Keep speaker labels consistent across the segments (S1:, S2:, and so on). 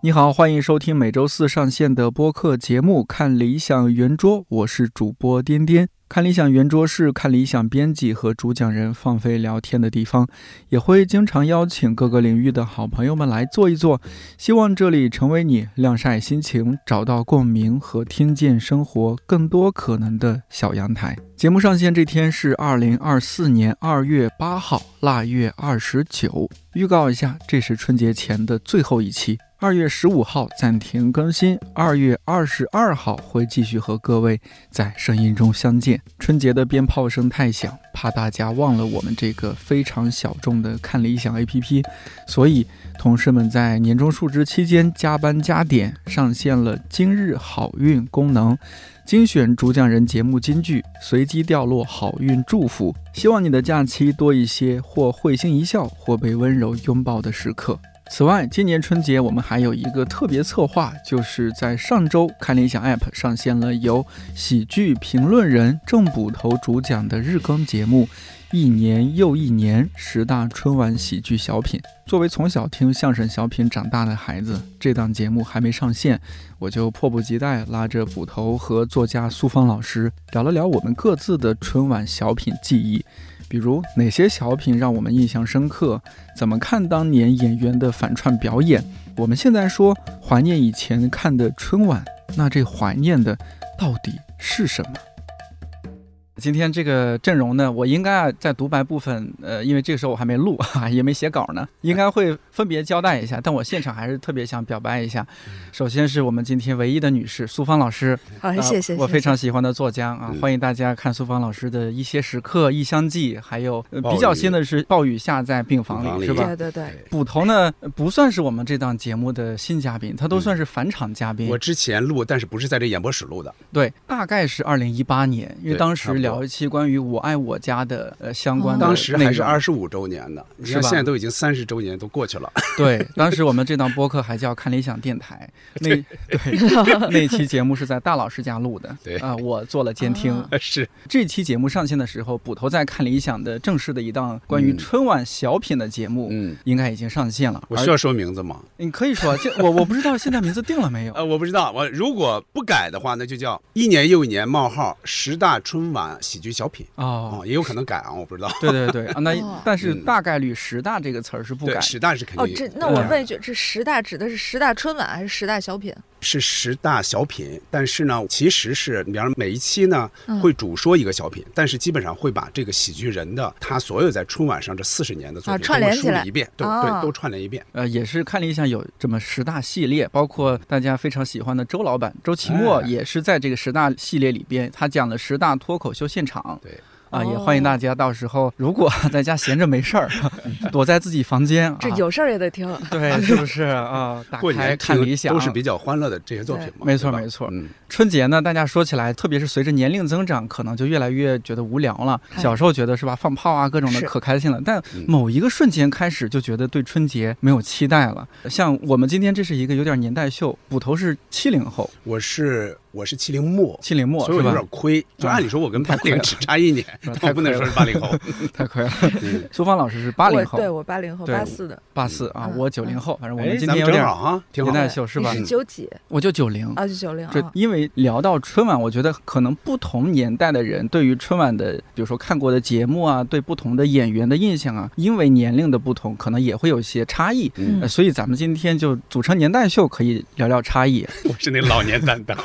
S1: 你好，欢迎收听每周四上线的播客节目《看理想圆桌》，我是主播颠颠。看理想圆桌是看理想编辑和主讲人放飞聊天的地方，也会经常邀请各个领域的好朋友们来坐一坐。希望这里成为你晾晒心情、找到共鸣和听见生活更多可能的小阳台。节目上线这天是二零二四年二月八号，腊月二十九。预告一下，这是春节前的最后一期。二月十五号暂停更新，二月二十二号会继续和各位在声音中相见。春节的鞭炮声太响，怕大家忘了我们这个非常小众的看理想 APP，所以同事们在年终述职期间加班加点，上线了今日好运功能。精选主讲人节目金句，随机掉落好运祝福，希望你的假期多一些或会心一笑，或被温柔拥抱的时刻。此外，今年春节我们还有一个特别策划，就是在上周看理想 App 上线了由喜剧评论人郑捕头主讲的日更节目《一年又一年》十大春晚喜剧小品。作为从小听相声小品长大的孩子，这档节目还没上线，我就迫不及待拉着捕头和作家苏芳老师聊了聊我们各自的春晚小品记忆，比如哪些小品让我们印象深刻，怎么看当年演员的反串表演。我们现在说怀念以前看的春晚，那这怀念的到底是什么？今天这个阵容呢，我应该啊在独白部分，呃，因为这个时候我还没录 啊，也没写稿呢，应该会分别交代一下。但我现场还是特别想表白一下，首先是我们今天唯一的女士苏芳老师，
S2: 好，
S1: 啊
S2: 哎谢谢。
S1: 我
S2: 谢
S1: 非
S2: 谢
S1: 常喜欢的作家啊，
S3: 嗯
S1: 欢迎大家看苏芳老师的一些时刻、异乡记，还有、呃
S3: 暴
S1: 比较
S3: 雨
S1: 新的是《暴雨下在病房里
S3: 病》，房
S1: 是
S3: 里
S1: 吧
S2: 对？对对，
S1: 捕头呢呃不算是我们这档节目的新嘉宾，他都
S3: 嗯
S1: 算是返场嘉
S2: 嗯
S1: 宾。
S3: 我之前录，但是不是在这演播室录的，
S1: 对，大概是二零一八年，因为
S3: 对
S1: 当
S3: 差
S1: 时
S3: 不多哦
S1: 聊一期关于“我爱我家的”呃相
S2: 嗯
S1: 关的内容，
S3: 当时还是二十五周年呢。你
S1: 是
S3: 看
S1: 吧
S3: 现在都已经三十周年都过去了，
S1: 对，当时我们这档播客还叫“看理想电台”，那对 那期节目是在大老师家录的，
S3: 对
S1: 啊、我做了监听。
S2: 啊
S3: 是
S1: 这期节目上线的时候，捕头在看理想的正式的一档关于
S3: 嗯
S1: 春晚小品的节目。
S3: 嗯。
S1: 应该已经上线了，
S3: 我
S1: 而
S3: 需要说名字吗？
S1: 你可以说，这我我不知道现在名字定了 没有。
S3: 呃，我不知道。我如果不改的话，那就叫一年又一年冒号十大春晚喜剧小品啊、
S1: 哦，
S3: 也有可能改啊，我不知道。
S1: 对对对啊，那
S2: 哦
S1: 但是
S3: 嗯
S1: 大概率“十大”这个词儿是不
S3: 对
S1: 改，
S3: 十大是肯
S2: 哦，
S3: 定、
S2: 这那
S1: 对
S2: 我
S1: 啊
S2: 问一句，这十大指的是十大春晚还是十大小品？
S3: 是十大小品，但是呢，其实是比方说每一期呢
S2: 嗯
S3: 会主说一个小品，但是基本上会把这个喜剧人的他所有在春晚上这四十年的作
S2: 啊
S3: 品、
S2: 串联起来
S3: 一遍，对、
S2: 哦
S3: 对，都串联一遍。
S1: 呃，也是看了一下有这么十大系列，包括大家非常喜欢的周老板周奇墨
S3: 哎
S1: 也是在这个十大系列里边，他讲了十大脱口秀现场。
S3: 对。
S1: 啊，也
S2: 哦
S1: 欢迎大家到时候如果 在家闲着没事 儿，躲在自己房间啊
S2: 这，有事儿也得听。
S1: 对，是不是 啊？打
S3: 过
S1: 开
S3: 年
S1: 看
S3: 听
S1: 理想
S3: 都，是比较欢乐的这些作品嘛，
S1: 啊没错
S3: 对吧
S1: 没错
S3: 嗯，
S1: 春节呢，大家说起来，特别是随着年龄增长，可能就越来越觉得无聊了。
S2: 哎
S1: 小时候觉得是吧，放炮啊，各种的
S2: 是
S1: 可开心了，但
S3: 嗯
S1: 某一个瞬间开始就觉得对春节没有期待了。像我们今天这是一个有点年代秀，捕头是七零后，
S3: 我是我是七零末，
S1: 七零末
S3: 所以
S1: 是
S3: 我有
S1: 吧嗯
S3: 点？亏。就按理说，我跟八
S1: 太亏了
S3: 零只差一年，
S1: 是吧
S3: 但我不能
S1: 太亏了
S3: 说是八零后。
S1: 太亏了。
S3: 嗯
S1: 苏芳老师是八零
S2: 我
S1: 后
S2: 对，我八零后，
S1: 对
S2: 八四的，
S1: 八四啊，
S2: 嗯
S1: 我九零后，反正我
S3: 哎，
S1: 们今
S3: 咱
S1: 天
S3: 们
S1: 有点
S3: 正好啊，挺
S1: 年
S3: 好
S1: 代
S2: 对
S1: 秀是吧
S2: 你
S3: 嗯
S2: 是九几
S1: 我就九零。
S2: 啊？就九零
S1: 这
S2: 啊。
S1: 因为聊到春晚，我觉得可能不同年代的人对于春晚的，比如说看过的节目啊，对不同的演员的印象啊，因为年龄的不同，可能也会有一些差异。
S2: 嗯
S1: 呃所以咱们今天就组成年代秀，可以聊聊差异。
S3: 我是那老年 担当。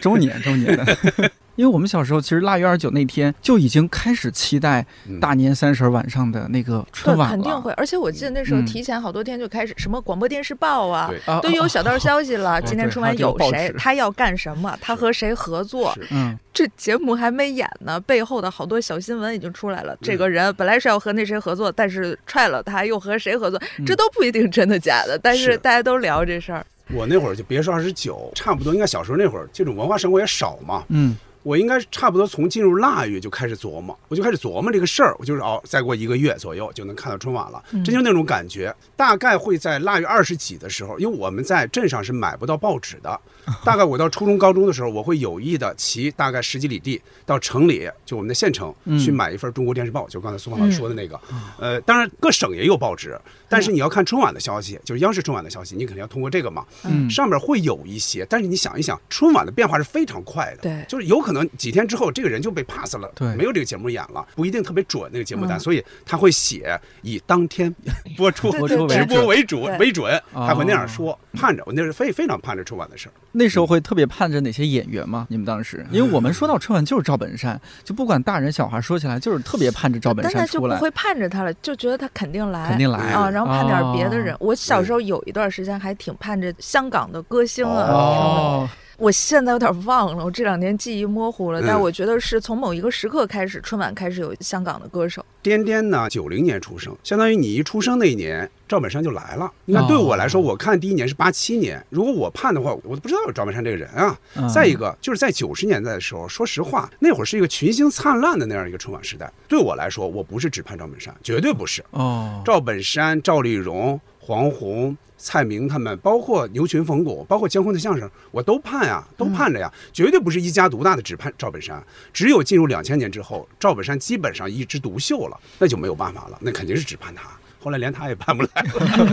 S1: 周年，周年的。 因为我们小时候，其实腊月二十九那天就已经开始期待
S3: 嗯
S1: 大年三十晚上的那个
S2: 对
S1: 春，晚了，
S2: 肯定会。而且我记得那时候
S1: 嗯
S2: 提前好多天就开始，什么广播电视报啊，
S3: 对
S1: 啊，
S2: 都有小道消息了。今天
S1: 哦对
S2: 春
S1: 还
S2: 晚
S1: 有这个
S2: 有
S1: 报
S2: 谁
S1: 纸，
S2: 他要干什么，他
S3: 是
S2: 和谁合作，
S3: 是
S1: 嗯，
S2: 这节目还没演呢，背后的好多小新闻已经出来
S1: 嗯
S2: 了。这个人本来是要和那谁合作，但是踹了他，又和谁合作，这
S1: 嗯
S2: 都不一定真的假的。但是
S3: 是
S2: 大家都聊这事儿，
S3: 我那会儿就别说二十九，差不多应该小时候那会儿，这种文化生活也少嘛。
S1: 嗯
S3: 我应该是差不多从进入腊月就开始琢磨，我就开始琢磨这个事儿，我就是哦，再过一个月左右就能看到春晚了，
S1: 嗯
S3: 真就那种感觉。大概会在腊月二十几的时候，因为我们在镇上是买不到报纸 的，大概我到初中、高中的时候，我会有意的骑大概十几里地到城里，就我们的县城
S1: 嗯
S3: 去买一份《中国电视报》，就刚才苏芳老师说的那个。呃，当然各省也有报纸，但是你要看春晚的消息，就是央视春晚的消息，你肯定要通过这个嘛。
S1: 嗯，
S3: 上面会有一些，但是你想一想，春晚的变化是非常快的，
S2: 对
S3: 就是有可能几天之后这个人就被 pass 了，
S1: 对
S3: 没有这个节目演了，不一定特别准那个节目单，
S2: 嗯
S3: 所以他会写以当天播出。
S2: 哎对
S1: 播出
S2: 对
S1: 为
S3: 直播
S1: 止。
S3: 为主
S2: 对
S3: 为准，
S1: 哦
S3: 他会那样说，盼着我那是非非常盼着春晚的事儿。
S1: 那时候会特别盼着哪些演员吗？你们当时，因为我们说到春晚就是赵本山，就不管大人小孩，说起来就是特别盼着赵本
S2: 但
S1: 山
S2: 他就
S1: 出
S2: 不
S1: 来，
S2: 会盼着他了，就觉得他肯定来，
S1: 肯定来
S2: 啊，然后盼点
S1: 哦
S2: 儿别的人。我小时候有一段时间还挺盼着香港的歌星啊，
S1: 哦，
S2: 我现在有点忘了，我这两年记忆模糊了，
S3: 嗯
S2: 但我觉得是从某一个时刻开始，春晚开始有香港的歌手。
S3: 颠颠呢，九零年出生，相当于你一出生那一年，赵本山就来了。你看
S1: 哦
S3: 对我来说，我看第一年是八七年，如果我盼的话，我都不知道有赵本山这个人啊。
S1: 嗯
S3: 再一个就是在九十年代的时候，说实话，那会儿是一个群星灿烂的那样一个春晚时代。对我来说，我不是只盼赵本山，绝对不是。
S1: 哦，
S3: 赵本山、赵丽蓉、黄宏、蔡明他们，包括牛群、冯巩，包括姜昆的相声，我都盼啊，
S1: 嗯
S3: 都盼着呀，绝对不是一家独大的只盼赵本山。只有进入两千年之后，赵本山基本上一枝独秀了，那就没有办法了，那肯定是只盼他。后来连他也盼不来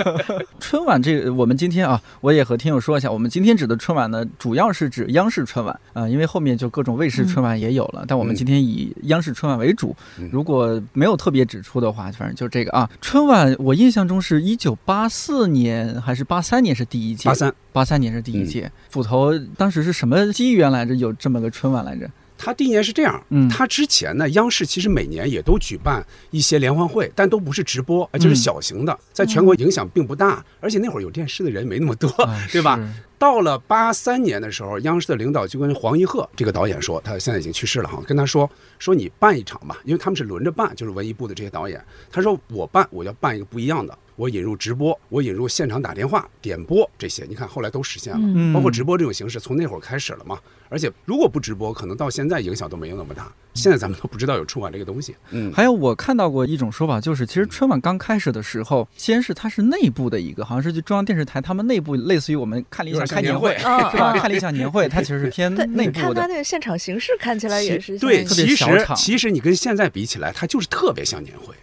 S3: 了。
S1: 春晚这个，我们今天啊，我也和听友说一下，我们今天指的春晚呢，主要是指央视春晚啊、呃因为后面就各种卫视春晚也有了，但我们今天以央视春晚为主。
S3: 嗯
S1: 如果没有特别指出的话，反正就这个啊。春晚我印象中是一九八四年还是八三年是第一届，
S3: 八三，
S1: 八三年是
S3: 嗯
S1: 第一届。斧头当时是什么机缘来着？有这么个春晚来着？
S3: 他第一年是这样，
S1: 嗯
S3: 他之前呢，央视其实每年也都举办一些联欢会，但都不是直播，呃就是
S1: 嗯
S3: 小型的，在全国影响并不大，而且那会儿有电视的人没那么多，
S1: 啊
S3: 对吧？
S1: 是
S3: 到了八三年的时候，央视的领导就跟黄一鹤这个导演说，他现在已经去世了哈，跟他说说你办一场吧，因为他们是轮着办，就是文艺部的这些导演。他说我办，我要办一个不一样的，我引入直播，我引入现场打电话、点播这些，你看后来都实现了。
S2: 嗯
S1: 嗯，
S3: 包括直播这种形式，从那会儿开始了嘛。而且如果不直播，可能到现在影响都没有那么大。现在咱们都不知道有春晚这个东西。嗯，
S1: 还有我看到过一种说法，就是其实春晚刚开始的时候，先是它是内部的一个，好像是就中央电视台他们内部，类似于我们看理想
S3: 有点像
S1: 开年会
S3: 年，啊
S2: 会
S1: 是吧？
S2: 嗯嗯
S1: 看理想年会，它其实是偏
S2: 对，
S1: 内
S2: 你
S1: 部
S2: 看他
S1: 的。
S2: 那个现场形式看起来也是像
S3: 对，
S2: 一个
S1: 特别
S3: 其
S1: 小
S3: 实
S1: 场
S3: 其实你跟现在比起来，它就是特别像年会。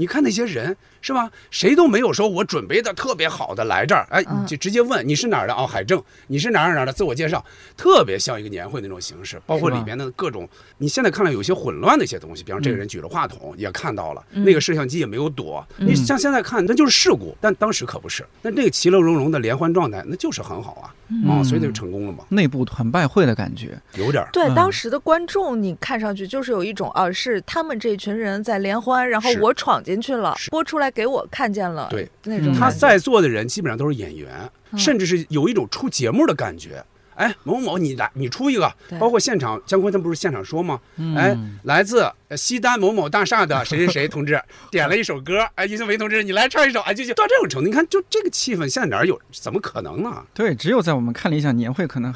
S3: 你
S2: 对，
S3: 看那些人是吧？谁都没有说我准备的特别好的来这儿，哎，
S2: 嗯
S3: 你就直接问你是哪儿的哦，海正，你是哪儿哪儿的，自我介绍，特别像一个年会那种形式，包括
S1: 是吧
S3: 里边的各种，你现在看来有些混乱的一些东西，比方这个人举着话筒也看到了，那个摄像机也没有躲，你像现在看那就是事故，但当时可不是，但那个其乐融融的联欢状态那就是很好啊，啊、所以那就成功了嘛，
S1: 内部团拜会的感觉，
S3: 有点儿。
S2: 对
S1: 嗯
S2: 当时的观众，你看上去就是有一种啊，是他们这群人在联欢，然后
S3: 是
S2: 我闯进去了，
S3: 是
S2: 播出来给我看见了，
S3: 对
S2: 那种
S1: 嗯
S3: 他
S2: 感觉
S3: 在座的人基本上都是演员，
S2: 嗯
S3: 甚至是有一种出节目的感觉。哎，某某，你来，你出一个
S2: 对，
S3: 包括现场，姜昆他不是现场说吗？
S1: 嗯
S3: 哎，来自呃西单某某大厦的谁谁谁同 志点了一首歌，哎，于秀梅同志，你来唱一首，哎，就就到这种程度，你看，就这个气氛，现在哪儿有，怎么可能
S2: 啊
S3: 呢？
S1: 对，只有在我们看理想年会可能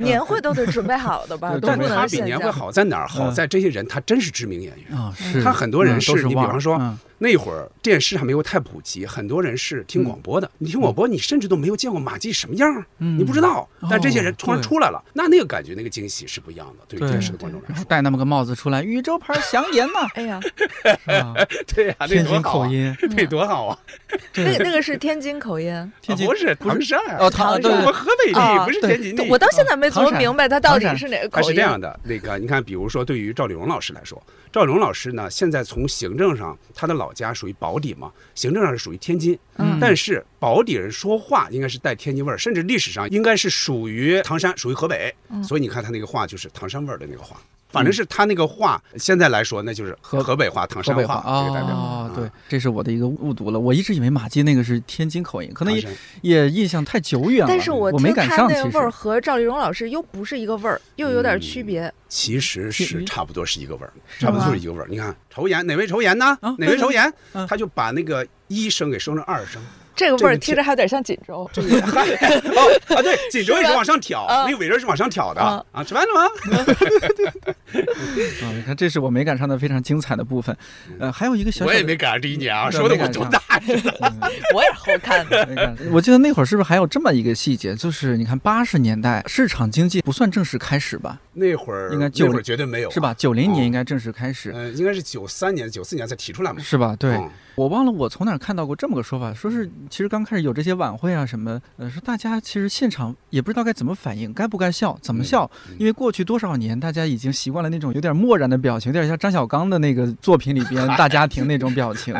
S2: 年会都得准备好的吧，
S1: 对
S2: 都
S3: 但
S2: 不
S3: 他
S2: 能
S3: 比
S2: 现
S3: 年
S2: 象，
S3: 会。好在哪儿？好
S1: 嗯
S3: 在这些人，他真是知名演员。
S1: 啊，是
S3: 他很多人
S1: 嗯
S3: 是
S1: 都是
S3: 你比
S1: 腕儿
S3: 方说
S1: 嗯
S3: 那会儿电视还没有太普及，很多人是听广播的。你听广播，你甚至都没有见过马季什么样儿，
S1: 嗯
S3: 你不知道。但这些
S1: 哦
S3: 人突然
S1: 对
S3: 出来了，那那个感觉，那个惊喜是不一样的。对于
S1: 对
S3: 电视的观众来
S1: 然后
S3: 说，
S1: 戴那么个帽子出来，宇宙牌祥言呐
S2: 哎呀，
S1: 是吧
S3: 对呀， 那
S1: 天
S3: 多
S1: 津
S3: 好
S1: 口
S3: 啊，
S1: 音，
S3: 那多好啊！
S2: 那
S1: 对
S2: 个，那个是天津口音，
S1: 天津
S3: 啊不是
S1: 不是
S3: 唐山，
S1: 哦，唐
S2: 唐
S1: 对
S3: 我
S1: 对
S3: 们河北地
S2: 啊
S3: 不是
S1: 对
S3: 天津
S2: 我
S3: 地。
S2: 到现在没
S1: 唐
S2: 琢磨
S1: 山
S2: 明白他到底
S1: 唐山
S2: 是哪个
S3: 它
S2: 口
S3: 是
S2: 音。
S3: 这样的，那个你看，比如说对于赵丽蓉老师来说，赵丽蓉老师呢，现在从行政上，她的老家属于保底嘛，行政上是属于天津，
S1: 嗯
S3: 但是保底人说话应该是带天津味儿，甚至历史上应该是属于唐山，属于河北，所以你看他那个话就是唐山味儿的那个话，反正是他那个话，现在来说那就是
S1: 嗯河
S3: 河北话、唐
S1: 河
S3: 山
S1: 北
S3: 话这个代表。
S1: 哦
S3: 嗯，
S1: 对，这是我的一个误读了。我一直以为马季那个是天津口音，可能
S3: 唐
S1: 也
S3: 山
S1: 也印象太久远了，
S2: 但是
S3: 嗯
S1: 我没
S2: 听
S1: 赶
S2: 他
S1: 上。
S2: 那
S1: 其
S2: 味儿
S1: 实
S2: 和赵丽蓉老师又不是一个味儿，又有点
S3: 嗯
S2: 区别。
S3: 其实
S1: 其
S3: 是差不多是一个味儿，
S1: 吗
S3: 差不多就是一个味儿。你看，抽盐哪位抽盐呢
S1: 啊？
S3: 哪位抽盐
S1: 嗯？
S3: 他就把那个一声给升成二声，
S2: 这个味
S3: 这
S2: 儿
S3: 个
S2: 听着还有点像锦州。
S3: 嗨哦啊，对，锦州也
S2: 是
S3: 是
S2: 吧
S3: 往上挑
S2: 啊，
S3: 那个尾椎是往上挑的
S2: 啊
S3: 啊。吃饭了吗？
S1: 啊，你看，这是我没赶上的非常精彩的部分。呃，还有一个小小
S3: 嗯我
S1: 的
S3: 也没赶上第一年啊，
S1: 嗯
S3: 说的我
S1: 没赶
S3: 多
S1: 上
S3: 大
S2: 我也是后看的。
S1: 没干我记得那会儿是不是还有这么一个细节？就是你看八十年代市场经济不算正式开始吧，
S3: 那会儿
S1: 应该
S3: 那
S1: 就
S3: 会儿绝对没有，
S1: 是吧？？九零年
S3: 哦
S1: 应该正式开始，
S3: 呃，应该是九三年、九四年才提出来嘛。
S1: 是吧？对，
S3: 嗯
S1: 我忘了我从哪儿看到过这么个说法，说是其实刚开始有这些晚会啊什么，呃，说大家其实现场也不知道该怎么反应，该不该笑，怎么笑，
S3: 嗯
S1: 因为过去多少年大家已经习惯了那种有点漠然的表情，有点像张小刚的那个作品里 边大家庭那种表情，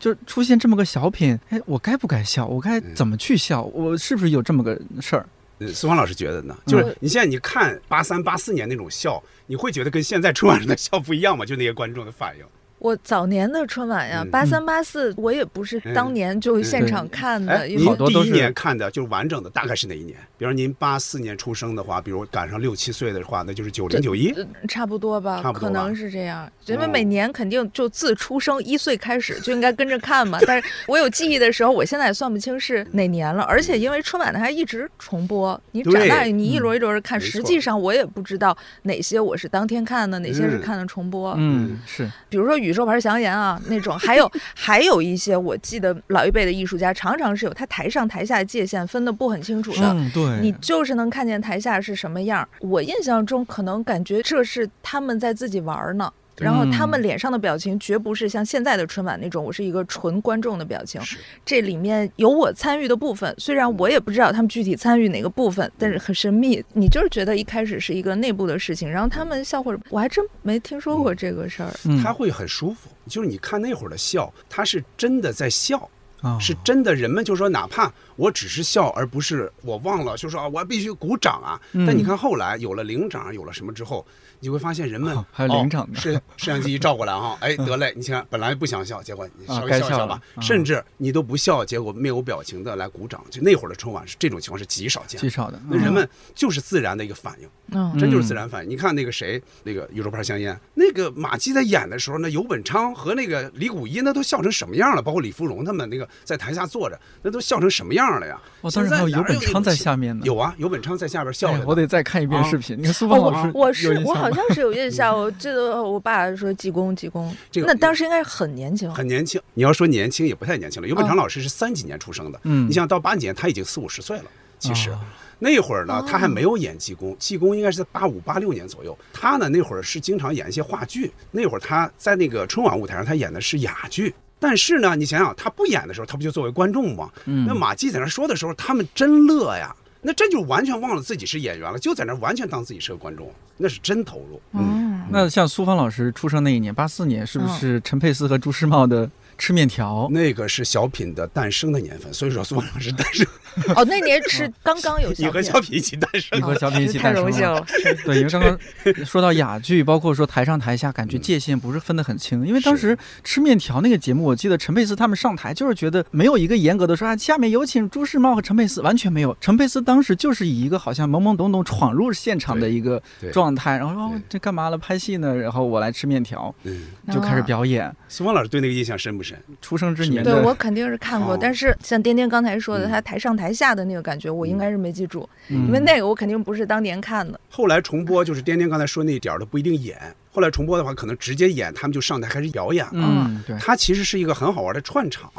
S1: 就出现这么个小品，哎，我该不该笑？我该
S3: 嗯
S1: 怎么去笑？我是不是有这么个事儿？
S3: 呃苏芳老师觉得呢？就是
S2: 嗯
S3: 你现在你看八三、八四年那种笑，你会觉得跟现在春晚上的笑不一样吗？就那些观众的反应。
S2: 我早年的春晚呀
S3: 嗯，
S2: 八三八四，我也不是当年就现场看的，
S3: 哎，
S2: 因
S3: 您
S1: 好
S2: 为
S1: 多
S3: 第
S1: 都
S3: 一
S1: 是
S3: 年看的就是完整的，大概是哪一年？比如您八四年出生的话，比如赶上六七岁的话，那就是九零九一。
S2: 呃差不多吧，
S3: 差不多吧
S2: 可能是这样。
S3: 哦
S2: 因为每年肯定就自出生一岁开始就应该跟着看嘛。但是我有记忆的时候，我现在也算不清是哪年了。而且因为春晚它还一直重播，你
S3: 嗯对
S2: 长大你
S1: 嗯
S2: 一轮一轮看，
S3: 没错
S2: 实际上我也不知道哪些我是当天看的，哪些是看的重播。
S1: 嗯，是，
S2: 比如说宇宙牌祥言啊那种，还有 还有一些我记得老一辈的艺术家常常是有他台上台下界限分的不很清楚的。
S3: 啊
S1: 嗯，对，
S2: 你就是能看见台下是什么样儿。我印象中可能感觉这是他们在自己玩儿呢，
S3: 对
S2: 然后
S1: 嗯
S2: 他们脸上的表情绝不是像现在的春晚那种，我是一个纯观众的表情。
S3: 是
S2: 这里面有我参与的部分，虽然我也不知道他们具体参与哪个部
S3: 嗯
S2: 分，但是很神秘。你就是觉得一开始是一个内部的事情，然后他们笑或者我还真没听说过这个事儿。
S1: 嗯
S3: 他会很舒服，就是你看那会儿的笑，他是真的在笑，
S1: 哦
S3: 是真的。人们就说，哪怕我只是笑，而不是我忘了，就说啊，我必须鼓掌啊。
S1: 嗯
S3: 但你看后来有了领掌，有了什么之后，你会发现人们、
S1: 哦还有领掌呢
S3: 哦摄摄像机一照过来哈，哎，得嘞，你看本来不想笑，结果你稍
S1: 啊
S3: 微
S1: 该
S3: 笑一
S1: 笑
S3: 笑
S1: 了
S3: 吧，
S1: 啊
S3: 甚至你都不笑，结果面有表情的来鼓掌。就那会儿的春晚是这种情况是极少见
S1: 极
S3: 的，
S1: 少的，
S3: 那人
S1: 嗯
S3: 们就是自然的一个反应。
S2: 嗯
S3: 真就是
S1: 嗯
S3: 自然反应。你看那个谁，那个宇宙牌香烟，那个马季在演的时候呢，游本昌和那个李谷一那都笑成什么样了？包括李芙蓉他们那个在台下坐着，那都笑成什么样了呀？
S1: 哦，当
S3: 现
S1: 时
S3: 在
S1: 还有
S3: 哪
S1: 游
S3: 儿
S1: 本
S3: 那种
S1: 昌在
S3: 情
S1: 下面呢，
S3: 有啊，游本昌在下边笑
S1: 哎
S3: 着
S1: 呀
S3: 呢。
S1: 我得再看一遍
S3: 啊
S1: 视频。你看苏
S2: 哦，
S1: 芳老师，
S2: 我我
S1: 有
S2: 是
S1: 印
S2: 我
S1: 象
S2: 好
S1: 吗
S2: 像是有印象，我记得我爸说济公济公，
S3: 嗯这个
S2: 那当时应该是很年
S1: 嗯
S2: 轻，
S3: 很年轻，你要说年轻也不太年轻了。游本昌老师是三几年出生的，
S1: 嗯
S3: 你想到八几年他已经四五十岁了。其实、
S1: 哦
S3: 那会儿呢，他还没有演济公，济公应该是在八五八六年左右。他呢那会儿是经常演一些话剧，那会儿他在那个春晚舞台上，他演的是哑剧。但是呢，你想想他不演的时候，他不就作为观众吗？
S1: 嗯
S3: 那马季在那说的时候，他们真乐呀，那真就完全忘了自己是演员了，就在那完全当自己是个观众，那是真投入。嗯，
S2: 嗯，
S1: 那像苏芳老师出生那一年，八四年，是不
S2: 嗯
S1: 是陈佩斯和朱时茂的《吃面条》？
S3: 那个是小品的诞生的年份，所以说苏老师诞生。
S2: 哦，那年是刚刚有
S3: 你
S2: 小
S3: 和
S2: 品，
S3: 小品一起诞生
S1: 你和
S2: 哦
S1: 小品一起
S2: 太
S1: 诞生
S2: 荣幸
S1: 了
S2: 了，
S1: 对，因为刚刚说到哑剧，包括说台上台下，感
S3: 嗯
S1: 觉界限不是分得很清。因为当时吃面条那个节目，我记得陈佩斯他们上台就是觉得没有一个严格的说啊，下面有请朱时茂和陈佩斯，完全没有。陈佩斯当时就是以一个好像懵懵懂懂闯入现场的
S3: 对
S1: 一个
S3: 对
S1: 状态，然后说哦
S3: 对
S1: 这干嘛了拍戏呢？然后我来吃面条，
S3: 嗯，
S1: 就开始
S2: 啊
S1: 表演。
S3: 苏芳老师对那个印象深不深？
S1: 出生之
S3: 是
S1: 年
S3: 面
S2: 对
S1: 的
S2: 我肯定是看过，
S3: 哦
S2: 但是像颠颠刚才说的，
S3: 嗯
S2: 他台上台下的那个感觉，我应该是没记住，
S1: 嗯
S2: 因为那个我肯定不是当年看的。
S3: 后来重播就是颠颠刚才说那一点儿，他不一定演。后来重播的话，可能直接演，他们就上台开始表演了。
S1: 嗯，对，
S3: 它其实是一个很好玩的串场，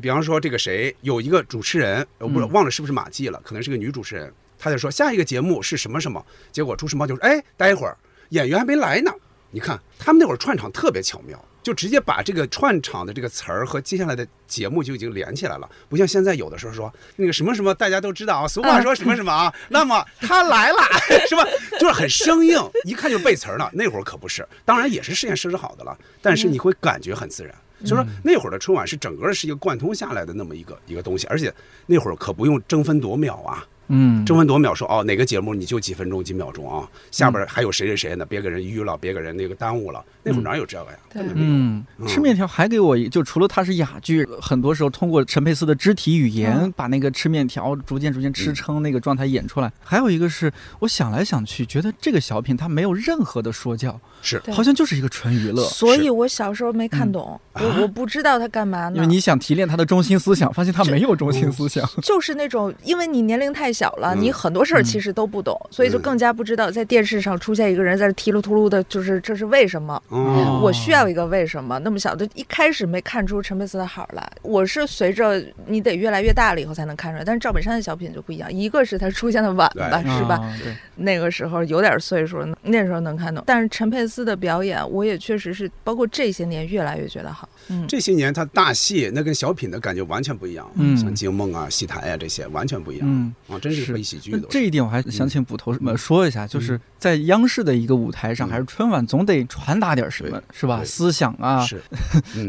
S3: 比方说这个谁有一个主持人，我不知道
S1: 嗯
S3: 忘了是不是马季了，可能是个女主持人，她就说下一个节目是什么什么，结果朱时茂就说哎，待会儿演员还没来呢。你看他们那会儿串场特别巧妙，就直接把这个串场的这个词儿和接下来的节目就已经连起来了，不像现在有的时候说那个什么什么大家都知道啊，俗话说什么什么啊， 那么他来了 是吧？就是很生硬，一看就背词儿了。那会儿可不是，当然也是事先设置好的了，但是你会感觉很自然。所以说那会儿的春晚是整个是一个贯通下来的那么一个一个东西，而且那会儿可不用争分夺秒啊，
S1: 嗯，
S3: 争分夺秒说哦，哪个节目你就几分钟几秒钟啊，下边还有谁谁谁呢，别给人淤了，别给人那个耽误了。那会儿哪有这个呀？
S2: 嗯对
S3: 根本没有。
S1: 嗯，吃面条还给我一，就除了它是哑剧，呃很多时候通过陈佩斯的肢体语言，
S2: 嗯
S1: 把那个吃面条逐渐逐渐吃撑那个状态演出来。还有一个是，我想来想去，觉得这个小品它没有任何的说教，
S3: 是
S2: 对
S1: 好像就是一个纯娱乐。
S2: 所以我小时候没看懂，
S3: 嗯
S2: 我
S3: 啊
S2: 我不知道他干嘛
S1: 因
S2: 呢
S1: 为。你想提炼他的中心思想，发现他
S2: 这
S1: 没有中心思想。
S2: 就是那种，因为你年龄太小了，
S3: 嗯
S2: 你很多事儿其实都不懂，
S1: 嗯
S2: 所以就更加不知道在电视上出现一个人在这提噜秃噜的，就是这是为什么。
S1: 哦
S3: 嗯，
S2: 我需要一个为什么？那么小的，一开始没看出陈佩斯的好来。我是随着你得越来越大了以后才能看出来，但是赵本山的小品就不一样，一个是他出现的晚吧，
S3: 对
S2: 是吧？
S1: 啊对，
S2: 那个时候有点岁数，那时候能看懂。但是陈佩斯的表演，我也确实是，包括这些年越来越觉得好。嗯，
S3: 这些年他大戏那跟小品的感觉完全不一样，
S1: 嗯
S3: 像《惊梦》啊、戏台啊这些完全不一样
S1: 嗯。
S3: 啊，真是
S1: 是
S3: 非喜剧
S1: 那
S3: 都
S1: 这
S3: 是。
S1: 一点我还想请捕头呃说一下，就是在央视的一个舞台上，
S3: 嗯
S1: 还是春晚，总得传达点什么，是吧？
S3: 对
S1: 思想啊，
S3: 是，嗯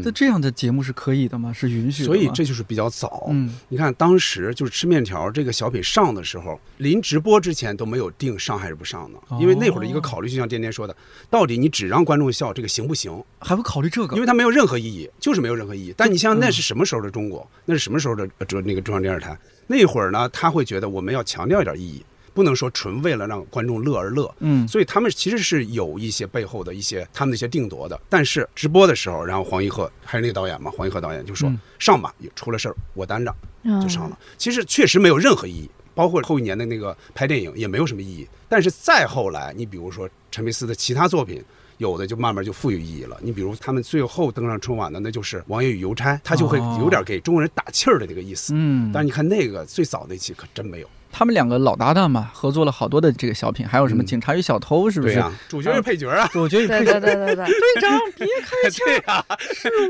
S1: 那这样的节目是可以的吗？是允许的吗？
S3: 所以这就是比较早。
S1: 嗯
S3: 你看当时就是吃面条这个小品上的时候，临直播之前都没有定上还是不上呢，因为那会儿的一个考虑，就像颠颠说的，到底你只让观众笑，这个行不行？
S1: 还会考虑这个，
S3: 因为它没有任何意义，就是没有任何意义。但你像
S1: 嗯
S3: 那是什么时候的中国？那是什么时候的呃中那个中央电视台？那会儿呢，他会觉得我们要强调一点意义，不能说纯为了让观众乐而乐。
S1: 嗯
S3: 所以他们其实是有一些背后的一些他们的一些定夺的。但是直播的时候，然后黄一鹤还是那个导演嘛，黄一鹤导演就说、
S1: 嗯
S3: 上吧，出了事儿我担着
S2: 嗯
S3: 就上了。其实确实没有任何意义，包括后一年的那个拍电影也没有什么意义。但是再后来，你比如说陈佩斯的其他作品。有的就慢慢就赋予意义了。你比如他们最后登上春晚的，那就是《王爷与邮差》，他就会
S1: 哦
S3: 有点给中国人打气儿的那个意思。
S1: 嗯，
S3: 但是你看那个最早那期可真没有，
S1: 他们两个老搭档嘛，合作了好多的这个小品，还有什么《
S3: 嗯
S1: 警察与小偷》，是不
S3: 对
S1: 是
S3: 呀、？主角是配角啊，
S1: 我觉得
S2: 对对对 对对，队长，别开枪！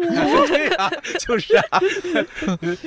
S3: 对呀、对呀、就是啊，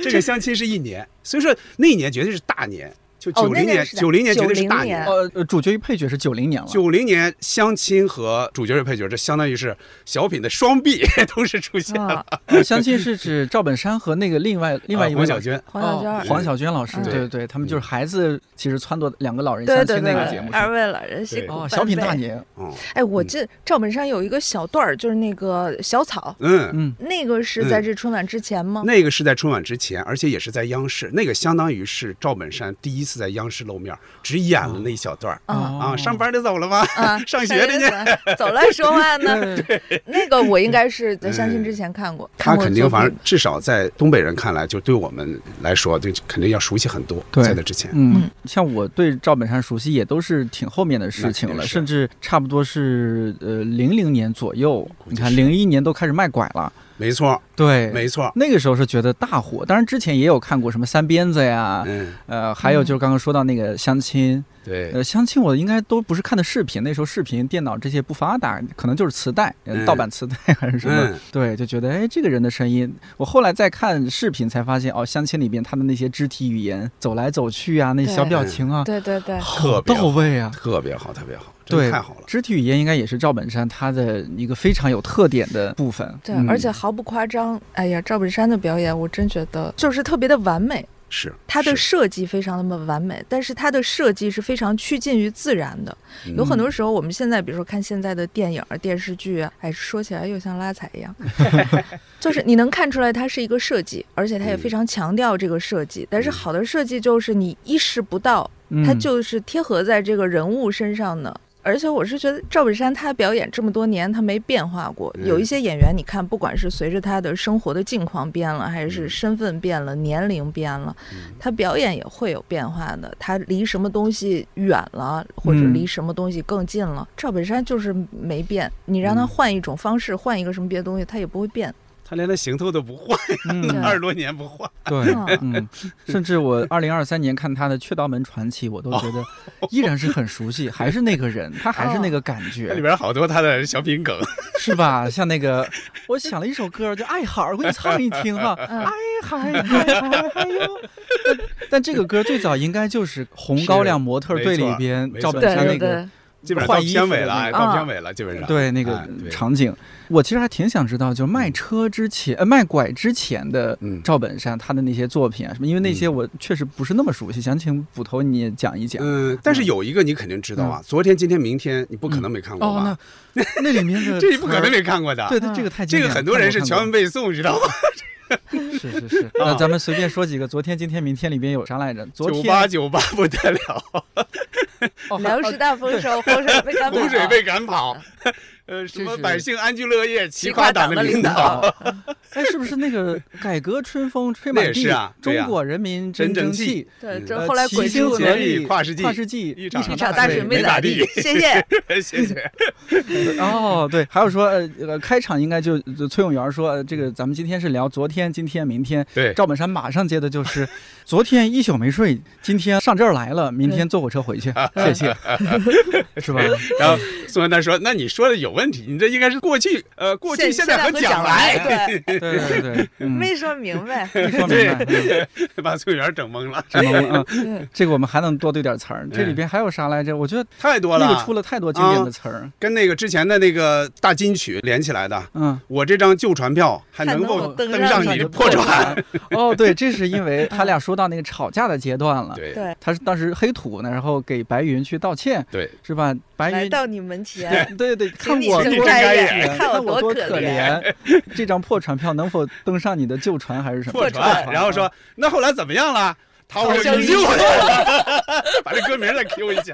S3: 这个相亲是一年，所以说那一年绝对是大年，就
S2: 哦
S3: 九零
S2: 那个
S3: 年，
S2: 是
S3: 九零、年绝对是
S2: 90
S3: 大
S2: 年
S1: 呃，呃主角与配角是九零年了，
S3: 九零年相亲和主角与配角，这相当于是小品的双臂 同时出现了。
S2: 啊，
S1: 呃相亲是指赵本山和那个另外另外一位
S3: 啊黄
S1: 老
S3: 小娟，
S2: 黄小娟
S1: 哦
S2: 儿，
S1: 黄小娟老师，
S2: 嗯
S1: 对对对，他们就是孩子，其实撺掇两个老人
S2: 对
S1: 相
S2: 对
S1: 亲
S2: 对
S1: 那个
S2: 对
S1: 节目。
S2: 二位老人辛
S3: 对
S2: 苦
S1: 哦，
S2: 奔
S1: 小品大
S2: 波
S1: 年，
S3: 嗯
S2: 哎，我
S3: 嗯
S2: 记赵本山有一个小段儿，就是那个小草，
S3: 嗯。
S1: 嗯，
S2: 那个是在
S3: 嗯
S2: 这春晚之前吗？
S3: 那个是在春晚之前，而且也是在央视，那个相当于是赵本山第一次在央视露面，只演了那一小段儿、
S2: 啊
S1: 哦
S3: 啊。上班的走了吗？
S2: 啊，
S3: 上学的呢
S2: 呢，走了说话呢。
S1: 对
S2: 那个我应该是在相亲之前看过，
S3: 他
S2: 看过
S3: 肯定，
S2: 作
S3: 反
S2: 品
S3: 正至少在东北人看来，就对我们来说，就肯定要熟悉很多。
S1: 对
S3: 在那之前，
S1: 嗯
S2: 嗯，
S1: 像我对赵本山熟悉也都是挺后面的事情
S3: 那肯
S1: 了，
S3: 定是
S1: 甚至差不多是呃零零年左右，
S3: 估
S1: 你
S3: 计
S1: 看
S3: 是
S1: 零一年都开始卖拐了，
S3: 没错，
S1: 对，
S3: 没错，
S1: 那个时候是觉得大火，当然之前也有看过什么三鞭子呀，
S3: 嗯，
S1: 呃，还有就是刚刚说到那个相亲，
S3: 对，
S1: 呃，相亲我应该都不是看的视频，那时候视频、电脑这些不发达，可能就是磁带，呃
S3: 嗯
S1: 盗版磁带还是什么，
S3: 嗯，
S1: 对，就觉得哎，这个人的声音，我后来再看视频才发现，哦，相亲里边他的那些肢体语言、走来走去啊，那
S2: 对
S1: 小表情啊，
S2: 对对对，
S1: 好
S3: 特别
S1: 到
S3: 好，
S1: 位啊。
S3: 特别好，特别好，真
S1: 对，
S3: 的太好了。
S1: 肢体语言应该也是赵本山他的一个非常有特点的部分。
S2: 对
S1: 嗯，
S2: 而且毫不夸张，哎呀，赵本山的表演我真觉得就是特别的完美，
S3: 是
S2: 他的
S3: 是
S2: 设计非常的完美，但是他的设计是非常趋近于自然的。
S3: 嗯
S2: 有很多时候，我们现在比如说看现在的电影儿、电视剧啊，哎，说起来又像拉踩 一样，就是你能看出来它是一个设计，而且它
S3: 嗯
S2: 也非常强调这个设计。但是好的设计就是你意识不到，
S1: 嗯
S2: 它就是贴合在这个人物身上的。而且我是觉得赵本山他表演这么多年，他没变化过。
S3: 嗯
S2: 有一些演员，你看，不管是随着他的生活的境况变了，还是
S3: 嗯
S2: 身份变了、年龄变了，他表演也会有变化的。他离什么东西远了，或者
S1: 嗯
S2: 离什么东西更近了，赵本山就是没变。你让他
S3: 嗯
S2: 换一种方式，换一个什么别的东西，他也不会变。
S3: 他连那行头都不换，
S1: 嗯
S3: 二十多年不换，
S1: 对，
S2: 嗯
S1: 嗯，甚至我二零二三年看他的《雀刀门传奇》，我都觉得
S3: 哦
S1: 依然是很熟 悉，还是那个人，他还是那个感
S3: 那里
S1: 觉，
S3: 边好多他的小 品梗。
S1: 是吧？像那个，我想了一首歌，就《爱好》，我给你唱一听哈，
S2: 嗯
S1: 哎嗨嗨嗨哎嗨哟。但但这个歌最早应该就是《红高粱模特队》里边
S3: 没
S1: 赵
S3: 错
S1: 本
S3: 对
S2: 对
S1: 山
S2: 对
S1: 那
S2: 对
S1: 个，
S3: 基本上到
S4: 换衣服
S3: 片尾
S4: 的
S3: 了，
S4: 那
S3: 哎
S4: 个
S3: 到片尾了，基本上
S1: 啊对那个
S3: 哎对
S1: 场景，我其实还挺想知道，就卖车之前、呃卖拐之前的
S3: 嗯
S1: 赵本山他的那些作品啊什么，因为那些我确实不是那么熟悉，想请捕头你也讲一讲。
S3: 嗯，但是有一个你肯定知道啊，昨天、今天、明天，你不可能没看过吧？
S1: 嗯哦，那那里面的
S3: 这你不可能
S1: 词
S3: 没看过的
S1: 儿。对，它这个太经
S3: 这个
S1: 典
S3: 很多人是全
S1: 全
S3: 文背诵，知道吗？
S1: 是是 是。那咱们随便说几个，昨天、今天、明天里边有啥来着？昨
S3: 九
S1: 天
S3: 八九八不得了，
S1: 哦还
S2: 粮食大丰收，洪水被赶跑，
S3: 洪水被赶跑
S2: 啊，
S3: 呃，什
S1: 这
S3: 么
S1: 是
S3: 百姓安居乐业，齐
S2: 齐
S3: 夸
S2: 夸
S3: 党的
S2: 党的
S3: 领
S2: 领
S3: 导。
S2: 导。
S1: 哎，是不是那个改革春风吹
S3: 那
S1: 满
S3: 也
S1: 地？
S3: 是啊对啊
S1: 中国人民
S3: 真正
S1: 正
S3: 气
S1: 气。
S2: 对，
S3: 嗯
S2: 这
S1: 呃
S2: 后来
S1: 齐
S2: 鬼
S1: 心
S2: 畜
S3: 合
S1: 合
S3: 力
S1: 力，
S3: 跨世纪
S1: 跨世纪，
S3: 一场
S2: 一
S3: 场
S2: 场大水
S3: 没
S2: 啊没
S3: 咋
S2: 咋
S3: 地
S2: 地， 谢谢。
S3: 谢
S1: 嗯
S3: 谢。
S1: 哦，对，还有说，呃，呃开场应该就就崔永元说，呃这个咱们今天是聊昨天、今天、明天。
S3: 对，
S1: 赵本山马上接的就是，昨天一宿没睡，今天上这儿来了，明天坐火车回去，谢谢，是吧？
S3: 然后宋丹丹说：“那你说的有问题，你这应该是过去，呃，过去、
S2: 现
S3: 现在和
S2: 和
S3: 将
S2: 来，
S3: 来，
S2: 对，
S1: 对对对，嗯，
S2: 没说明 白。
S1: 没说明白。嗯
S3: 把宋元整懵了，
S1: 这能啊，这个我们还能多对点词儿。这里边还有啥来着？我觉得
S3: 太多
S1: 那个
S3: 了
S1: 出。了太多经典的词儿。
S3: 跟那个之前的那个大金曲连起来的，
S1: 嗯，
S3: 我这张旧船票还
S2: 还
S3: 能
S2: 能
S3: 否
S2: 否登
S3: 登
S2: 上
S3: 上你
S2: 你
S3: 的
S2: 的
S3: 破
S2: 破
S3: 船？
S1: 哦，对，这是因为他俩说到那个吵架的阶段了。
S3: 对
S2: 对，
S1: 他是当时黑土呢，然后给白云去道歉，
S3: 对，
S1: 是吧？白
S2: 来
S1: 云
S2: 到你门前，
S1: 对对，哎看
S2: 你
S1: 我
S2: 伸
S1: 多
S2: 出来
S1: 可
S3: 哎
S2: 眼
S1: 怜
S2: 看我
S1: 我
S2: 多
S1: 可
S2: 可怜
S1: 怜。 这张破船票能否登上你的旧船还是什么？
S3: 破船。然后说，
S2: 嗯
S3: 那后来怎么样了？逃
S2: 逃
S3: 生
S2: 生
S3: 依
S2: 依
S3: 旧
S2: 旧。
S3: 把这歌名再 Q 一下。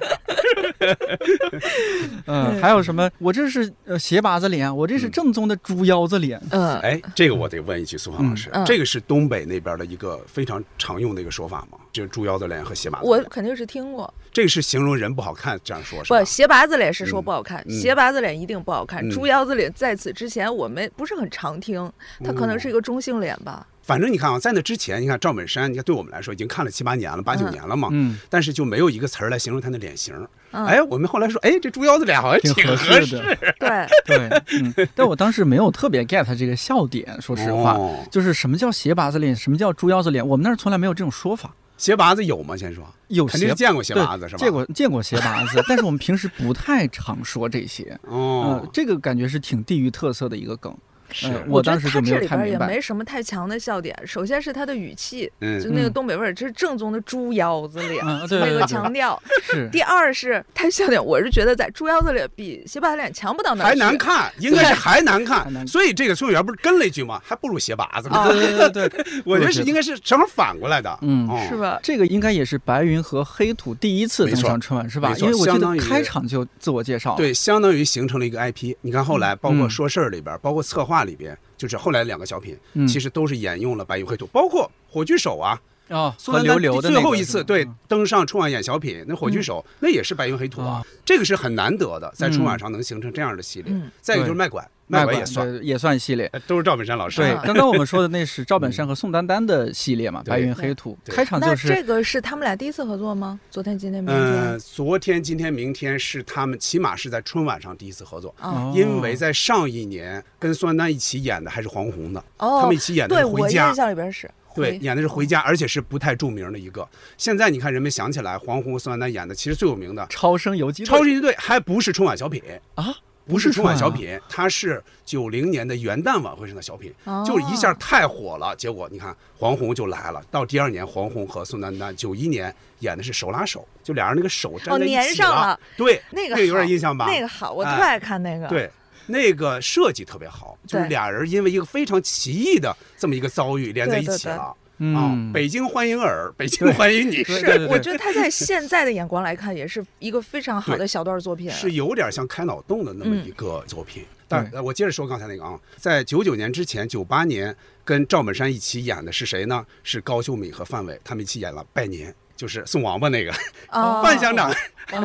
S1: 嗯，还有什么？我这是呃斜拔子脸，我这
S3: 嗯
S1: 是正宗的猪腰子脸。
S2: 嗯，
S3: 哎，这个我得问一句苏杭老师
S2: 嗯，嗯
S3: 这个是东北那边的一个非常常用的一个说法吗？就是猪腰子脸和斜马子
S2: 我
S3: 脸，
S2: 肯定是听过。
S3: 这个是形容人不好看这样说，是吧
S2: 不，？斜拔子脸是说
S3: 嗯
S2: 不好看，
S3: 嗯
S2: 斜拔子脸一定不好看。
S3: 嗯
S2: 猪腰子脸在此之前我们不是很常听，它可能
S1: 嗯
S2: 是一个中性脸 吧。
S3: 反正你看啊，在那之前，你看赵本山，你看对我们来说已经看了七八年了，八九
S2: 嗯
S3: 年了嘛，
S1: 嗯，
S3: 但是就没有一个词儿来形容他的脸型。
S2: 嗯
S3: 哎，我们后来说，哎，这猪腰子脸好像
S1: 挺
S3: 合
S1: 合适的，
S2: 对，
S1: 对， 嗯，但我当时没有特别 get 这个笑点，说实话，
S3: 哦
S1: 就是什么叫斜拔子脸，什么叫猪腰子脸，我们那儿从来没有这种说法。
S3: 斜拔子有吗？先说，
S1: 有
S3: 肯定
S1: 斜
S3: 是见过斜
S1: 对
S3: 拔子是吧？
S1: 见。过见过斜拔子，但是我们平时不太常说这些。
S3: 哦
S1: 嗯，，这个感觉是挺地域特色的一个 梗。
S3: 是
S1: 嗯
S2: 我
S1: 我
S2: 觉
S1: 当
S2: 得
S1: 时
S2: 他
S1: 就没
S2: 这
S1: 有
S2: 里
S1: 太
S2: 边也
S1: 明白。
S2: 没什么太强的笑点。首先是他的语气，就
S3: 嗯，
S2: 那个
S1: 嗯
S2: 东北味儿，这是正宗的猪腰子脸，
S1: 嗯，对
S2: 那
S1: 对
S2: 个
S1: 对，
S2: 强调。
S1: 是
S2: 第二是他笑点，我是觉得在猪腰子脸比斜拔子脸强不到哪儿
S3: 还
S2: 去
S3: 难看，应该是还难
S1: 还
S3: 看。
S1: 难
S3: 所以这个崔永元不是跟了一句吗？还不如斜拔子呢。
S1: 对对对对对，
S3: 我觉得是
S1: 是的
S3: 应该是正好反过来的。
S1: 嗯
S3: 哦
S2: 是？吧？
S1: 这个应该也是白云和黑土第一次
S3: 没
S1: 登
S3: 错
S1: 上春晚是吧
S3: 没？错
S1: 因为我记
S3: 相
S1: 得
S3: 当于
S1: 开场就自我介绍了。
S3: 对，相当于形成了一个 IP。你看后来，包括
S1: 嗯
S3: 说事儿里边，包括策划里边，就是后来两个小品，
S1: 嗯，
S3: 其实都是沿用了白云黑土，包括火炬手啊，
S1: 哦，
S3: 苏
S1: 和
S3: 丹
S1: 刘
S3: 丹
S1: 流的
S3: 最
S1: 那
S3: 后
S1: 个
S3: 一
S1: 是
S3: 次
S1: 吧
S3: 对
S1: 嗯
S3: 登上春晚演小品，那火炬手那也是白云黑土啊
S1: 啊，
S3: 这个是很难得的，在春晚
S1: 嗯
S3: 上能形成这样的系列
S2: 嗯。
S3: 再一个就是
S1: 对
S3: 卖拐，
S1: 卖
S3: 拐
S1: 拐
S3: 也算，
S1: 对也算系列。
S3: 哎都是赵本山老师
S1: 对
S2: 啊，
S1: 刚刚我们说的那是赵本山和宋丹丹的系列嘛，《
S3: 嗯对
S1: 白云黑土》
S3: 对
S1: 开场
S2: 那
S1: 就是
S2: 这个是他们俩第一次合作吗？昨天、今天、明
S3: 嗯，
S2: 天？
S3: 昨天、今天、明天是他们起码是在春晚上第一次合作，
S1: 哦
S2: 啊
S3: 因为在上一年跟宋丹丹一起演的还是黄宏的，他
S2: 哦
S3: 们一，起演的
S2: 对
S3: 是《
S2: 我
S3: 回
S2: 印
S3: 家》，
S2: 象里边是
S3: 对，
S2: 回
S3: 演的是《回家》，而且是不太著名的一个。现在你看，人们想起来黄宏和宋丹丹演的，其实最有名的《
S1: 超声游击队
S3: 超级队》还不是春晚小品，
S1: 啊，
S3: 不是春晚小
S1: 啊，
S3: 品，它是九零年的元旦晚会上的小品，
S2: 哦
S3: 就是一下太火了，结果你看黄宏就来了。到第二年，黄宏和宋丹丹九一年演的是手拉手，就俩人那个手粘
S2: 哦
S3: 在一起
S2: 粘上
S3: 了
S2: 了，
S3: 对，
S2: 那
S3: 这
S2: 个
S3: 个有点
S2: 好
S3: 印象吧？
S2: 那个好，我特
S3: 哎
S2: 爱看那个。，
S3: 对，那个设计特别好，就是
S2: 对
S3: 俩人因为一个非常奇异的这么一个遭遇连在一起了。啊
S1: 嗯，，
S3: 北京欢迎尔，北京欢迎你，
S1: 对
S2: 是
S1: 对对
S2: 我觉得他在现在的眼光来看，也是一个非常好的小段作品。
S3: 是有点像开脑洞的那么一个作品。但
S1: 对
S3: 呃我接着说刚才那个啊，在九九年之前，九八年跟赵本山一起演的是谁呢？是高秀敏和范伟，他们一起演了《拜年》，就是送王八那个。
S2: 啊，
S3: 范乡长，
S1: 哦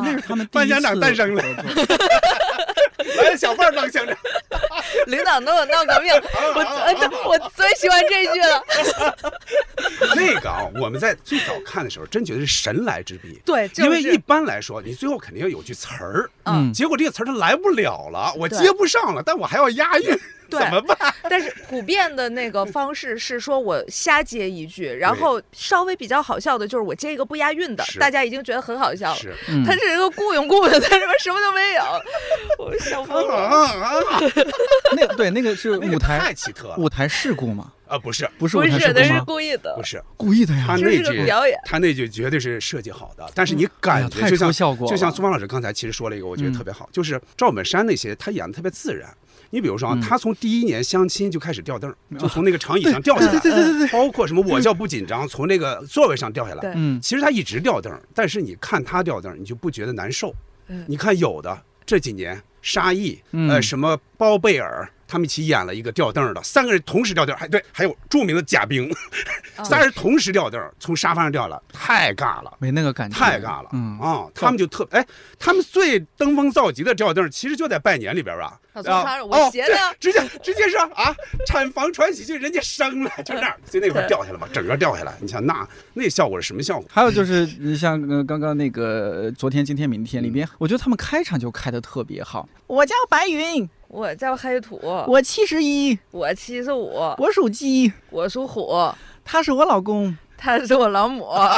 S1: 那是他们第
S3: 范
S1: 一
S3: 乡长
S1: 次
S3: 诞 生了
S1: 合作。
S3: 来小范儿当乡长， 哦
S2: 呃领导跟我闹革命，我我我最喜欢这句了。
S3: 那个啊，我们在最早看的时候，真觉得是神来之笔。
S2: 对，
S3: 因为
S2: 就是
S3: 一般来说，你最后肯定要有句词儿，
S1: 嗯
S3: 结果这个词儿它来不了了，我
S2: 对
S3: 接不上了，但我还要押韵，
S2: 对
S3: 怎么办？
S2: 但是普遍的那个方式是说我瞎接一句，然后稍微比较好笑的就是我接一个不押韵的，
S3: 是
S2: 大家已经觉得很好笑了。
S3: 是，
S1: 嗯
S2: 他是一个雇佣雇的，他什么什么都没有，我笑
S3: 啊
S2: 疯 了。
S1: 那个对那个是
S3: 那个
S1: 舞台
S3: 太奇特了
S1: 舞台事故嘛，
S3: 啊！不是，
S1: 不是
S2: 不
S1: 舞台
S2: 是，
S1: 事
S2: 他
S1: 故
S2: 是
S1: 吗？
S2: 故意的
S3: 不，是，
S1: 故意的
S3: 他
S1: 呀，
S2: 这
S3: 那
S2: 是个
S3: 句
S2: 表演。
S3: 他那句绝对是设计好的，但是你
S1: 哎
S3: 感
S1: 呀
S3: 觉
S1: 太
S3: 就
S1: 出
S3: 像
S1: 效果了，嗯
S3: 就像苏芳老师刚才其实说了一个，我觉得特别好，就是赵本山那些他演的特别自然。你比如说啊
S1: 嗯，
S3: 他从第一年相亲就开始掉凳儿，就从那个长椅
S1: 对
S3: 上掉下来，
S1: 对对对对对，
S3: 包括什么我叫不紧张，从那个座位上掉下来。
S2: 对
S1: 嗯
S3: 其实他一直掉凳儿，但是你看他掉凳儿，你就不觉得难受
S2: 嗯。
S3: 你看有的这几年沙溢，
S1: 嗯
S3: 呃，什么包贝尔。他们一起演了一个掉凳儿的，三个人同时掉凳儿，还对，还有著名的贾冰，
S2: 啊
S3: 仨人同时掉凳儿，从沙发上掉了，太尬了。
S1: 没那个感觉，
S3: 太尬了，
S1: 嗯
S3: 啊，他们就特哎，他们最登峰造极的吊凳儿，其实就在拜年里边儿吧，
S2: 啊从
S3: 啊
S2: 床上我
S3: 哦
S2: 斜的
S3: 直接直接说啊，产房传喜剧，人家生了，就那 样，就那块儿掉下来嘛，整个掉下来，你想那那效果是什么效果？
S1: 还有就是，你像呃刚刚那个呃昨天、今天、明天里边，我觉得他们开场就开的特别好。我叫白云，
S2: 我叫黑土，
S1: 我七十一，
S2: 我七十五，
S1: 我属鸡，
S2: 我属虎，
S1: 他是我老公。
S2: 他是我老母。啊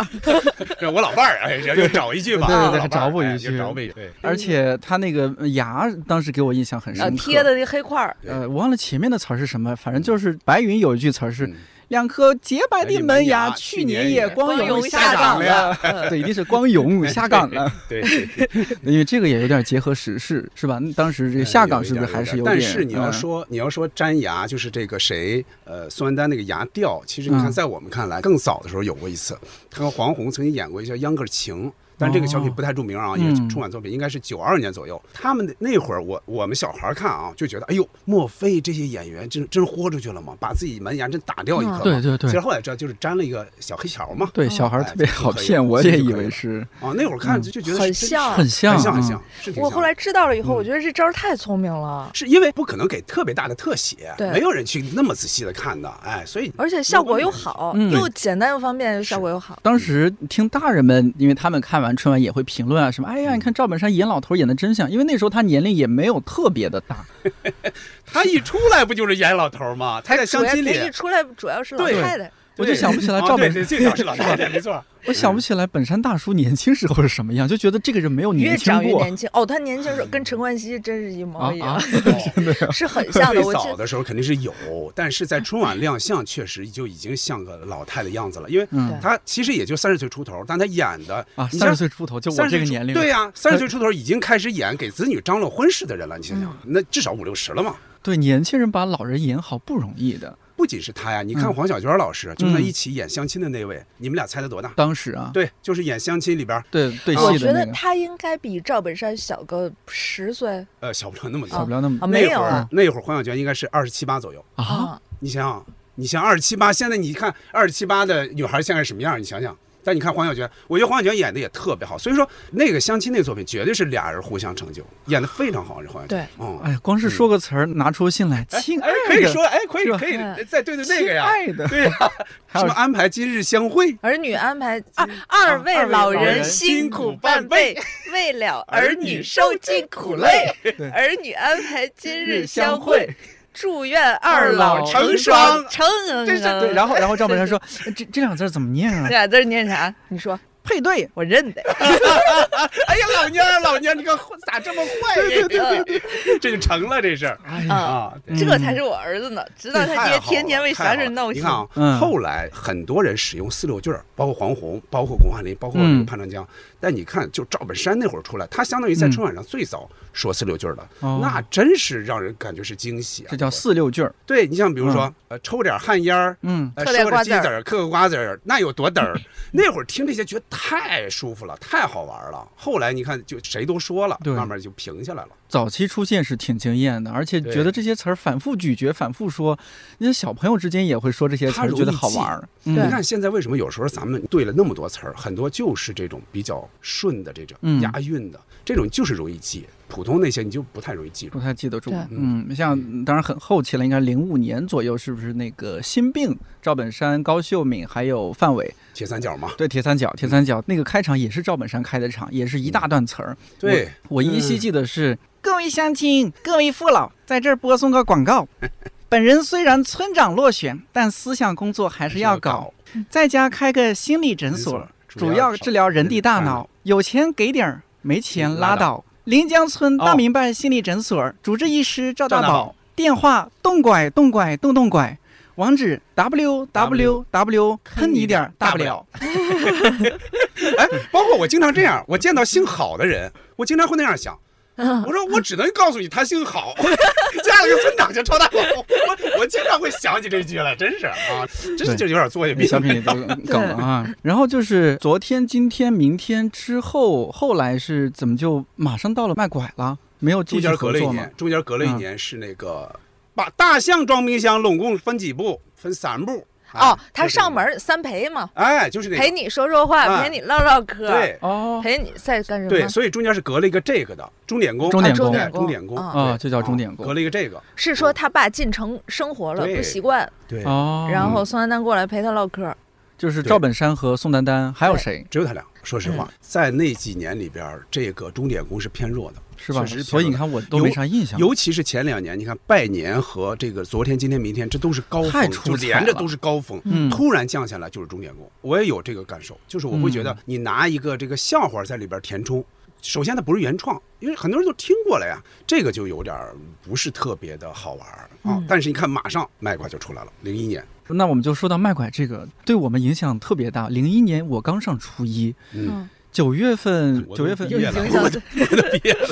S3: 这我老伴儿，哎，又找一句吧，
S1: 对对对
S3: 老伴儿
S1: 找补一
S3: 哎
S1: 句
S3: 找补一句，
S1: 而且他那个牙当时给我印象很
S2: 呃，
S1: 深刻，
S2: 贴的那黑块儿，
S3: 对
S1: 呃，我忘了前面的词儿是什么，反正就是白云有一句词儿是、
S3: 嗯
S1: 两颗洁白的门牙，
S3: 白
S1: 去
S3: 哎云门牙
S1: 年
S3: 去年
S1: 也
S3: 也
S1: 光
S2: 光
S1: 荣
S2: 荣
S1: 下
S2: 下
S1: 岗
S2: 岗
S1: 了。 对，一定是光荣下岗 了，
S3: 对哎对对，
S1: 因为这个也有点结合时事，是吧？那当时
S3: 哎
S1: 这个 下岗是不是还是有点？
S3: 但是你要
S1: 嗯
S3: 说你要说粘牙，就是这个谁，呃，宋丹丹那个牙掉，其实你
S1: 嗯
S3: 看，在我们看来，更早的时候有过一次，他跟黄宏曾经演过一个叫《秧歌情》。但这个小品不太著名啊，也是
S1: 哦嗯
S3: 春晚作品，应该是九二年左右。他们那会儿，我我们小孩看啊，就觉得，哎呦，莫非这些演员真真豁出去了吗？把自己门牙真打掉一颗、
S2: 嗯
S1: 对对
S3: 其实
S1: 对
S3: 后来知道，就是粘了一个小黑条嘛。
S1: 对，
S2: 哦
S1: 小孩儿
S3: 哎
S1: 特别
S3: 这就
S1: 好
S3: 可以
S1: 骗，
S3: 了
S1: 我
S3: 这
S1: 也
S3: 就
S1: 以
S3: 可以
S1: 为
S3: 了
S1: 是
S3: 啊，那会儿看
S1: 嗯
S3: 就就觉得
S2: 很
S3: 是
S2: 像
S1: 很像，
S3: 很像，
S1: 嗯
S3: 很像。是挺
S2: 我
S3: 像
S2: 后来知道了以后，
S3: 嗯
S2: 我觉得这招儿太聪明了，
S3: 是因为不可能给特别大的特写，
S2: 对
S3: 没有人去那么仔细的看的，哎，所以
S2: 而且效果又好，
S1: 嗯
S2: 又简单又方便，效果又好。
S1: 当时听大人们，因为他们看完春晚也会评论啊，什么哎呀，
S3: 嗯
S1: 你看赵本山演老头演的真像，因为那时候他年龄也没有特别的大，
S3: 他一出来不就是演老头吗？他在相亲
S2: 主要一
S3: 里，
S2: 出来主要是老
S3: 对
S2: 太太，
S1: 我就想不起来
S3: 啊
S1: 赵
S3: 对
S1: 本
S3: 对
S1: 山，
S3: 最早是老太太，没 错，
S1: 我想
S3: 嗯
S1: 不起来本山大叔年轻时候是什么样，就觉得这个人没有
S2: 越
S1: 年轻
S2: 长越
S1: 过
S2: 年轻。哦，她年轻时候跟陈冠希真是一
S1: 啊
S2: 毛一样，
S1: 啊！
S3: 真的。
S2: 是很像的。
S3: 哦最
S2: 我记
S3: 早的时候肯定是有，但是在春晚亮相，确实就已经像个老太的样子了，因为
S1: 嗯
S3: 他其实也就三十岁出头，但他演的
S1: 啊，
S3: 你
S1: 三
S3: 像
S1: 十岁出头就我
S3: 三
S1: 这
S3: 十
S1: 个年龄，
S3: 对呀、三十岁出头已经开始演给子女张罗婚事的人了，你想想，
S2: 嗯
S3: 那至少五六十了嘛。
S1: 对年轻人把老人演好不容易的。
S3: 不仅是他呀，你看
S1: 嗯
S3: 黄小娟老师，就
S1: 嗯
S3: 在一起演相亲的那位，你们俩猜他多大？
S1: 当时啊，
S3: 对，就是演相亲里边儿，
S1: 对对
S2: 哦我
S1: 戏
S2: 觉
S1: 的那
S2: 得
S1: 个，
S2: 她应该比赵本山小个十岁
S3: 呃，小不了那么
S1: 小
S3: 多
S1: 不。了那么
S2: 啊，没
S3: 那
S2: 有
S3: 会儿
S2: 啊，
S3: 那会儿黄小娟应该是二十七八左右。
S1: 啊，
S2: 嗯
S3: 你想想，你想二十七八，现在你看二十七八的女孩现在什么样？你想想。但你看黄小娟，我觉得黄小娟演的也特别好，所以说那个相亲那作品绝对是俩人互相成就，演的非常好。这黄小娟，
S2: 对，
S3: 嗯，
S1: 哎呀，光是说个词儿拿出信来，亲爱
S3: 哎
S1: 的，，
S3: 可以说，哎，可以
S1: 是吧
S3: 可以
S2: 嗯
S3: 再对对那个
S1: 亲
S3: 呀，
S1: 爱的，
S3: 对呀，
S1: 还有
S3: 什么安排今日相会，
S2: 儿女安排二啊二位老人辛苦半辈，为 了儿女受尽苦累，儿女安排今日相会，祝愿二老成双成 恩。
S3: 这是
S1: 对，然后然后赵本山说，这这两个字儿怎么念啊
S2: 这？俩字儿念啥？你说
S1: 配对，
S2: 我认 得。
S3: 哎呀，老娘儿老娘儿，你个咋这么坏？对对对
S2: 嗯
S3: 对， 这就成了这事儿
S1: 哎呀，
S2: 啊
S3: 啊。对
S2: 这才是我儿子呢，直到他爹天天为啥事儿闹
S3: 你
S2: 心
S3: 看。啊，
S1: 嗯
S3: 后来很多人使用四六句儿，包括黄宏，包括巩汉林，包括
S1: 嗯
S3: 潘长江。但你看，就赵本山那会儿出来，他相当于在
S1: 嗯
S3: 春晚上最早说四六句儿的，
S1: 哦
S3: 那真是让人感觉是惊喜啊！
S1: 这叫嗯四六句儿，
S3: 对你像比如说，呃，抽点旱烟儿。
S1: 嗯，
S3: 呃
S2: 嗑点
S3: 收
S2: 瓜
S3: 点
S2: 子
S3: 鸡子
S2: 儿
S3: 儿，嗑个瓜子儿，那有多嘚 儿？那会儿听这些觉得太舒服了，太好玩了。后来你看，就谁都说了，
S1: 对
S3: 慢慢就平下来了。
S1: 早期出现是挺惊艳的，而且
S3: 对
S1: 觉得这些词儿反复咀嚼、反复说，那小朋友之间也会说这些词
S3: 他
S1: 儿，
S3: 容易
S1: 觉得好玩儿。
S3: 你
S1: 嗯
S3: 看现在为什么有时候咱们对了那么多词儿，很多就是这种比较顺的这种
S1: 嗯
S3: 押韵的这种就是容易记。普通那些你就不太容易记住
S1: 不。太记得住
S2: 对。
S1: 嗯，像当然很后期了，应该零五年左右，是不是那个新病？赵本山、高秀敏还有范伟，
S3: 铁三角嘛，
S1: 对，铁三角，铁三角那个开场也是赵本山开的场，也是一大段词儿。
S3: 对，
S1: 我依稀记得是、各位乡亲，各位父老，在这儿播送个广告。 本人虽然村长落选，但思想工作还是要搞，在家开个心理诊所，主要治疗人的大脑，有钱给点儿，没钱拉倒。临江村大明白心理诊所、主治医师赵大
S3: 赵大宝
S1: 宝，电话动拐动拐动动拐，网址 w w w
S3: 坑
S1: 坑
S3: 你
S1: 你点儿
S3: 大
S1: 大
S3: 不
S1: 不
S3: 了
S1: 了。
S3: 哎，包括我经常这样，我见到姓郝的人，我经常会那样想。我说我只能告诉你他姓郝，加了个村长叫赵大宝。 我我经常会想起这句来，真是啊，真是就有点作业
S1: 你
S3: 病。
S1: 小品里都梗了啊。然后就是昨天、今天、明天之后，后来是怎么就马上到了卖拐了？没有继
S3: 中
S1: 续
S3: 间
S1: 合
S3: 隔了一
S1: 作嘛嗯
S3: 年？，中间隔了一年是那个把大象装冰箱，拢共分几步？分三步。哎
S2: 哦，他上门，儿三陪嘛，
S3: 哎，就是那个
S2: 陪你说说
S3: 啊
S2: 话，陪你唠唠嗑，
S3: 对
S1: 哦
S2: 陪你在干什
S3: 对，
S2: 么？
S3: 所以中间是隔了一个这个的钟点工，
S1: 钟
S2: 啊
S1: 点
S2: 钟
S1: 工
S2: 点
S3: 对钟点工
S2: 啊
S1: 啊
S3: 对
S1: 就叫钟点工
S3: 隔了一个这个，
S2: 是说他爸进城生活了
S3: 对嗯
S2: 不习惯，
S3: 对，
S1: 哦，
S2: 然后宋丹丹过来陪他唠嗑。
S1: 就是
S3: 对
S1: 赵本山和宋丹丹，还有谁
S3: 只有他俩。说实
S2: 嗯
S3: 话，在那几年里边儿，这个钟点工是偏弱的，
S1: 是吧？
S3: 确实
S1: 所以你看我都没啥印象，
S3: 尤其是前两年，你看拜年和这个昨天、今天、明天，这都是高峰，
S1: 太出彩
S3: 就
S1: 了
S3: 连着都是高峰。
S1: 嗯
S3: 突然降下来就是钟点工，我也有这个感受，就是我会觉得
S1: 嗯
S3: 你拿一个这个笑话在里边填充，首先它不是原创，因为很多人都听过了呀，这个就有点儿不是特别的好玩儿啊
S2: 嗯。
S3: 但是你看，马上卖瓜就出来了，零一年，
S1: 那我们就说到卖拐这个，对我们影响特别大。零一年我刚上初一，
S3: 嗯，
S1: 九月份
S3: 我都
S1: 九月份
S3: 毕业了
S2: 影响
S3: 我都我都毕业了，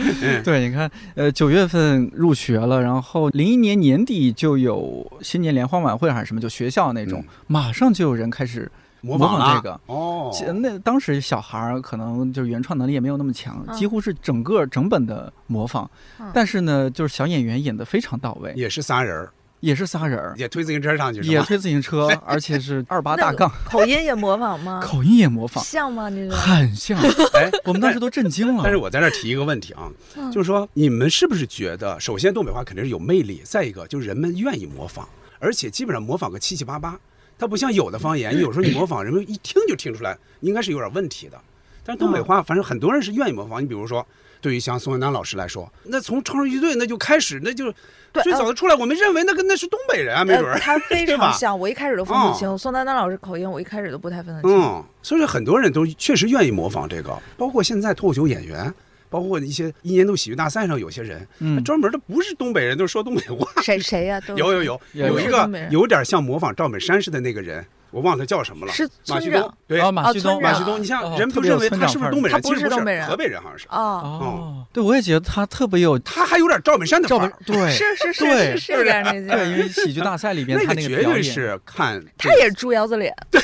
S3: 嗯
S1: 对，你看，呃，九月份入学了，然后零一年年底就有新年联欢晚会还是什么，就学校那
S3: 嗯
S1: 种，马上就有人开始。
S3: 模
S1: 模仿
S3: 了
S1: 这个
S3: 哦，
S1: 其那当时小孩儿可能就是原创能力也没有那么强，
S2: 嗯
S1: 几乎是整个整本的模仿。
S2: 嗯
S1: 但是呢，就是小演员演得非常到位，
S3: 也是仨人儿，
S1: 也是仨人儿，
S3: 也推自行车上去是
S1: 也
S3: 吧？
S1: 推自行 车，而且是二 八大
S2: 那
S1: 杠，
S2: 口音也模仿吗？
S1: 口音也模仿，
S2: 像吗？你说
S1: 很像。
S3: 哎，
S1: 我们当时都震惊了。
S3: 但是我在这儿提一个问题啊，
S2: 嗯
S3: 就是说你们是不是觉得，首先东北话肯定是有魅力，再一个就是人们愿意模仿，而且基本上模仿个七七八八，它不像有的方
S2: 嗯
S3: 言，有时候你模仿人们一听就听出来，应该是有点问题的。但是东北话，反正很多人是愿意模仿。你比如说，对于像宋丹丹老师来说，那从超人乐队那就开始，那就
S2: 对哦嗯
S3: 最早的出来，我们认为那个那是东北人啊，没准
S2: 呃
S3: 儿。
S2: 他非
S3: 对吧哦
S2: 常像，我一开始都分不清。宋丹丹老师口音，我一开始都不太分得清。
S3: 嗯，所以说很多人都确实愿意模仿这个，包括现在脱口秀演员，包括一些一年度喜剧大赛上有些人，
S1: 嗯，
S3: 专门的不是东北人，都 是说东北话。
S2: 谁谁呀？都
S3: 有有有，
S1: 也
S3: 有
S1: 有
S3: 一个
S2: 嗯东北人
S3: 有点像模仿赵本山似的那个人，我忘了他叫什么了。
S2: 是
S3: 马
S2: 村
S3: 旭
S2: 长
S3: 东，对，
S1: 哦，马
S2: 哦
S1: 旭
S2: 村
S1: 东，
S3: 马
S2: 长
S3: 旭东，你像
S1: 哦
S3: 人们都
S1: 特别有
S3: 认为
S1: 村
S3: 他
S1: 长
S3: 是不
S1: 范儿
S3: 是东北人，
S2: 他
S3: 其
S2: 不
S3: 实
S2: 是东北人
S3: 河北人好像是。
S2: 哦，
S1: 哦，对，我也觉得他特别有
S3: 他还有点赵本山的
S1: 赵
S3: 范
S1: 本
S3: 儿，
S1: 对
S2: 是是是
S1: 对
S2: 是是这样的。
S1: 对，因为喜剧大赛里边他
S3: 个
S1: 那个
S3: 绝
S1: 表
S3: 对
S1: 演，
S3: 是 看
S2: 他也是猪腰子脸，
S3: 这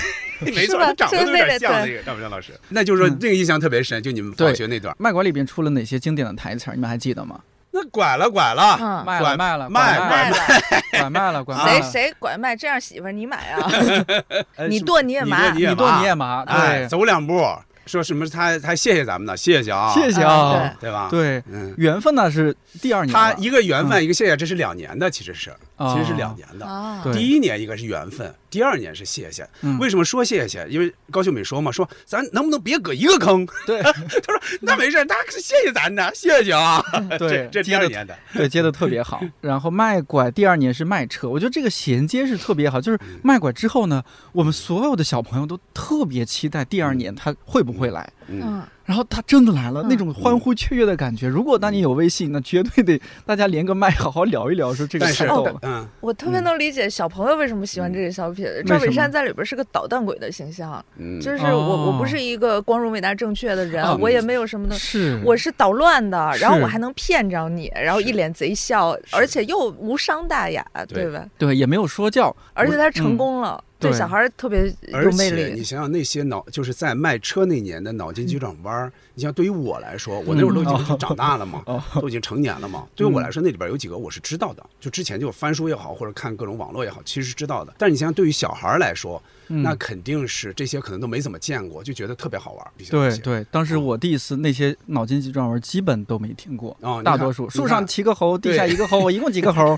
S3: 没错，
S2: 是吧
S3: 他长得都有点像
S2: 就是那个
S3: 那个赵本山老师。那就是说
S1: 嗯
S3: 这个印象特别深，就你们放学那段，
S1: 卖拐里边出了哪些经典的台词儿？你们还记得吗？
S3: 那拐了拐了，
S2: 嗯，
S1: 卖了
S3: 拐
S1: 卖了
S3: 啊卖
S1: 拐
S2: 卖
S1: 卖
S2: 了
S1: 了，拐卖了拐卖
S2: 谁
S1: 了，
S2: 谁拐卖这样媳妇儿你买啊？
S3: 哎
S2: 你
S3: 是
S2: 剁你也
S3: 你
S2: 麻
S3: 剁你也
S1: 你剁
S3: 麻
S1: 你也麻，
S3: 哎，
S1: 啊对，
S3: 走两步，说什么他他谢谢咱们呢，谢谢啊，
S1: 谢谢啊
S2: 嗯，
S3: 对吧？，
S1: 对，嗯
S3: 嗯，
S1: 缘分呢是第二年了，
S3: 他一个缘分，一个谢谢，这是两年的，其实是，其实是两年的。
S2: 啊，
S1: 对
S3: 第一年一个是缘分，第二年是谢谢。
S1: 嗯
S3: 为什么说谢谢？因为高秀敏说嘛，说咱能不能别搁一个坑？
S1: 对
S3: 他说那没事，他是谢谢咱的，谢谢啊。
S1: 对
S3: 这这第
S1: 接
S3: 二
S1: 的
S3: 年的，嗯
S1: 对接的特别好。然后卖拐第二年是卖车，我觉得这个衔接是特别好。就是
S3: 嗯
S1: 卖拐之后呢，我们所有的小朋友都特别期待第二年他会不会来。
S3: 嗯，
S2: 嗯，
S1: 然后他真的来了，
S2: 嗯
S1: 那种欢呼雀跃的感觉。如果当你有微信，那绝对得大家连个麦，好好聊一聊，说这个
S3: 但
S1: 太
S3: 是
S1: 逗了。
S3: 嗯，
S2: 我特别能理解小朋友为什么喜欢这个小品。赵本山在里边是个捣蛋鬼的形象，
S3: 嗯
S2: 就是
S1: 哦
S2: 我我不是一个光荣伟大正确的人
S1: 啊，
S2: 我也没有什么的。
S1: 是，
S2: 我是捣乱的，然后
S1: 是
S2: 我还能骗着你，然后一脸贼笑，而且又无伤大雅，
S3: 对
S2: 对吧？
S1: 对，也没有说教，
S2: 而且他
S1: 嗯
S2: 成功了，对小孩儿特别有
S3: 而
S2: 魅
S3: 且你
S2: 力。嗯
S3: 想想那些脑，就是在卖车那年的脑筋急转弯儿，你像对于我来说，我那会儿都已经长大了嘛，
S1: 嗯哦嗯
S3: 都已经成年了嘛。对于我来说，那里边有几个我是知道的，就之前就翻书也好，或者看各种网络也好，其实是知道的。但是你想想，对于小孩儿来说，
S1: 嗯
S3: 那肯定是这些可能都没怎么见过，就觉得特别好玩儿。这些东
S1: 对
S3: 西，
S1: 对，当时我第一次那些脑筋急转弯基本都没听过，
S3: 哦你
S1: 大
S3: 看
S1: 多数
S3: 你
S1: 树上
S3: 看
S1: 骑个猴，地
S3: 对
S1: 下一个猴， 我一共几个猴？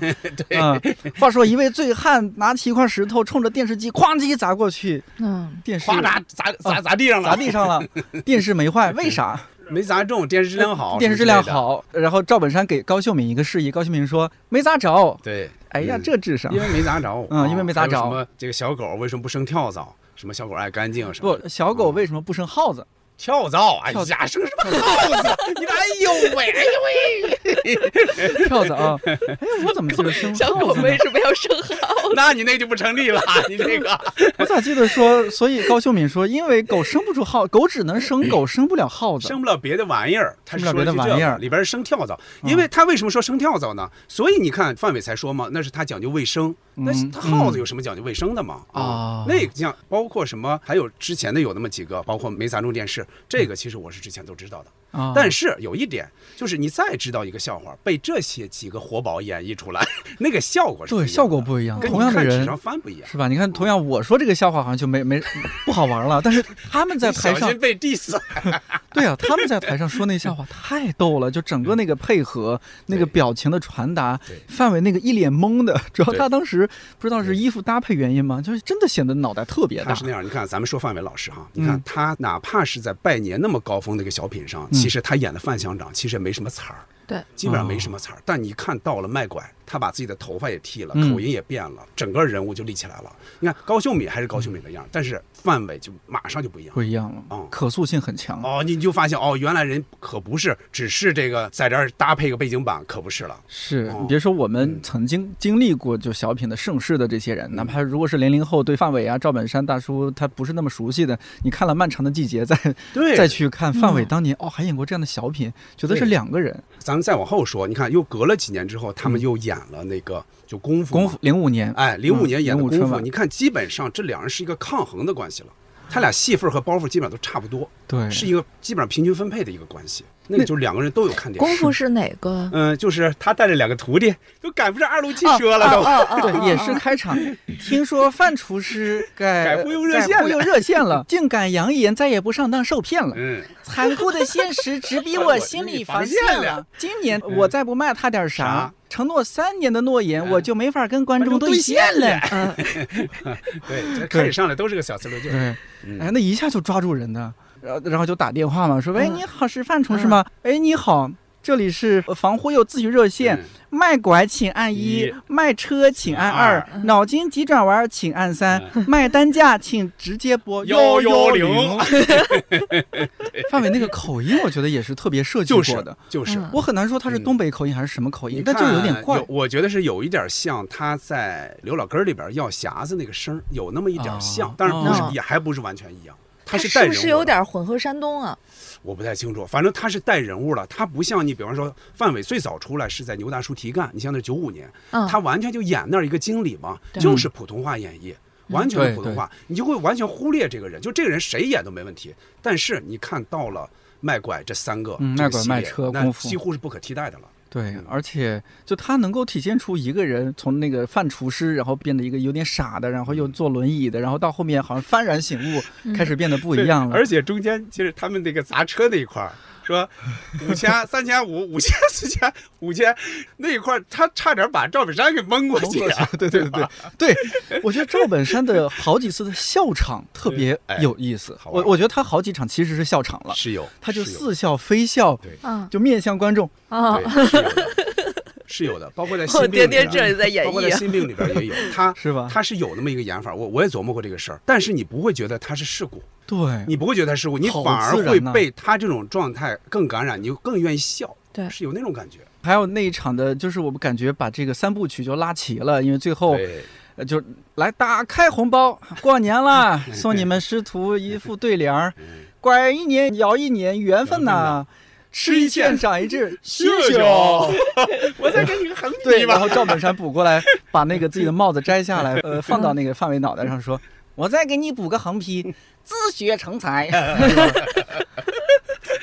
S1: 对、话说一位醉汉拿起一块石头冲着电视机哐叽砸过去，
S2: 嗯，
S1: 电视
S3: 哗啦砸砸砸地上了，
S1: 啊砸地上 了，电视没坏，为啥？
S3: 没砸中，电视质量好，
S1: 电视质量。好。然后赵本山给高秀敏一个示意，高秀敏说没砸着。
S3: 对，
S1: 哎呀，
S3: 嗯
S1: 这智商
S3: 因！为没砸着，
S1: 嗯
S3: 啊
S1: 因为没砸着
S3: 还有什么这个小狗为什么不生跳蚤？什么小狗爱干净什么
S1: 不
S3: 的？，
S1: 小狗为什么不生耗 子？
S3: 跳蚤，哎
S1: 跳
S3: 呀，生什么耗子？你哎呦喂，哎 呦喂！
S1: 跳蚤啊！哎，我怎么记得 生
S2: 小
S1: 耗
S2: 狗
S1: 子呢
S2: 为什么要生蚝？
S3: 那你那就不成立了，你 这个
S1: 我咋记得说，所以高秀敏说，因为狗生不出耗，狗只能 生狗，生不了耗子。
S3: 生不了别的玩意儿。他是
S1: 生不
S3: 说
S1: 了别的
S3: 的
S1: 玩意儿嗯
S3: 里边生跳蚤，因为他为什么说生跳蚤呢？所以你看范伟才说嘛，那是他讲究卫生。那是
S1: 嗯
S3: 他耗子有什么讲究卫生的嘛？
S1: 嗯啊
S3: 啊，那个像包括什么，还有之前的有那么几个，包括没砸中电视，这个其实我是之前都知道的。
S1: 啊
S3: 但是有一点，就是你再知道一个笑话，被这些几个活宝演绎出来， 那个效果是不
S1: 对
S3: 一样的
S1: 效果不一样，
S3: 跟你
S1: 同样的
S3: 看纸
S1: 人
S3: 上翻不一样。
S1: 是吧？你看，同样我说这个笑话好像就没没 不好玩了，但是他们在
S3: 你
S1: 台
S3: 小
S1: 上
S3: 心，被 diss
S1: 对啊，他们在台上说那笑话太逗 了，就整个那个配合、那个
S3: 嗯对
S1: 表情的传达
S3: 对，
S1: 范伟那个一脸懵的，主要
S3: 对
S1: 他当时不知道是衣服搭配原因吗？就是真的显得脑袋特别
S3: 他
S1: 大
S3: 是，那样，你看，咱们说范伟老师哈，
S1: 啊嗯
S3: 你看他哪怕是在拜年那么高峰的一个小品上，
S1: 嗯哦
S3: 其实他演的范乡长其实也没什么词儿，
S2: 对，
S3: 基本上没什么词儿。但你看到了卖拐，他把自己的头发也剃了，
S1: 嗯
S3: 口音也变了，整个人物就立起来了。你看高秀敏还是高秀敏的样儿，但是范伟就马上就不一样
S1: 不。一样了
S3: 嗯，
S1: 可塑性很强。
S3: 哦，你就发现哦，原来人可不是只是这个在这儿搭配个背景板，可不是了。
S1: 是
S3: 哦
S1: 你别说我们
S3: 嗯
S1: 曾经经历过就小品的盛世的这些人，哪怕如果是零零后对范伟啊、赵本山大叔他不是那么熟悉的，你看了《漫长的季节》再
S3: 对
S1: 再去看范伟
S2: 嗯
S1: 当年哦还演过这样的小品，觉得是
S3: 对
S1: 两个人。
S3: 咱们再往后说，你看又隔了几年之后，他们又演了那个就功夫嘛
S1: 嗯功夫零五年，
S3: 哎，零五年演的
S1: 05
S3: 功
S1: 春
S3: 夫，
S1: 晚
S3: 你看基本上这两人是一个抗衡的关系了，他俩戏份和包袱基本上都差不多，
S1: 对，
S3: 是一个基本上平均分配的一个关系。那个就是两个人都有看点。
S2: 功夫是哪 个？
S3: 嗯，就是他带着两个徒弟，都赶不上二路汽车了都。
S2: 哦哦
S1: 对，也是开场。听说范厨师改
S3: 改忽悠热线了
S1: 改忽悠热线了，竟敢扬言再也不上当受骗了。
S3: 嗯，
S1: 残酷的现实直 逼哎我心里防线了。嗯今年我再不卖他点啥
S3: 啥，
S1: 承诺三年的诺言
S3: 嗯
S1: 我就没法跟观众兑现了。嗯
S3: 对，这开始上来都是个小刺儿，就
S1: 对，
S3: 嗯
S1: 哎，那一下就抓住人的，然后然后就打电话嘛，说喂，
S2: 嗯
S1: 你好，是范厨师吗？哎，你好。这里是呃防忽悠咨询热
S3: 嗯
S1: 线，卖拐请按嗯一
S3: 一，
S1: 卖车请按二，嗯脑筋急转弯请按三，卖单价请直接 拨
S3: 110
S1: 110。范 伟那个口音，我觉得也是特别设计
S3: 就是
S1: 过的。
S3: 就是。
S2: 嗯
S1: 我很难说他是东北口音还是什么口音，
S3: 啊你
S1: 但
S3: 看，
S1: 就有点怪
S3: 有。我觉得是有一点像他在《刘老根》里边要匣子那个声儿，有那么一
S1: 啊
S3: 点像，但是不是
S2: 哦
S3: 也还不是完全一样。他
S2: 他
S3: 是带
S2: 是
S3: 人
S2: 不
S3: 物
S2: 是有
S3: 的
S2: 点混合山东啊？
S3: 我不太清楚，反正他是带人物了，他不像你，比方说范伟最早出来是在牛大叔提干，你像那九五年，
S2: 嗯，
S3: 他完全就演那儿一个经理嘛，
S2: 对
S3: 就是普通话演绎，完
S1: 嗯
S3: 全
S1: 对
S3: 是普通话，你就会完全忽略这个人，就这个人谁演都没问题。但是你看到了卖拐这三个，
S1: 嗯
S3: 这
S1: 卖
S3: 个
S1: 拐
S3: 系列
S1: 卖车
S3: 那
S1: 功夫
S3: 几乎是不可替代的了。
S1: 对，而且就他能够体现出一个人从那个饭厨师，然后变得一个有点傻的，然后又坐轮椅的，然后到后面好像幡然醒悟，开始变得不一样了。
S3: 嗯而且中间其实他们那个砸车那一块儿，说五 千、三千五、五千、四千、五千那一块儿，他差点把赵本山给蒙过去、 啊。
S1: 对对对对 对，我觉得赵本山的好几次的笑场特别
S3: 哎
S1: 有意思。
S3: 好
S1: 我
S3: 玩
S1: 我觉得他好几场其实是笑场了，
S3: 是有，
S1: 他就是
S3: 有
S1: 似笑非笑，
S3: 对
S2: 嗯
S1: 就面向观众。
S2: 啊，
S3: 对，是有的，是有的，包括在心
S2: 我
S3: 病里
S2: 天天
S3: 边
S2: 这也在演
S3: 包括在
S2: 绎啊，
S3: 心病里边 也有，他
S1: 是吧
S3: 他是有那么一个演法，我我也琢磨过这个事儿，但是你不会觉得他是事故，
S1: 对，
S3: 你不会觉得他是事故，你
S1: 好
S3: 反而
S1: 自然
S3: 会
S1: 呐
S3: 被他这种状态更感染，你就更愿意笑，
S2: 对
S3: 是有那种感觉。
S1: 还有那一场的，就是我们感觉把这个三部曲就拉齐了，因为最后
S3: 对
S1: 呃就来打开红包，过年
S3: 嗯
S1: 啦，送你们师徒一副对联儿，拐一年摇一年，缘分呐、吃一堑长一 智，
S3: 谢
S1: 谢
S3: 谢
S1: 哦。
S3: 我在 跟你横
S1: 对，
S3: 批
S1: 然
S3: 吧。
S1: 后赵本山补过 来，把那个自己的帽子摘下来，呃，放到那个范伟脑袋上，说：“我再给你补个横批，自学成 才。”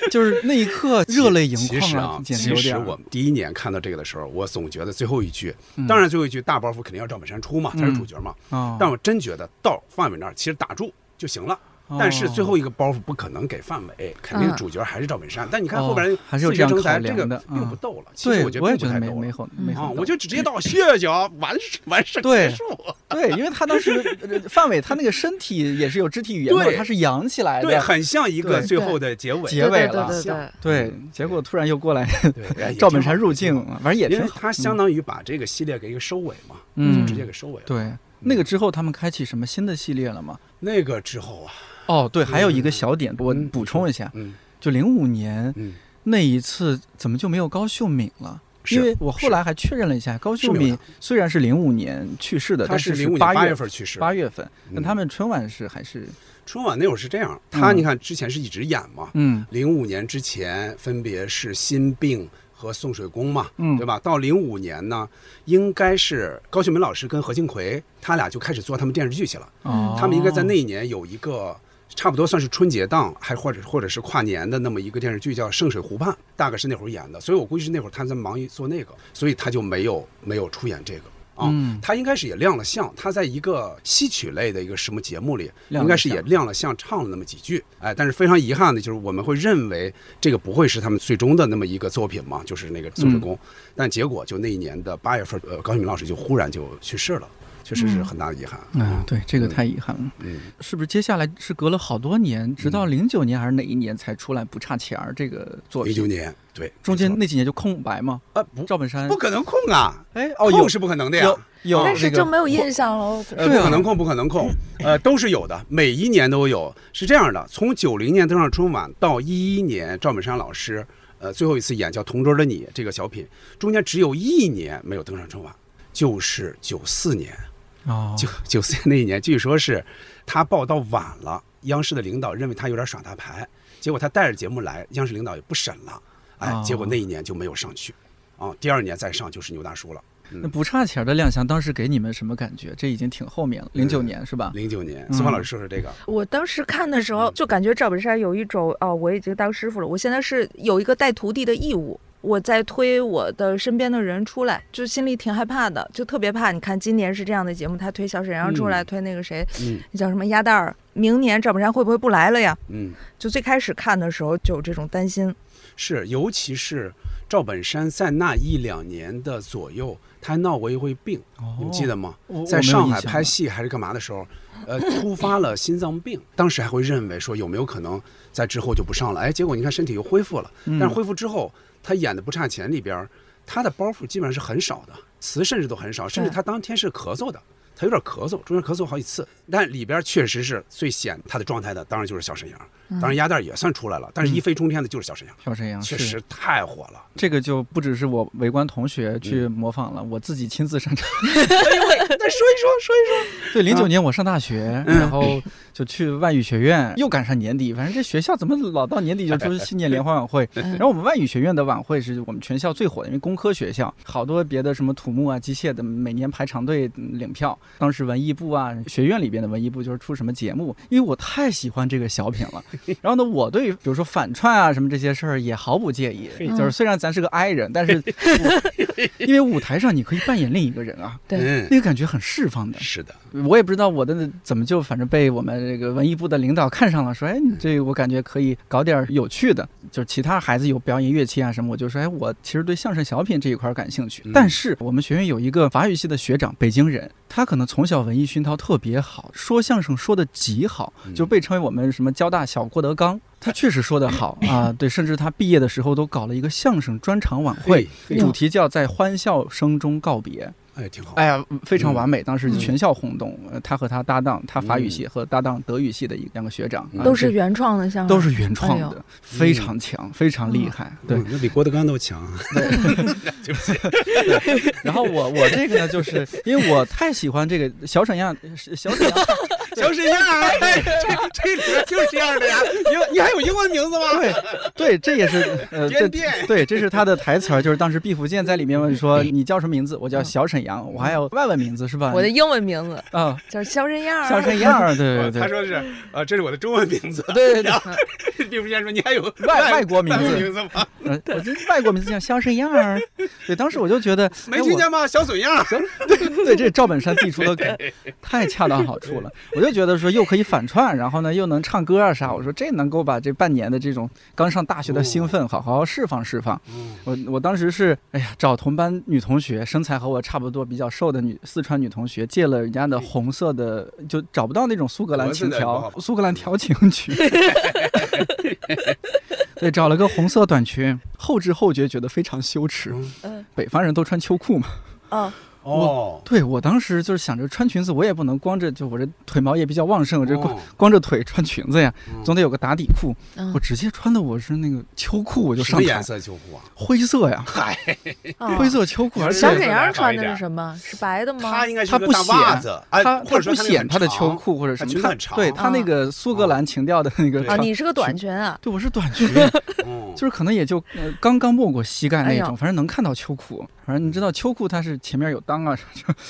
S1: 就是那一刻热泪盈
S3: 其
S1: 眶
S3: 实啊，
S1: 简直
S3: 其
S1: 有
S3: 实
S1: 点儿。
S3: 我们第一年看到这个的时候，我总觉得最后一句，
S1: 嗯
S3: 当然最后一句大包袱肯定要赵本山出嘛，他是主角嘛。
S1: 啊，
S3: 但我真觉得到范伟那儿其实打住就行了。
S1: 哦
S3: 但是最后一个包袱不可能给范伟，肯定主角还是赵本山。但你看后边
S1: 哦还是有
S3: 自
S1: 这样
S3: 学成才
S1: 考
S3: 这
S1: 量
S3: 个
S1: 的
S3: 并
S1: 嗯
S3: 不逗了，其
S1: 对
S3: 实我觉
S1: 我
S3: 得
S1: 也
S3: 并不
S1: 觉得
S3: 太
S1: 没
S3: 逗
S1: 没
S3: 了。
S1: 好没
S3: 啊
S1: 好，
S3: 我就直接到谢谢啊，完事完事
S1: 对
S3: 结束。
S1: 对，因为他当时呃范伟他那个身体也是有肢体语言的嘛，
S3: 对
S1: 他是扬起来
S3: 哎对，
S1: 的。
S3: 很像一个
S1: 对
S3: 最后的结尾。
S1: 结尾
S2: 对
S1: 了
S2: 对对对
S3: 像
S1: 对，结果突然又过来
S3: 对哎也
S1: 嗯赵
S3: 挺
S1: 本
S3: 好
S1: 山入
S3: 挺
S1: 境
S3: 好，
S1: 反正也
S3: 因
S1: 挺
S3: 为
S1: 好。
S3: 它相当于把这个系列给一个收尾嘛，
S1: 嗯
S3: 就直接给收尾了。
S1: 对，那个之后他们开启什么新的系列了吗？
S3: 那个之后啊，
S1: 哦，对，还有一个小点，我
S3: 嗯
S1: 补充一下，
S3: 嗯
S1: 就零五年
S3: 嗯，
S1: 那一次，怎么就没有高秀敏了？
S3: 是
S1: 因为我后来还确认了一下，高秀
S3: 是没有
S1: 敏虽然是零五年去世的，
S3: 他
S1: 但
S3: 是
S1: 是
S3: 零五年
S1: 八
S3: 月
S1: 月
S3: 份去世。
S1: 八月份，但
S3: 嗯
S1: 他们春晚是还是
S3: 春晚那会儿是这样，他
S1: 嗯
S3: 你看之前是一直演嘛，
S1: 嗯
S3: 零五年之前分别是心病。和宋水公嘛，
S1: 嗯
S3: 对吧？到零五年呢，应该是高秀敏老师跟何庆魁，他俩就开始做他们电视剧去了。
S1: 哦
S3: 他们应该在那一年有一个差不多算是春节档，还或者或者是跨年的那么一个电视剧叫《圣水湖畔》，大概是那会儿演的，所以我估计是那会儿他在忙于做那个，所以他就没有没有出演这个。啊、
S1: 嗯
S3: 他应该是也亮了相，他在一个戏曲类的一个什么节目里，
S1: 亮了相
S3: 应该是也亮了相，唱了那么几句，哎，但是非常遗憾的就是，我们会认为这个不会是他们最终的那么一个作品嘛，就是那个《宋水公》
S1: 嗯
S3: 但结果就那一年的八月份，呃，高晓敏老师就忽然就去世了，确实是很大的遗憾。
S1: 嗯，对，这个
S3: 嗯
S1: 太遗憾了。
S3: 嗯，
S1: 是不是接下来是隔了好多年，直到零九年还是哪一年才出来《不差钱儿》这个作
S3: 零九
S1: 品？
S3: 年，对，
S1: 中间
S3: 没
S1: 那几年就空白嘛？
S3: 错啊不
S1: 赵本山
S3: 不可能控啊，
S1: 哎哦有
S3: 控是不可能的呀啊
S1: 有，有
S2: 但是
S1: 那个
S2: 就没有印象了。我
S3: 呃
S1: 是
S3: 不
S1: 啊
S3: 可能控，不可能控，呃，都是有的，每一年都有。是这样的，从九零年登上春晚到一一年，赵本山老师呃最后一次演叫《同桌的你》这个小品，中间只有一年没有登上春晚，就是九四年。
S1: 哦
S3: 九九四年那一年，据说是他报道晚了，央视的领导认为他有点耍大牌，结果他带着节目来，央视领导也不审了，哎
S1: 哦，
S3: 结果那一年就没有上去，啊，第二年再上就是牛大叔了。
S1: 那不差钱儿的亮相，当时给你们什么感觉？这已经挺后面了，零九年是吧？
S3: 零九年，
S1: 嗯
S3: 苏芳老师说说这个，
S2: 我当时看的时候，就感觉赵本山有一种哦，我已经当师傅了，我现在是有一个带徒弟的义务。我在推我的身边的人出来，就心里挺害怕的，就特别怕。你看今年是这样的节目，他推小沈阳出来，
S3: 嗯
S2: 推那个谁，
S3: 嗯
S2: 那叫什么鸭蛋儿。明年赵本山会不会不来了呀？
S3: 嗯，
S2: 就最开始看的时候就有这种担心。
S3: 是，尤其是赵本山在那一两年的左右，他还闹过一回病，
S1: 哦
S3: 你们记得吗？
S1: 我
S3: 在上海拍，戏还是干嘛的时候，呃，突发了心脏病，当时还会认为说有没有可能在之后就不上了，哎，结果你看身体又恢复了，
S1: 嗯
S3: 但是恢复之后，他演的不差钱里边儿，他的包袱基本上是很少的，词甚至都很少，甚至
S2: 对
S3: 他当天是咳嗽的。他有点咳嗽，中间咳嗽好几次，但里边确实是最显他的状态的，当然就是小沈阳，
S1: 嗯
S3: 当然鸭蛋也算出来了，但是一飞冲天的就是小沈阳，
S1: 朴沈阳
S3: 确
S1: 嗯是
S3: 实太火了。
S1: 这个就不只是我围观同学去模仿了，我自己亲自上 场。
S3: 哎再说一说，说一说，
S1: 对，零九年我上大学，然后就去外语学院，又赶上年底，反正这学校怎么老到年底就 出新年联欢晚会？然后我们外语学院的晚会是我们全校最火的，因为工科学校好多别的什么土木啊、机械的，每年排长队嗯领票。当时文艺部啊，学院里边的文艺部就是出什么节目，因为我太喜欢这个小品了。 然后呢，我对比如说反串啊什么这些事儿也毫不介意，就是虽然咱是个 I 人，但是我 因为舞台上你可以扮演另一个人啊，
S2: 对，
S3: 嗯，
S1: 那个感觉很释放的。
S3: 是的，
S1: 我也不知道我的怎么就反正被我们这个文艺部的领导看上了，说哎，你这我感觉可以搞点有趣的，就是其他孩子有表演乐器啊什么，我就说哎，我其实对相声小品这一块儿感兴趣。
S3: 嗯
S1: 但是我们学院有一个法语系的学长，北京人，他可能从小文艺熏陶特别好，说相声说的极好，
S3: 嗯
S1: 就被称为我们什么交大小郭德纲。他确实说得好啊，对，甚至他毕业的时候都搞了一个相声专场晚会，
S3: 嘿
S1: 主题叫在欢笑声中告别。
S3: 哎，挺好。
S1: 哎呀，非常完美！当时全校轰动，呃他和他搭档，他法语系和搭档德语系的一两个学长，
S3: 嗯
S1: 啊
S2: 都是
S1: 这
S2: 原创的相声，
S1: 都是原创
S2: 哎
S1: 的，非常强，非常厉害。对
S3: 嗯，，那比郭德纲都强啊。
S1: 然后我我这个呢，就是因为我太喜欢这个小沈阳，是小沈阳，
S3: 就是样儿，哎，这这里边就是这样的呀。英，你还有英文名字吗？
S1: 对 对，这也是呃，
S3: 编
S1: 这
S3: 变
S1: 对，这是他的台词儿，就是当时毕福剑在里面问说：“你叫什么名字？”我叫
S2: 嗯
S1: 小沈阳，我还有外文名字是吧？
S2: 我的英文名字
S1: 啊，
S2: 就是肖申燕儿。
S1: 小沈阳，对对
S3: 他
S1: 对，
S3: 说是啊，这是我的中文名字。
S1: 对对对
S3: 然后毕福剑说你还有
S1: 外外国名
S3: 外国
S1: 字
S3: 名字吗？
S1: 呃我这外国名字叫肖沈阳儿。对，当时我就觉得
S3: 没听。
S1: 哎
S3: 见吗？小损样儿。
S1: 我对，这赵本山递 出的梗太恰到好处了，我就觉得说又可以反串，然后呢又能唱歌啊啥，我说这能够把这半年的这种刚上大学
S3: 哦
S1: 的兴奋好好释放释放。我我当时是，哎呀，找同班女同学，身材和我差不多、比较瘦的女四川女同学，借了人家的红色的，就找不到那种苏格兰情
S3: 嗯格
S1: 调
S3: 子的，嗯
S1: 苏格兰调情曲。 对，找了个红色短裙，后知后觉觉得非常羞耻。
S2: 嗯
S1: 北方人都穿秋裤嘛，
S2: 嗯，
S3: 哦，
S1: 对我当时就是想着穿裙子，我也不能光着，就我这腿毛也比较旺盛，我这光、
S3: 哦嗯
S1: 光着腿穿裙子呀，总得有个打底裤。
S2: 嗯
S1: 我直接穿的我是那个秋裤，我就
S3: 什
S1: 上
S3: 么
S1: 台
S3: 颜，色啊秋裤啊？
S1: 灰色呀，
S2: 哦
S1: 灰色秋裤，而且
S2: 小沈阳穿的是什么？是白的吗
S3: 他？应该是
S1: 它
S3: 一个
S1: 不
S3: 大
S1: 显
S3: 袜子，哎，
S1: 他
S3: 或者说
S1: 不显
S3: 他
S1: 他的秋，裤或者什
S3: 他
S1: 么，
S3: 裙子
S1: 他
S3: 很长
S1: 对他那个苏格兰情调的那个
S3: 啊
S2: 嗯啊，
S1: 长，
S2: 你是个短裙 啊。
S1: 对我是短裙，
S3: 嗯
S1: 就是可能也就呃刚刚没过膝盖那
S2: 哎
S1: 种，
S2: 呦
S1: 反正能看到秋裤。反正你知道秋裤它是前面有裆啊，就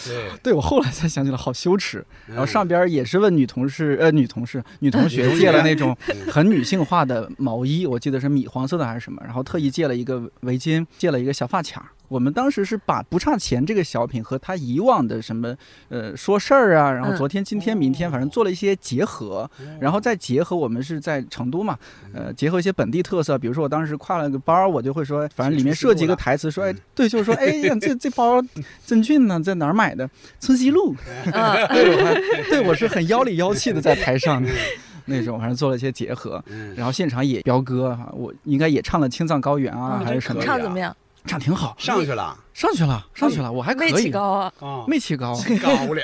S3: 对，
S1: 对我后来才想起来好羞耻。然后
S3: 嗯
S1: 上边也是问女同事呃女同事女同
S3: 女
S1: 学
S3: 同
S1: 借了
S3: 学
S1: 那种
S3: 嗯
S1: 很女性化的毛衣，我记得是米黄色的还是什么，然后特意借了一个围巾，借了一个小发卡。我们当时是把“不差钱”这个小品和他以往的什么呃说事儿啊，然后
S2: 嗯
S1: 昨天、今天、明天，反正做了一些结合，
S3: 嗯
S1: 然后再结合我们是在成都嘛，呃，结合一些本地特色，比如说我当时挎了个包，我就会说，反正里面设计一个台词，
S3: 嗯
S1: 说，哎，对，就是说，哎呀，这这包真俊呢，在哪儿买的？村西路。
S2: 嗯，
S1: 对我还对我是很妖里妖气的在台上 的那种，反正做了一些结合，
S3: 嗯
S1: 然后现场也彪哥啊，我应该也唱了《青藏高原》啊，
S2: 嗯
S1: 还是什么
S3: 可以，
S2: 唱怎么样？
S1: 唱挺好，
S3: 上去了
S1: 上去了，上去了，我还可
S2: 位置
S1: 以，
S2: 高啊。
S3: 啊，
S1: 媚气 高。
S3: 高 了，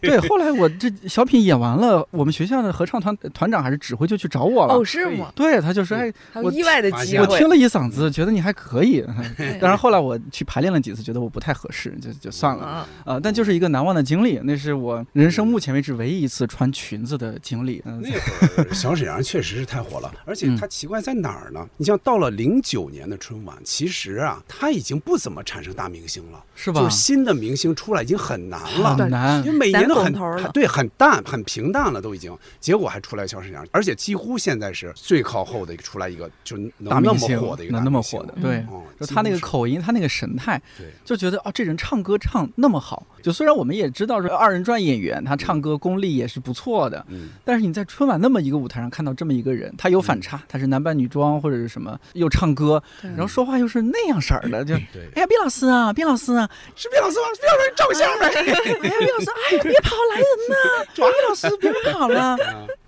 S1: 对，后来我这小品演完了，我们学校的合唱团团长还是指挥就去找我
S2: 哦，
S1: 了，
S2: 是吗？
S1: 对，他就说，哎，
S2: 还有
S1: 我
S2: 意外的
S3: 发
S2: 机
S3: 现
S1: 我
S2: 会嗯
S1: 听。了一嗓子，觉得你还可以。
S2: 对
S1: 当然后来我去排练了几次，觉得我不太合适，就就算了。
S2: 啊
S1: 啊，但就是一个难忘的经历，那是我人生目前为止唯一一次穿裙子的经历。嗯，
S3: 那会儿 小沈阳确实是太火了，而且它奇怪在哪儿呢？你像到了零九年的春晚，其实啊，它已经不怎么产生大明星了，
S1: 是吧
S3: 就是？新的明星出来已经 很难了。
S1: 很难
S3: 因为，每年都很
S2: 嗯难拱头了
S3: 很对很淡很平淡了，都已经，结果还出来小沈阳，而且几乎现在是最靠后的一个出来一个，就能
S1: 大明
S3: 那么
S1: 星
S3: 火的一个大
S1: 能那么
S3: 明星
S1: 火的，
S2: 嗯
S1: 对。
S3: 哦
S1: 就他那个
S3: 几乎是
S1: 口音，他那个神态，
S3: 对
S1: 就觉得哦，这人唱歌唱那么好。就虽然我们也知道说二人转演员他唱歌功力也是不错的，
S3: 嗯
S1: 但是你在春晚那么一个舞台上看到这么一个人，他有反
S3: 嗯
S1: 差，他是男扮女装或者是什么，又唱歌，
S2: 对
S1: 然后说话又是那样式儿的，就
S3: 对
S1: 哎呀，毕老师啊，毕老师啊，
S3: 是毕老师吗？毕老师，你照个相呗。
S1: 哎呀，毕老师，哎呀，别跑，来人 呐！哎毕老师，别跑了。
S3: 嗯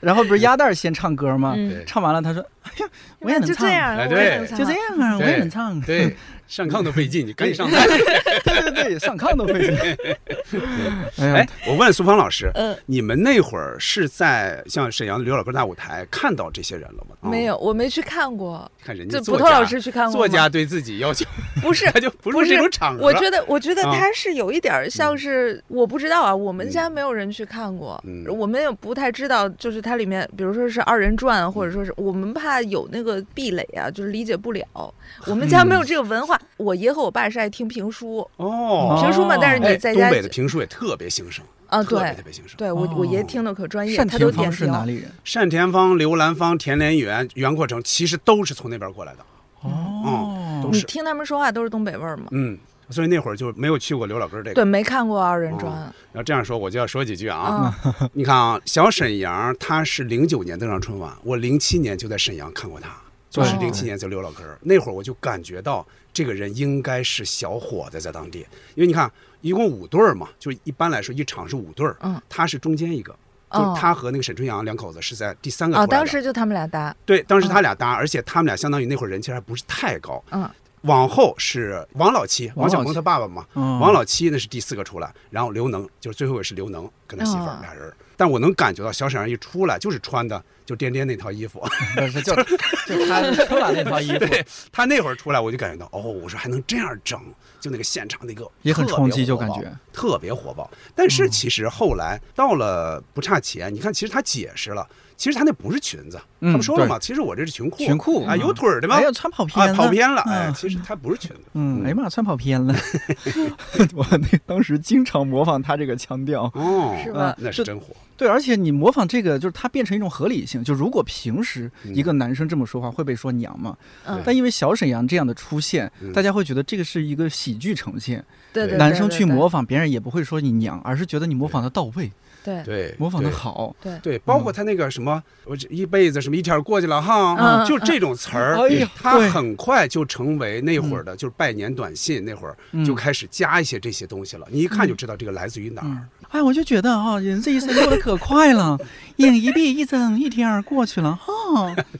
S1: 然后不是鸭蛋儿先唱歌吗？
S2: 嗯，
S1: 唱完了，他说：“哎 呀，我也能
S2: 就
S1: 唱
S2: 这，样，
S3: 哎
S2: 我也
S3: 对
S2: 能
S1: 就
S2: 唱
S1: 这样啊，我也能唱。”
S3: 对，上炕都费劲，你赶紧上炕。
S1: 对对对，上炕都费劲。 哎
S3: 哎
S1: 呀，，
S3: 我问苏芳老师，
S2: 嗯
S3: 你们那会儿是在像沈阳的刘老根大舞台看到这些人了吗？啊
S2: 没有，，
S1: 哦
S2: 我没去看
S1: 哎
S2: 过。
S3: 看人家
S2: 这
S3: 作
S2: 葡
S3: 家
S2: 萄老师去看过吗
S3: 作家对自己要求，，
S2: 不是
S3: 他就不
S2: 不
S3: 是
S2: 是
S3: 这种场合。
S2: 我觉得，我觉得
S3: 啊
S2: 他是有一点儿像是，我不知道啊，我们家没有人去看过，
S3: 嗯
S2: 我们也不太知道，就是它里面，比如说是二人转，啊
S3: 嗯
S2: 或者说是我们怕有那个壁垒啊，就是理解不了， 我们家没
S3: 嗯
S2: 有这个文化。我爷和我爸是爱听评书，
S3: 哦，
S2: 评书嘛，
S1: 哦
S2: 但是
S3: 哎
S2: 你在家
S3: 东北的评书也特别兴盛
S2: 啊，
S3: 特别
S2: 对
S3: 特，别兴盛。
S2: 对我
S1: 哦
S2: 我爷听的可专业，
S1: 单
S2: 他都
S1: 田
S2: 点
S1: 芳是
S2: 评
S1: 哪里人？
S3: 单田芳、刘兰芳、田连元、袁阔成，其实都是从那边过来的。
S1: 哦，
S3: 都
S2: 你
S3: 是
S2: 听他们说话都是东北味儿嘛？
S3: 嗯，所以那会儿就没有去过刘老根这个。
S2: 对，没看过二
S3: 哦
S2: 人转
S3: 然后这样说，我就要说几句啊。
S2: 啊，
S3: 你看啊，小沈阳他是零九年登上春晚，我零七年就在沈阳看过他，就是
S2: 对
S3: 零七年在刘老根儿那会儿，我就感觉到这个人应该是小伙子在当地，因为你看一共五对儿嘛，就一般来说一场是五对儿，
S2: 嗯，
S3: 他是中间一个，就
S2: 哦
S3: 是他和那个沈春阳两口子是在第三个出
S2: 啊，
S3: 来的。
S2: 当时就他们俩搭，
S3: 对，当时
S1: 嗯
S3: 他俩搭，而且他们俩相当于那会儿人气还不是太高。
S2: 嗯，
S3: 往后是王老七，
S1: 王
S3: 王
S1: 老
S3: 小
S1: 七
S3: 蒙他爸爸嘛，
S1: 嗯
S3: 王老七那是第四个出来，然后刘能就是最后也是刘能跟他媳妇儿
S2: 哦
S3: 俩人儿，但我能感觉到小沈阳一出来就是穿的就颠颠那套 衣服，
S4: 不是就就他春晚那套衣服，
S3: 对他那会儿出来我就感觉到哦，我说还能这样整，就那个现场那个
S1: 也很
S3: 特别
S1: 冲击就
S3: 火爆
S1: 感觉嗯
S3: 特别火爆。但是其实后来到了不差钱，你看其实他解释了，其实他那不是裙子，他
S1: 嗯
S3: 们说了嘛，其实我这是裙裤，
S1: 裙裤嗯
S3: 啊有腿儿的吗
S4: 哎？呀，穿跑偏
S3: 啊，
S4: 了，
S3: 跑偏了，哎
S4: 嗯，
S3: 其实它不是裙 子，
S1: 嗯，
S3: 嗯
S1: 哎呀妈呀，穿跑偏 了！我那当时经常模仿他这个腔调，
S3: 哦，
S2: 是
S1: 吧
S3: 那
S1: 这
S3: 是真火，
S1: 对，而且你模仿这个，就是它变成一种合理性。就如果平时
S3: 嗯
S1: 一个男生这么说话会被说娘嘛，
S2: 嗯，
S1: 但因为小沈阳这样的出现，
S3: 嗯
S1: 大家会觉得这个是一个喜剧呈现，
S2: 对对，
S1: 男生去模
S2: 仿，
S1: 仿别人也不会说你娘，而是觉得你模仿的到位，
S2: 对
S3: 对，
S1: 模仿的
S3: 对。
S1: 好。
S2: 对，
S3: 对，包括他那个什么，我这一辈子什么一天儿过去了哈，
S2: 嗯
S3: 就这种词儿，
S1: 哎呀
S3: 他
S1: 对
S3: 很快就成为那会儿的，就是拜年短信那会儿
S1: 嗯
S3: 就开始加一些这些东西了。你一看就知道这个来自于哪
S2: 嗯
S3: 儿。
S1: 哎，我就觉得啊，人这一生过得可快了，眼一闭一睁，一天儿过去了哈、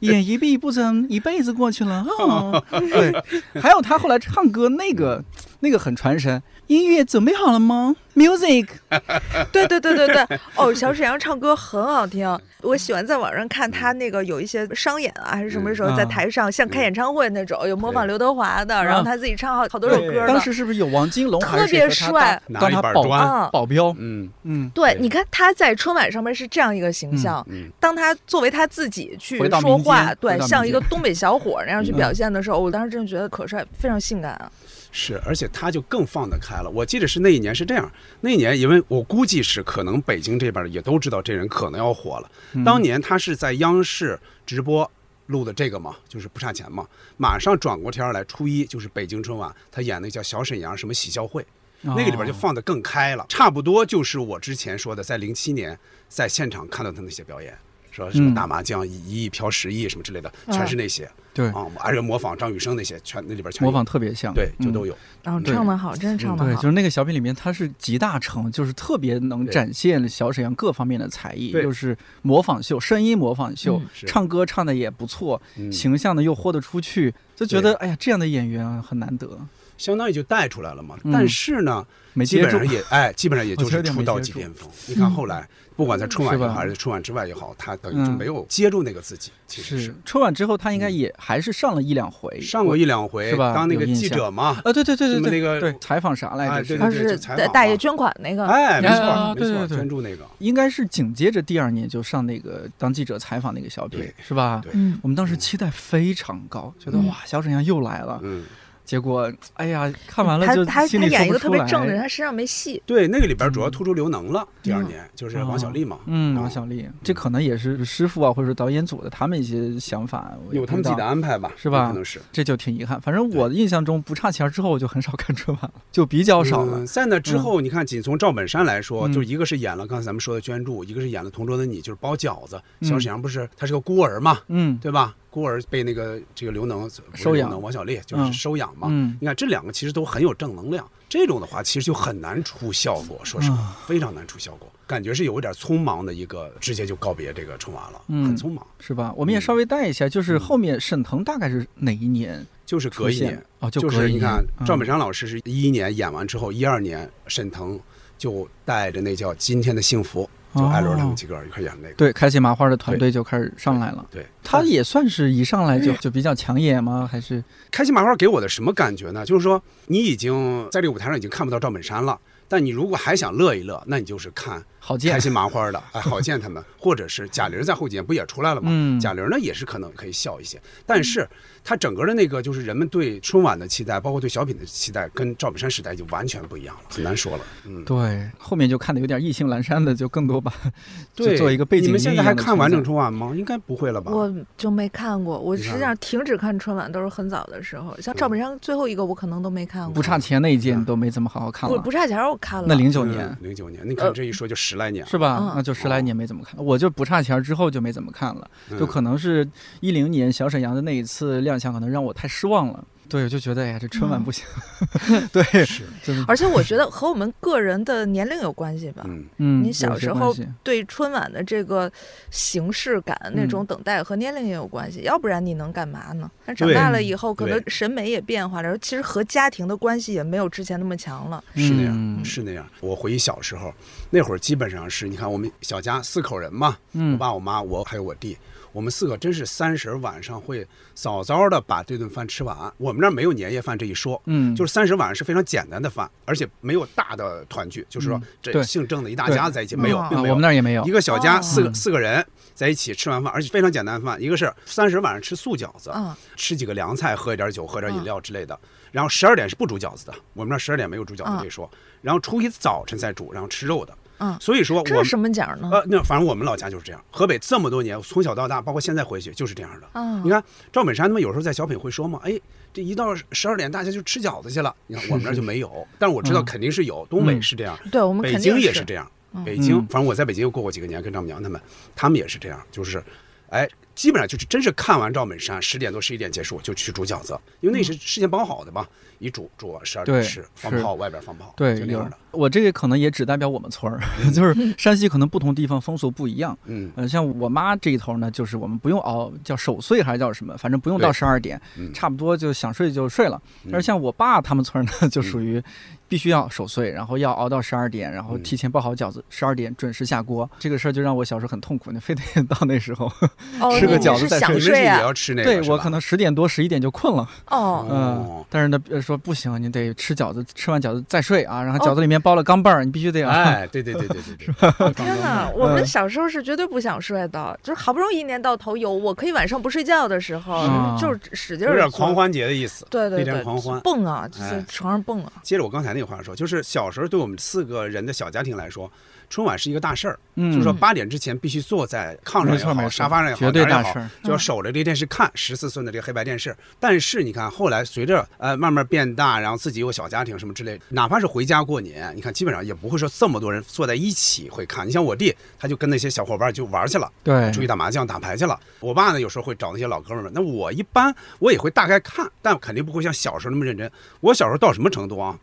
S1: 眼一闭不睁，一辈子过去了哈、 对，还有他后来唱歌那个，那个很传神。音乐准备好了吗？Music，
S2: 对对对对对，哦，小沈阳唱歌很好听，我喜欢在网上看他那个有一些商演啊，还是什么时候
S1: 嗯
S2: 在
S1: 啊
S2: 台上像开演唱会那种，有模仿刘德华的，然后他自己唱好好多首
S1: 对
S2: 歌
S1: 当
S2: 的。
S1: 时是不是有王金龙
S2: 特
S1: 还是
S2: 别
S1: 谁和他
S2: 帅
S1: 当当他
S3: 拿一板
S1: 保
S3: 砖
S2: 啊
S1: 保镖？
S3: 嗯
S1: 嗯，
S2: 对，
S3: 对
S2: 你看他在春晚上面是这样一个形象。
S3: 嗯，
S2: 当他作为他自己去
S1: 回到
S2: 说
S1: 民间
S2: 话，
S1: 回
S2: 对
S1: 到，民
S2: 像一
S1: 间嗯
S2: 个东北小伙儿那样去表现的时候，我当时真的觉得可帅，非常性感啊！
S3: 是，而且他就更放得开了。我记得是那一年是这样，那一年因为我估计是可能北京这边儿也都知道这人可能要火了。
S1: 嗯
S3: 当年他是在央视直播录的这个嘛，就是不差钱嘛。马上转过天儿来，初一就是北京春晚，他演那叫小沈阳什么喜笑会，
S1: 那
S3: 那个里边就放得更开了，差不多就是我之前说的，在零七年在现场看到他那些表演。说什
S1: 嗯
S3: 么打麻将一亿飘十亿什么之类的，全是那些
S1: 对
S3: 啊，而且模仿张雨生那些，全那里边全
S1: 模
S3: 有
S1: 仿特别像，
S3: 对就
S1: 嗯
S3: 都有。
S2: 然后
S1: 对
S2: 哦唱得好，真是唱得
S1: 对，
S2: 好
S1: 就。是那个小品里面，他是集大成，就是特别能
S3: 对
S1: 展现小沈阳各方面的才艺，
S3: 对
S1: 就是模仿秀、声音模仿秀
S2: 嗯，
S3: 是
S1: 唱歌唱的也不错，
S3: 嗯
S1: 形象呢又豁得出去，就觉得哎呀，这样的演员啊很难得，
S3: 相当于就带出来了嘛。
S1: 嗯
S3: 但是呢，
S1: 没
S3: 基
S1: 接
S3: 本
S1: 住
S3: 上。也哎，基本上也就
S1: 我觉
S3: 是
S1: 得有点
S3: 出道
S1: 没接
S3: 即
S1: 住
S3: 巅峰。你看后来，不管在春晚
S1: 是
S3: 也
S1: 吧
S3: 好，还是春晚之外也好，他等于就
S1: 嗯
S3: 没有接住那个自己，其实
S1: 是
S3: 是嗯
S1: 春晚之后，他应该也还是上了一两回，
S3: 上过一两回
S1: 是吧
S3: 当那
S1: 有
S3: 个
S1: 印
S3: 记
S1: 象
S3: 者嘛，
S1: 啊，对对对
S3: 什么
S1: 对对，
S3: 那个
S1: 对采访啥来
S3: 哎
S1: 着？是
S3: 对
S2: 当
S3: 对
S2: 时
S3: 就采
S2: 大
S3: 访
S2: 大
S3: 嘛
S2: 爷捐款那个，
S3: 哎，没
S1: 哎
S3: 错
S1: 啊
S3: 没
S1: 对
S3: 错，
S1: 对对
S3: 专注那个，
S1: 应该是紧接着第二年就上那个当记者采访那个小品
S3: 对，
S1: 是吧？
S3: 对
S2: 嗯，
S1: 我们当时期待非常高，觉得
S2: 嗯
S1: 哇，小沈阳又来了。
S3: 嗯。
S1: 结果，哎呀，看完了
S2: 他
S1: 就
S2: 他他
S1: 心里说
S2: 演一
S1: 不
S2: 个特
S1: 出
S2: 别
S1: 来。
S2: 正的人，他身上没戏。
S3: 对，那个里边主要突出刘能了。第二
S2: 嗯
S3: 年就是王小利嘛，
S1: 嗯，王小利，这可能也是师傅啊，或者说导演组的他们一些想法，我也
S3: 有
S1: 不
S3: 他们啊
S1: 知
S3: 自己的
S1: 道，
S3: 安排吧，
S1: 是吧
S3: 有可能是
S1: 这就挺遗憾。反正我的印象中，不差钱儿之后，我就很少看春晚了，就比较少了
S3: 嗯。在那之后，你看，仅从赵本山来说，
S1: 嗯
S3: 就一个是演了刚才咱们说的《捐助》，一个是演了《同桌的你》，就是包饺子。
S1: 嗯
S3: 小沈阳不是他是个孤儿嘛，
S1: 嗯
S3: 对吧？孤儿被那个这个刘能不是
S1: 收养
S3: 刘能王小利就
S1: 嗯
S3: 是收养嘛。
S1: 嗯
S3: 你看这两个其实都很有正能量，这种的话其实就很难出效果，说实
S1: 嗯
S3: 话，非常难出效果，感觉是有一点匆忙的一个，直接就告别这个春晚了，
S1: 嗯
S3: 很匆忙，
S1: 是吧？我们
S3: 嗯
S1: 也稍微带一下，就是后面沈腾大概是哪一年
S3: 就是
S1: 出
S3: 隔一
S1: 现
S3: 年
S1: 的。？哦，就
S3: 就
S1: 隔
S3: 是
S1: 一
S3: 你
S1: 年
S3: 看。赵本
S1: 山，
S3: 山老师是一一年演完之后，一二年沈腾就带着那叫《今天的幸福》，就艾伦他们
S1: 哦
S3: 几个人一块演那个。
S1: 对，开心麻花的团队就开始上来了。
S3: 对，
S1: 他也算是一上来就就比较抢眼吗？还是
S3: 开心麻花给我的什么感觉呢？就是说你已经在这个舞台上已经看不到赵本山了，但你如果还想乐一乐，那你就是看
S1: 郝
S3: 开
S1: 建？
S3: 心麻 花的，哎，郝建他们，或者是贾玲在后几年不也出来了吗？
S1: 嗯，
S3: 贾玲呢也是可能可以笑一些，但是她整个的那个就是人们对春晚的期待，包括对小品的期待，跟赵本山时代就完全不一样了，很难说了。嗯，
S1: 对，后面就看的有点意兴阑珊的，就更 多把就
S3: 对，
S1: 做一个背景
S3: 你们
S1: 音
S3: 现在
S1: 一
S3: 还
S1: 样的
S3: 看
S1: 存
S3: 完整
S1: 在
S3: 春晚吗？应该不会了吧？嗯
S2: 我就没看过，我
S3: 你
S2: 实
S3: 看
S2: 际上停止看春晚都是很早的时候，像赵本山最后一个我可能都没看
S1: 不
S2: 过，
S1: 差钱那一届你都没怎么好好看
S2: 不
S1: 了
S2: 不。差钱儿我看了，
S1: 那零九年，
S3: 零九年，你看这一说就十来年了，
S1: 是吧
S2: 嗯？
S1: 那就十来年没怎么看，我就不差钱儿之后就没怎么看了，
S3: 嗯
S1: 就可能是一零年小沈阳的那一次亮相，可能让我太失望了。对，我就觉得哎呀，这春晚不行。
S3: 对
S2: 嗯
S1: 对，
S3: 是，
S1: 真的，
S2: 而且我觉得和我们个人的年龄有关系吧。
S3: 嗯，
S1: 嗯，
S2: 你小
S1: 有些
S2: 时
S1: 关
S2: 候
S1: 系
S2: 对春晚的这个形式感、那
S3: 嗯
S2: 种等待和年龄也有关系，要不然你能干嘛呢？但长
S3: 对
S2: 大了以后，可能
S3: 对
S2: 审美也变化了，而其实和家庭的关系也没有之前那么强了。
S3: 是那
S1: 嗯
S3: 样，是那样。我回忆小时候，那会儿基本上是你看我们小家四口人嘛，我
S1: 嗯，
S3: 爸、我妈、我还有我弟，我们四个真是三十晚上会早早的把这顿饭吃完。我们那儿没有年夜饭这一说，
S1: 嗯，
S3: 就是是三十晚上是非常简单的饭，而且没有大的团聚，就是说
S1: 嗯
S3: 这
S1: 对
S3: 姓郑的一大
S1: 对
S3: 家在一起没有
S2: 啊，
S1: 啊，
S3: 并没
S1: 我
S3: 有
S1: 们。那儿也没有
S3: 一。个小家
S2: 哦
S3: 四个
S1: 嗯
S3: 四个人在一起吃完饭，而且非常简单的饭，一个是三十晚上吃素饺子，
S2: 嗯，
S3: 吃几个凉菜，喝一点酒，喝点饮
S2: 嗯
S3: 料之类的。然后十二点是不煮饺子的，我们那十二点没有煮饺
S2: 嗯
S3: 子这一说。然后初一早晨再煮，然后吃肉的。
S2: 嗯
S3: 所以说我
S2: 这
S3: 们
S2: 是什么奖呢？
S3: 呃，那反正我们老家就是这样。河北这么多年，从小到大，包括现在回去就是这样的。
S2: 啊，
S3: 你看赵本山他们有时候在小品会说嘛，哎，这一到十二点大家就吃饺子去了。你看我们那儿就没有，但是我知道
S1: 嗯
S3: 肯定是有，东北
S1: 嗯
S3: 是这样，
S2: 对我们
S3: 北
S2: 肯定
S3: 京也
S2: 是
S3: 是这样
S2: 嗯。
S3: 北京，
S1: 嗯
S3: 反正我在北京又过过几个年，跟丈母娘他们，他们也是这样，就是，哎，基本上就是真是看完赵本山十点多十一点结束就去煮饺子，因为那是
S2: 嗯
S3: 事先包好的嘛，一煮煮完十二点
S1: 对
S3: 吃，放
S1: 是
S3: 炮外边放炮，
S1: 对
S3: 就，那
S1: 有
S3: 样的，
S1: 我这个可能也只代表我们村 儿，就是山西可能不同地方风俗不一样。
S3: 嗯
S1: 呃，像我妈这一头呢，就是我们不用熬，叫守岁还是叫什么，反正不用到
S3: 对
S1: 十二点，
S3: 嗯，
S1: 差不多就想睡就睡了。而像我爸他们村儿
S3: 嗯
S1: 呢，就属于必须要守岁，然后要熬到十二点，然后
S3: 嗯
S1: 提前包好饺子，十二点准时下锅。这个事儿就让我小时候很痛苦，你非得 到那时候。
S2: 哦，
S1: 吃个
S2: 你
S1: 饺
S2: 是
S1: 子再
S3: 你
S2: 想
S3: 们是
S2: 睡
S3: 也
S2: 啊？
S3: 要吃那个，
S1: 对
S3: 是
S1: 我
S3: 吧
S1: 可能十点多十一点就困了，
S2: 哦，
S1: 嗯
S3: 哦，
S1: 但是呢呃说不行，你得吃饺子，吃完饺子再睡啊，然后饺子里面包了钢镚儿，你必须得要。
S3: 哦哎，对对对对 对对，
S2: 哦 天哪！我们
S1: 嗯
S2: 小时候是绝对不想睡的，就是好不容易一年到头有我可以晚上不睡觉的时候
S1: 啊，
S2: 就是使劲
S3: 有
S2: 儿
S3: 点
S2: 做
S3: 狂，欢节的意思。
S2: 对
S3: 力
S2: 对
S3: 量
S2: 对，
S3: 狂欢
S2: 蹦啊，就是
S3: 哎
S2: 床上蹦啊，
S3: 接着我刚才那个话说，就是小时候对我们四个人的小家庭来说，春晚是一个大事儿，
S1: 嗯，
S3: 就是说八点之前必须坐在炕上
S1: 没
S3: 也
S1: 错没
S3: 好，
S1: 错，
S3: 沙发上也好，
S1: 绝对
S3: 哪儿
S1: 大
S3: 也好
S1: 事儿。
S3: 就要守着这电视看十四寸的这个黑白电视。但是你看，后来随着呃慢慢变大，然后自己有小家庭什么之类，哪怕是回家过年，你看基本上也不会说这么多人坐在一起会看。你像我弟，他就跟那些小伙伴就玩去了，
S1: 对，
S3: 出去打麻将、打牌去了。我爸呢，有时候会找那些老哥们儿们。那我一般我也会大概看，但肯定不会像小时候那么认真。我小时候到什么程度啊？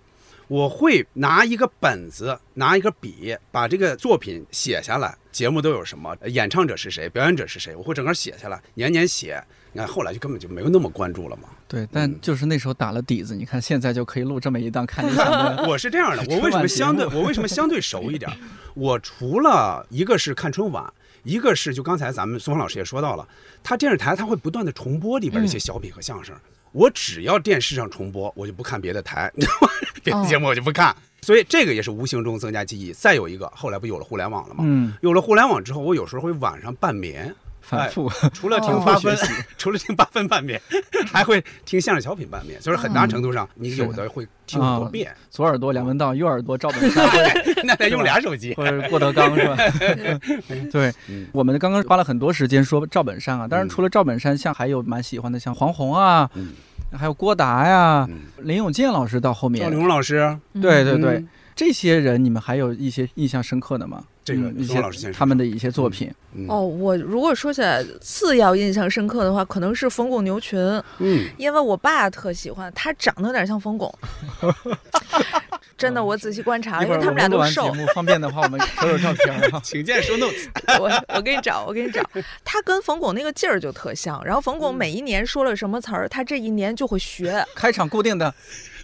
S3: 我会拿一个本子，拿一个笔，把这个作品写下来，节目都有什么，呃演唱者是谁，表演者是谁，我会整个写下来，年年写。你看后来就根本就没有那么关注了嘛。
S1: 对，但
S3: 嗯
S1: 就是那时候打了底子，你看现在就可以录这么一档看理想 的
S3: 我是这样的，我为什么相对我为什么相对熟一点儿？我除了一个是看春晚，一个是就刚才咱们苏芳老师也说到了，他电视台他会不断的重播里边的一些小品和相声。我只要电视上重播，我就不看别的台， 别的节目我就不看。所以这个也是无形中增加记忆。再有一个，后来不有了互联网了吗？
S1: 嗯，
S3: 有了互联网之后，我有时候会晚上半眠，
S1: 反复，
S3: 除了听
S2: 哦
S3: 八分，除了听八分半眠， 还会听相声小品半眠。就是很大程度上，你有的会听很多
S1: 嗯
S3: 遍，
S1: 左耳朵梁文道，右耳朵赵本 山
S3: 那得用俩手机。
S1: 或者郭德纲是吧？ 对
S3: 嗯，
S1: 我们刚刚花了很多时间说赵本山啊，当然
S3: 嗯
S1: 除了赵本山，像还有蛮喜欢的，像黄宏啊，
S3: 嗯
S1: 还有郭达呀，
S3: 嗯
S1: 林永健老师到后
S3: 赵丽
S1: 面，
S3: 蓉老师，
S1: 对对
S3: 嗯
S1: 对，，这些人你们还有一些印象深刻的吗？
S3: 这个
S1: 嗯一
S3: 李
S1: 些
S3: 松老师先说
S1: 他们的一些作品，
S3: 嗯
S2: 哦，我如果说起来次要印象深刻的话，可能是冯巩牛群，
S3: 嗯，。
S2: 因为我爸特喜欢，他长得有点像冯巩。真的，我仔细观察，
S1: 一
S2: 啊因
S1: 会
S2: 为
S1: 儿
S2: 他们俩
S1: 录
S2: 都
S1: 完节
S2: 瘦。
S1: 目方便的话，我们 瞅瞅照片啊
S3: 请见收 notes。
S2: 我我给你找，我给你找。他跟冯巩那个劲儿就特像，然后冯巩每一年说了什么词儿，他这一年就会学。
S1: 开场固定的，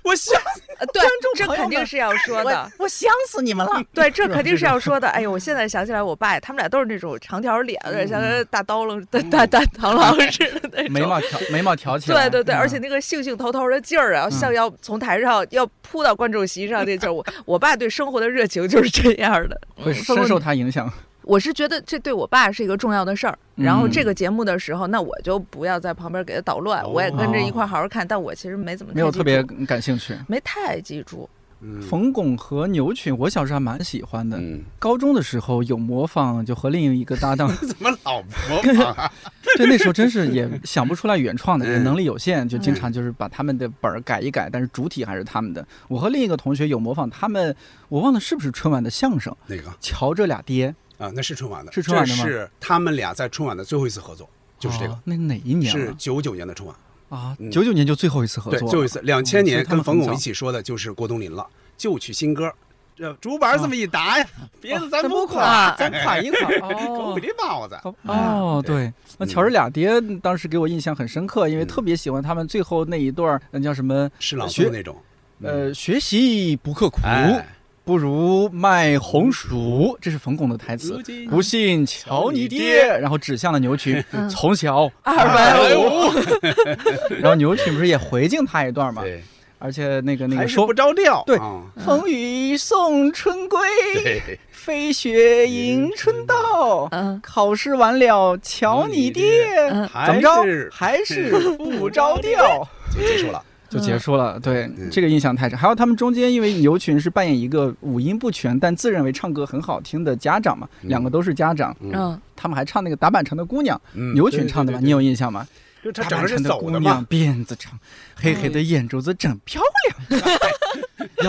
S3: 我笑，
S2: 呃，对，这
S1: 朋友
S2: 肯定
S1: 们
S2: 是要说的。
S1: 我想死你们 了。
S2: 啊对，这肯定是要说的。哎呦，我现在想起来，我爸他们俩都是那种长条脸，有点像大刀楞、大大大螳螂似的那种。
S1: 眉毛 挑眉毛挑起来，
S2: 对对对，
S1: 嗯
S2: 而且那个兴兴头头的劲儿啊，
S1: 嗯
S2: 像要从台上要扑到观众席上那劲儿，我我爸对生活的热情就是这样的。
S1: 会
S2: 嗯包括
S1: 深受他影响。
S2: 我是觉得这对我爸是一个重要的事儿。
S1: 嗯
S2: 然后这个节目的时候，那我就不要在旁边给他捣乱，
S3: 哦
S2: 我也跟着一块儿好好看。但我其实哦没怎么
S1: 没有
S2: 太记
S1: 特别
S2: 住
S1: 感兴趣。
S2: 没太记住。
S3: 嗯
S1: 冯巩和牛群，我小时候还蛮喜欢的。
S3: 嗯，
S1: 高中的时候有模仿，就和另一个搭档，
S3: 怎么老 模仿啊？
S1: 对那时候真是也想不出来原创的，也
S3: 嗯
S1: 能力有限，就经常就是把他们的本儿改一改，但是主体还是他们的。我和另一个同学有模仿他们，我忘了是不是春晚的相声《
S3: 哪个
S1: 瞧这俩爹》
S3: 啊？那是春晚的，
S1: 是春晚的
S3: 这
S1: 吗
S3: 是他们俩在春晚的最后一次合作，就是这个
S1: 哦，那哪一年
S3: 是
S1: 了？
S3: 九九年的春晚。
S1: 啊
S3: 嗯，
S1: 九九年就最后一次合
S3: 对，
S1: 作了，
S3: 最后一次两千
S1: 嗯
S3: 年
S1: 所以他们
S3: 跟冯巩
S1: 很
S3: 一
S1: 早
S3: 起说的就是郭冬临了，就取新歌。这竹板这么一搭呀，
S1: 哦
S3: 别的咱
S1: 咱
S3: 不
S1: 不垮，
S3: 夸，
S2: 啊
S1: 咱垮一垮
S3: 狗
S1: 哦
S3: 给。这帽子。
S1: 好
S2: 哎
S1: 哦，对，那乔治俩爹当时给我印象很深刻，因为
S3: 嗯
S1: 特别喜欢他们最后那一段儿，嗯那叫什么？
S3: 是朗
S1: 学
S3: 诵那种，
S1: 呃，学习不刻苦，
S3: 嗯哎，
S1: 不如卖红薯，这是冯巩的台词
S3: 如。今
S1: 不信瞧你爹，然后指向了牛群
S2: 嗯，
S1: 从小
S2: 二
S1: 百
S2: 百五，
S1: 五，然后牛群不是也回敬他一段嘛？
S3: 对，
S1: 而且那个那
S3: 还
S1: 个
S3: 是
S1: 说
S3: 不，着调，
S1: 对
S3: 啊
S2: 嗯
S1: 风雨送春归，
S3: 对，
S1: 飞雪迎春到。
S2: 嗯，
S1: 考试完了，瞧你爹，
S2: 嗯
S1: 怎么着
S3: 还是？
S1: 还是不着调，
S3: 就结束了。
S1: 就结束了。对
S3: 嗯，
S1: 这个印象太深。还有他们中间，因为牛群是扮演一个五音不全，但自认为唱歌很好听的家长嘛，
S3: 嗯
S1: 两个都是家长，
S3: 嗯，
S2: 嗯，
S1: 他们还唱那个打板城的姑娘，
S3: 嗯
S1: 牛群唱的吧？你有印象吗？
S3: 就他
S1: 打板
S3: 整个是
S1: 城的
S3: 走
S1: 姑
S3: 的
S1: 娘
S3: 嘛，
S1: 辫子长，黑黑的眼珠子真漂亮。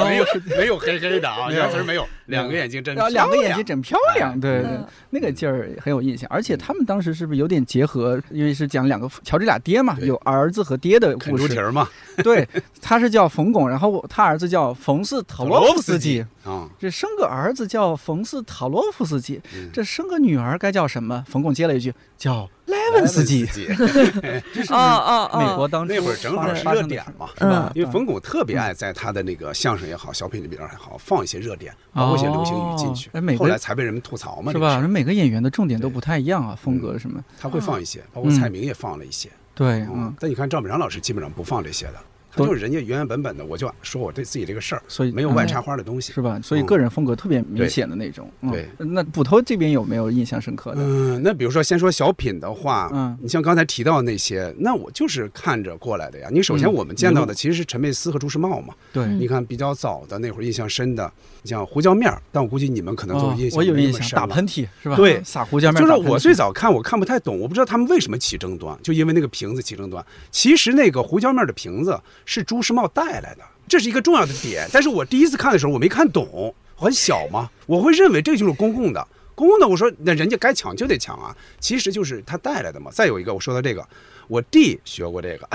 S3: 没
S1: 有
S3: 有没有黑黑的啊，
S1: 没有嗯
S3: 原词儿没有，两个眼睛真
S1: 然后两个眼睛
S3: 漂亮
S1: 真漂亮，对对
S2: 嗯，
S1: 那个劲儿很有印象。而且他们当时是不是有点结合？因为是讲两个乔治俩爹嘛，
S3: 对
S1: 有儿子和爹的
S3: 啃
S1: 故
S3: 猪蹄
S1: 事。
S3: 儿嘛，
S1: 对，他是叫冯巩，然后我他儿子叫冯斯塔洛夫斯基。
S3: 啊，
S1: 这生个儿子叫冯斯塔洛夫斯基，
S3: 嗯
S1: 这生个女儿该叫什么？冯巩接了一句叫莱文斯基。
S2: 哦哦哦，
S1: 美国当初
S3: 那会儿正好是
S1: 发
S3: 热
S1: 生的
S3: 点
S1: 事儿啊
S3: 嘛，
S1: 是吧
S3: 因为冯巩特
S1: 嗯
S3: 别爱在他的那个相声也好，小品里边也好，放一些热点，包括一些流行语进去
S1: 哦哎美。国
S3: 后来才被人们吐槽嘛，
S1: 是
S3: 这个事
S1: 吧？
S3: 儿
S1: 人每个演员的重点都
S3: 对
S1: 不太一样啊，风格什么？
S3: 他会放一些，包括
S1: 嗯
S3: 蔡明也放了一些。
S1: 对，
S3: 嗯
S1: 嗯，，
S3: 但你看赵本山老师基本上不放这些的，他
S1: 都
S3: 就是人家原原本本的，我就说我对自己这个事儿，
S1: 所以
S3: 没有外
S1: 嗯
S3: 插花的东西
S1: 是。吧？所以
S3: 嗯
S1: 个人风格特别明显的那种。嗯
S3: 对，
S1: 那捕头这边有没有印象深刻的？
S3: 嗯，那比如说先说小品的话，
S1: 嗯
S3: 你像刚才提到那些，那我就是看着过来的呀。你首先
S1: 嗯
S3: 我们见到
S1: 一路
S3: 的其实是陈佩斯和朱时茂嘛，
S1: 对，
S2: 嗯
S3: 你看比较早的那会儿印象深的，你像胡椒面儿，但我估计你们可能都
S1: 哦
S3: 印象、
S1: 我有印象，打喷嚏是吧？
S3: 对
S1: 撒胡椒面儿
S3: 就是
S1: 打喷嚏。
S3: 我最早看，我看不太懂，我不知道他们为什么起争端，就因为那个瓶子起争端。其实那个胡椒面的瓶子是朱时茂带来的，这是一个重要的点。但是我第一次看的时候，我没看懂，我很小嘛，我会认为这就是公共的。公共的，我说那人家该抢就得抢啊，其实就是他带来的嘛。再有一个，我说到这个，我弟学过这个，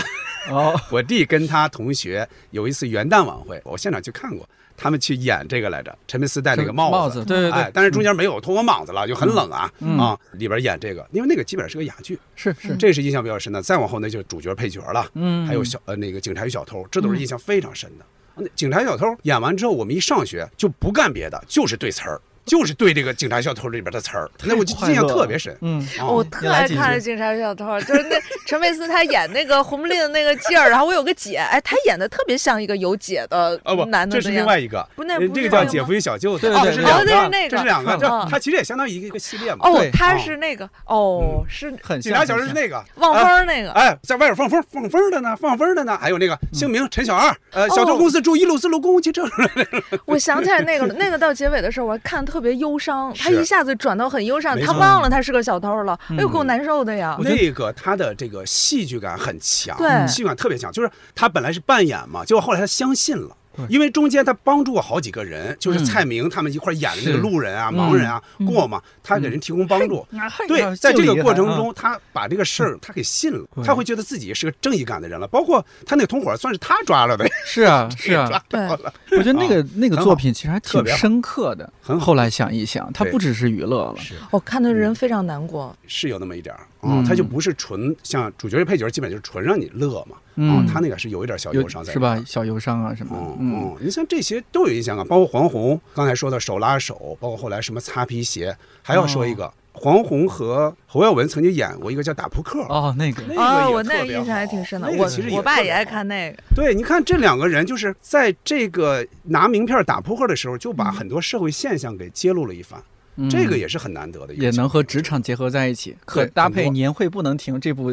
S1: 哦，
S3: 我弟跟他同学有一次元旦晚会，我现场去看过，他们去演这个来着，陈佩 斯戴那个帽
S1: 帽子，对对
S3: 哎
S1: 对，，
S3: 但是中间没有脱光膀子了，就很冷啊、
S1: 嗯
S3: 啊！里边演这个，因为那个基本上是个哑剧，
S1: 是是，
S3: 这是印象比较深的。再往后那就是主角配角了，
S1: 嗯，
S3: 还有小呃那个警察与小偷，这都是印象非常深的。那警察与小偷演完之后，我们一上学就不干别的，就是对词儿，就是对这个警察与小偷里边的词儿，那我就
S1: 太快
S3: 印象
S1: 乐
S3: 特
S1: 了
S3: 别深。
S1: 嗯，
S3: 啊
S2: 我
S1: 你
S2: 特
S1: 来
S2: 爱
S1: 几
S2: 看
S1: 句
S2: 《警察与小偷》，就是 那陈佩斯他演那个红不吝的那个劲儿，然后我有个姐，哎，他演的特别像一个有姐的
S3: 啊不，
S2: 男的
S3: 这
S2: 那
S3: 是
S2: 样
S3: 另外一个，
S2: 不那
S3: 呃
S2: 不
S3: 这个
S2: 是
S3: 叫
S2: 那个
S3: 姐
S2: 吗
S3: 夫与小舅子，
S1: 对
S3: 啊
S1: 对
S3: 这是
S1: 对
S3: 两
S2: 哦那是那
S3: 这
S2: 个
S3: 是两个，这
S2: 嗯
S3: 它其实也相当于一个一个系列嘛。
S2: 哦
S1: 对，
S2: 他
S3: 啊
S2: 是那个哦，是
S1: 很
S3: 警
S1: 像
S3: 察小
S1: 很
S3: 偷是
S1: 像
S3: 那个
S2: 望
S3: 啊
S2: 风儿那个，
S3: 哎，在外边放风放风的呢，放风的呢，还有那个
S1: 嗯
S3: 姓名陈小二，呃，
S2: 哦
S3: 小偷公司住一路四路公共汽车，啊
S2: 我想起来那个了，那个到结尾的时候，我还看特别忧伤，他
S3: 是
S2: 一下子转到很忧伤，
S3: 没
S2: 他
S3: 错
S2: 忘了他是个小偷了，哎呦，
S1: 嗯
S2: 给我难受的呀
S1: 我！觉得
S3: 那个他的这个戏剧感很强，
S2: 对
S3: 戏剧感特别强，就是他本来是扮演嘛，结果后来他相信了
S1: 对。
S3: 因为中间他帮助过好几个人，就是
S1: 嗯
S3: 蔡明他们一块儿演的那个
S1: 是
S3: 路人啊、
S1: 嗯
S3: 盲人啊
S2: 嗯
S3: 过嘛，他给人提供帮助，
S1: 啊嘿
S3: 对
S1: 啊，
S3: 在
S1: 就
S3: 这
S1: 厉
S3: 个
S1: 害
S3: 过程
S1: 啊
S3: 中，他把这个事儿他给信了，
S1: 嗯对
S3: 他会觉得自己是个正义感的人了。包括他那个同伙算是他抓了的，
S1: 是 啊是啊，
S2: 对，
S1: 我觉得那个那个
S3: 啊很
S1: 作
S3: 好
S1: 品其实还
S3: 特
S1: 挺
S3: 别好
S1: 深刻的。
S3: 很好
S1: 后来想一想，它
S3: 对
S1: 不只是娱乐了，
S3: 是
S2: 我看的
S3: 嗯
S2: 人非常难过，
S3: 是有那么一点儿啊
S1: 嗯，
S3: 他就不是纯像主角配角，基本就是纯让你乐嘛。啊
S1: 嗯，，
S3: 他那个是有一点小忧
S1: 有
S3: 伤在
S1: 是
S3: 里边
S1: 吧？？小忧伤啊什么的
S3: 嗯，
S1: 嗯，
S3: 嗯，你像这些都有影响啊，包括黄宏刚才说的手拉手，包括后来什么擦皮鞋，还要说一
S1: 哦
S3: 个黄宏和侯耀文曾经演过一个叫打扑克，
S1: 哦，那个
S3: 那个
S2: 啊，
S3: 也
S2: 我
S3: 特
S2: 那个
S3: 别
S2: 印象还
S3: 好
S2: 挺深的，
S3: 那个
S2: 我
S3: 其实
S2: 我爸
S3: 特
S2: 也
S3: 别
S2: 爱
S3: 好
S2: 看那个，
S3: 对，你看这两个人就是在这个拿名片打扑克的时候，就
S2: 嗯
S3: 把很多社会现象给揭露了一番，
S1: 嗯
S3: 这个也是很难得的一个
S1: 也
S3: 情
S1: 能
S3: 况
S1: 和职场结合在一起，可
S3: 对
S1: 搭
S3: 很
S1: 配
S3: 多
S1: 《年会不能停》这 部，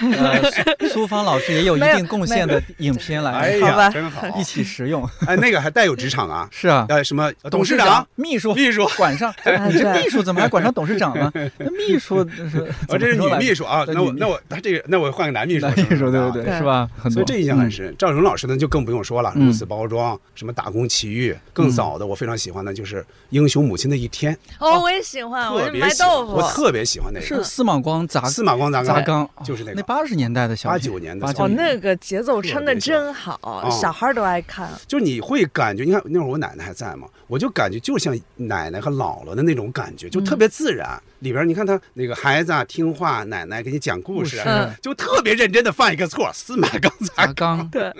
S1: 呃，苏苏芳老师也有一
S2: 没有
S1: 定贡献的影片
S3: 哎
S1: 来
S2: 好吧
S3: 呀，真 好！
S1: 一起食 用。，
S3: 哎，那个还带有职场啊
S1: 是啊，
S3: 呃，什么董事
S1: 长
S3: 长、、
S1: 秘书、
S3: 秘书，
S1: 管 上，
S2: 哎
S1: 你这
S2: 对
S1: 秘书怎么还管上董事长呢？那秘书 是，
S3: 哦，这是女秘
S1: 书，
S3: 书啊。
S1: 对
S3: 那我
S1: 女秘
S3: 那我那这个那我换个男秘书，
S1: 男秘书对
S3: 不
S1: 不对？
S2: 对
S1: 是吧？很
S3: 所
S1: 多
S3: 以这印象很深。赵荣老师呢，就更不用说了，
S1: 嗯
S3: 如此包装，什么打工奇遇，更早的我非常喜欢的就是《英雄母亲的一天》
S2: 哦，我也喜欢，我
S3: 特
S2: 就
S3: 别
S2: 买
S3: 喜欢
S2: 豆腐，
S3: 我特别喜欢那
S1: 嗯是
S3: 个
S1: 司马光砸
S3: 司马光砸
S1: 砸
S3: 缸，
S1: 缸，
S3: 就是那个
S1: 那八十年代的小
S3: 89年的
S1: 八
S3: 小
S1: 九
S2: 哦，
S3: 品
S2: 那个节奏撑的
S3: 特别喜
S2: 真好，
S3: 嗯
S2: 小孩儿都爱看。
S3: 就是你会感觉，你看那会儿我奶奶还在嘛，我就感觉就像奶奶和姥姥的那种感觉，
S1: 嗯
S3: 就特别自然。里边你看他那个孩子啊，听话，奶奶给你讲故事啊，
S2: 故事
S1: 嗯
S3: 就特别认真的犯一个错，司马刚才
S1: 砸缸，
S2: 对，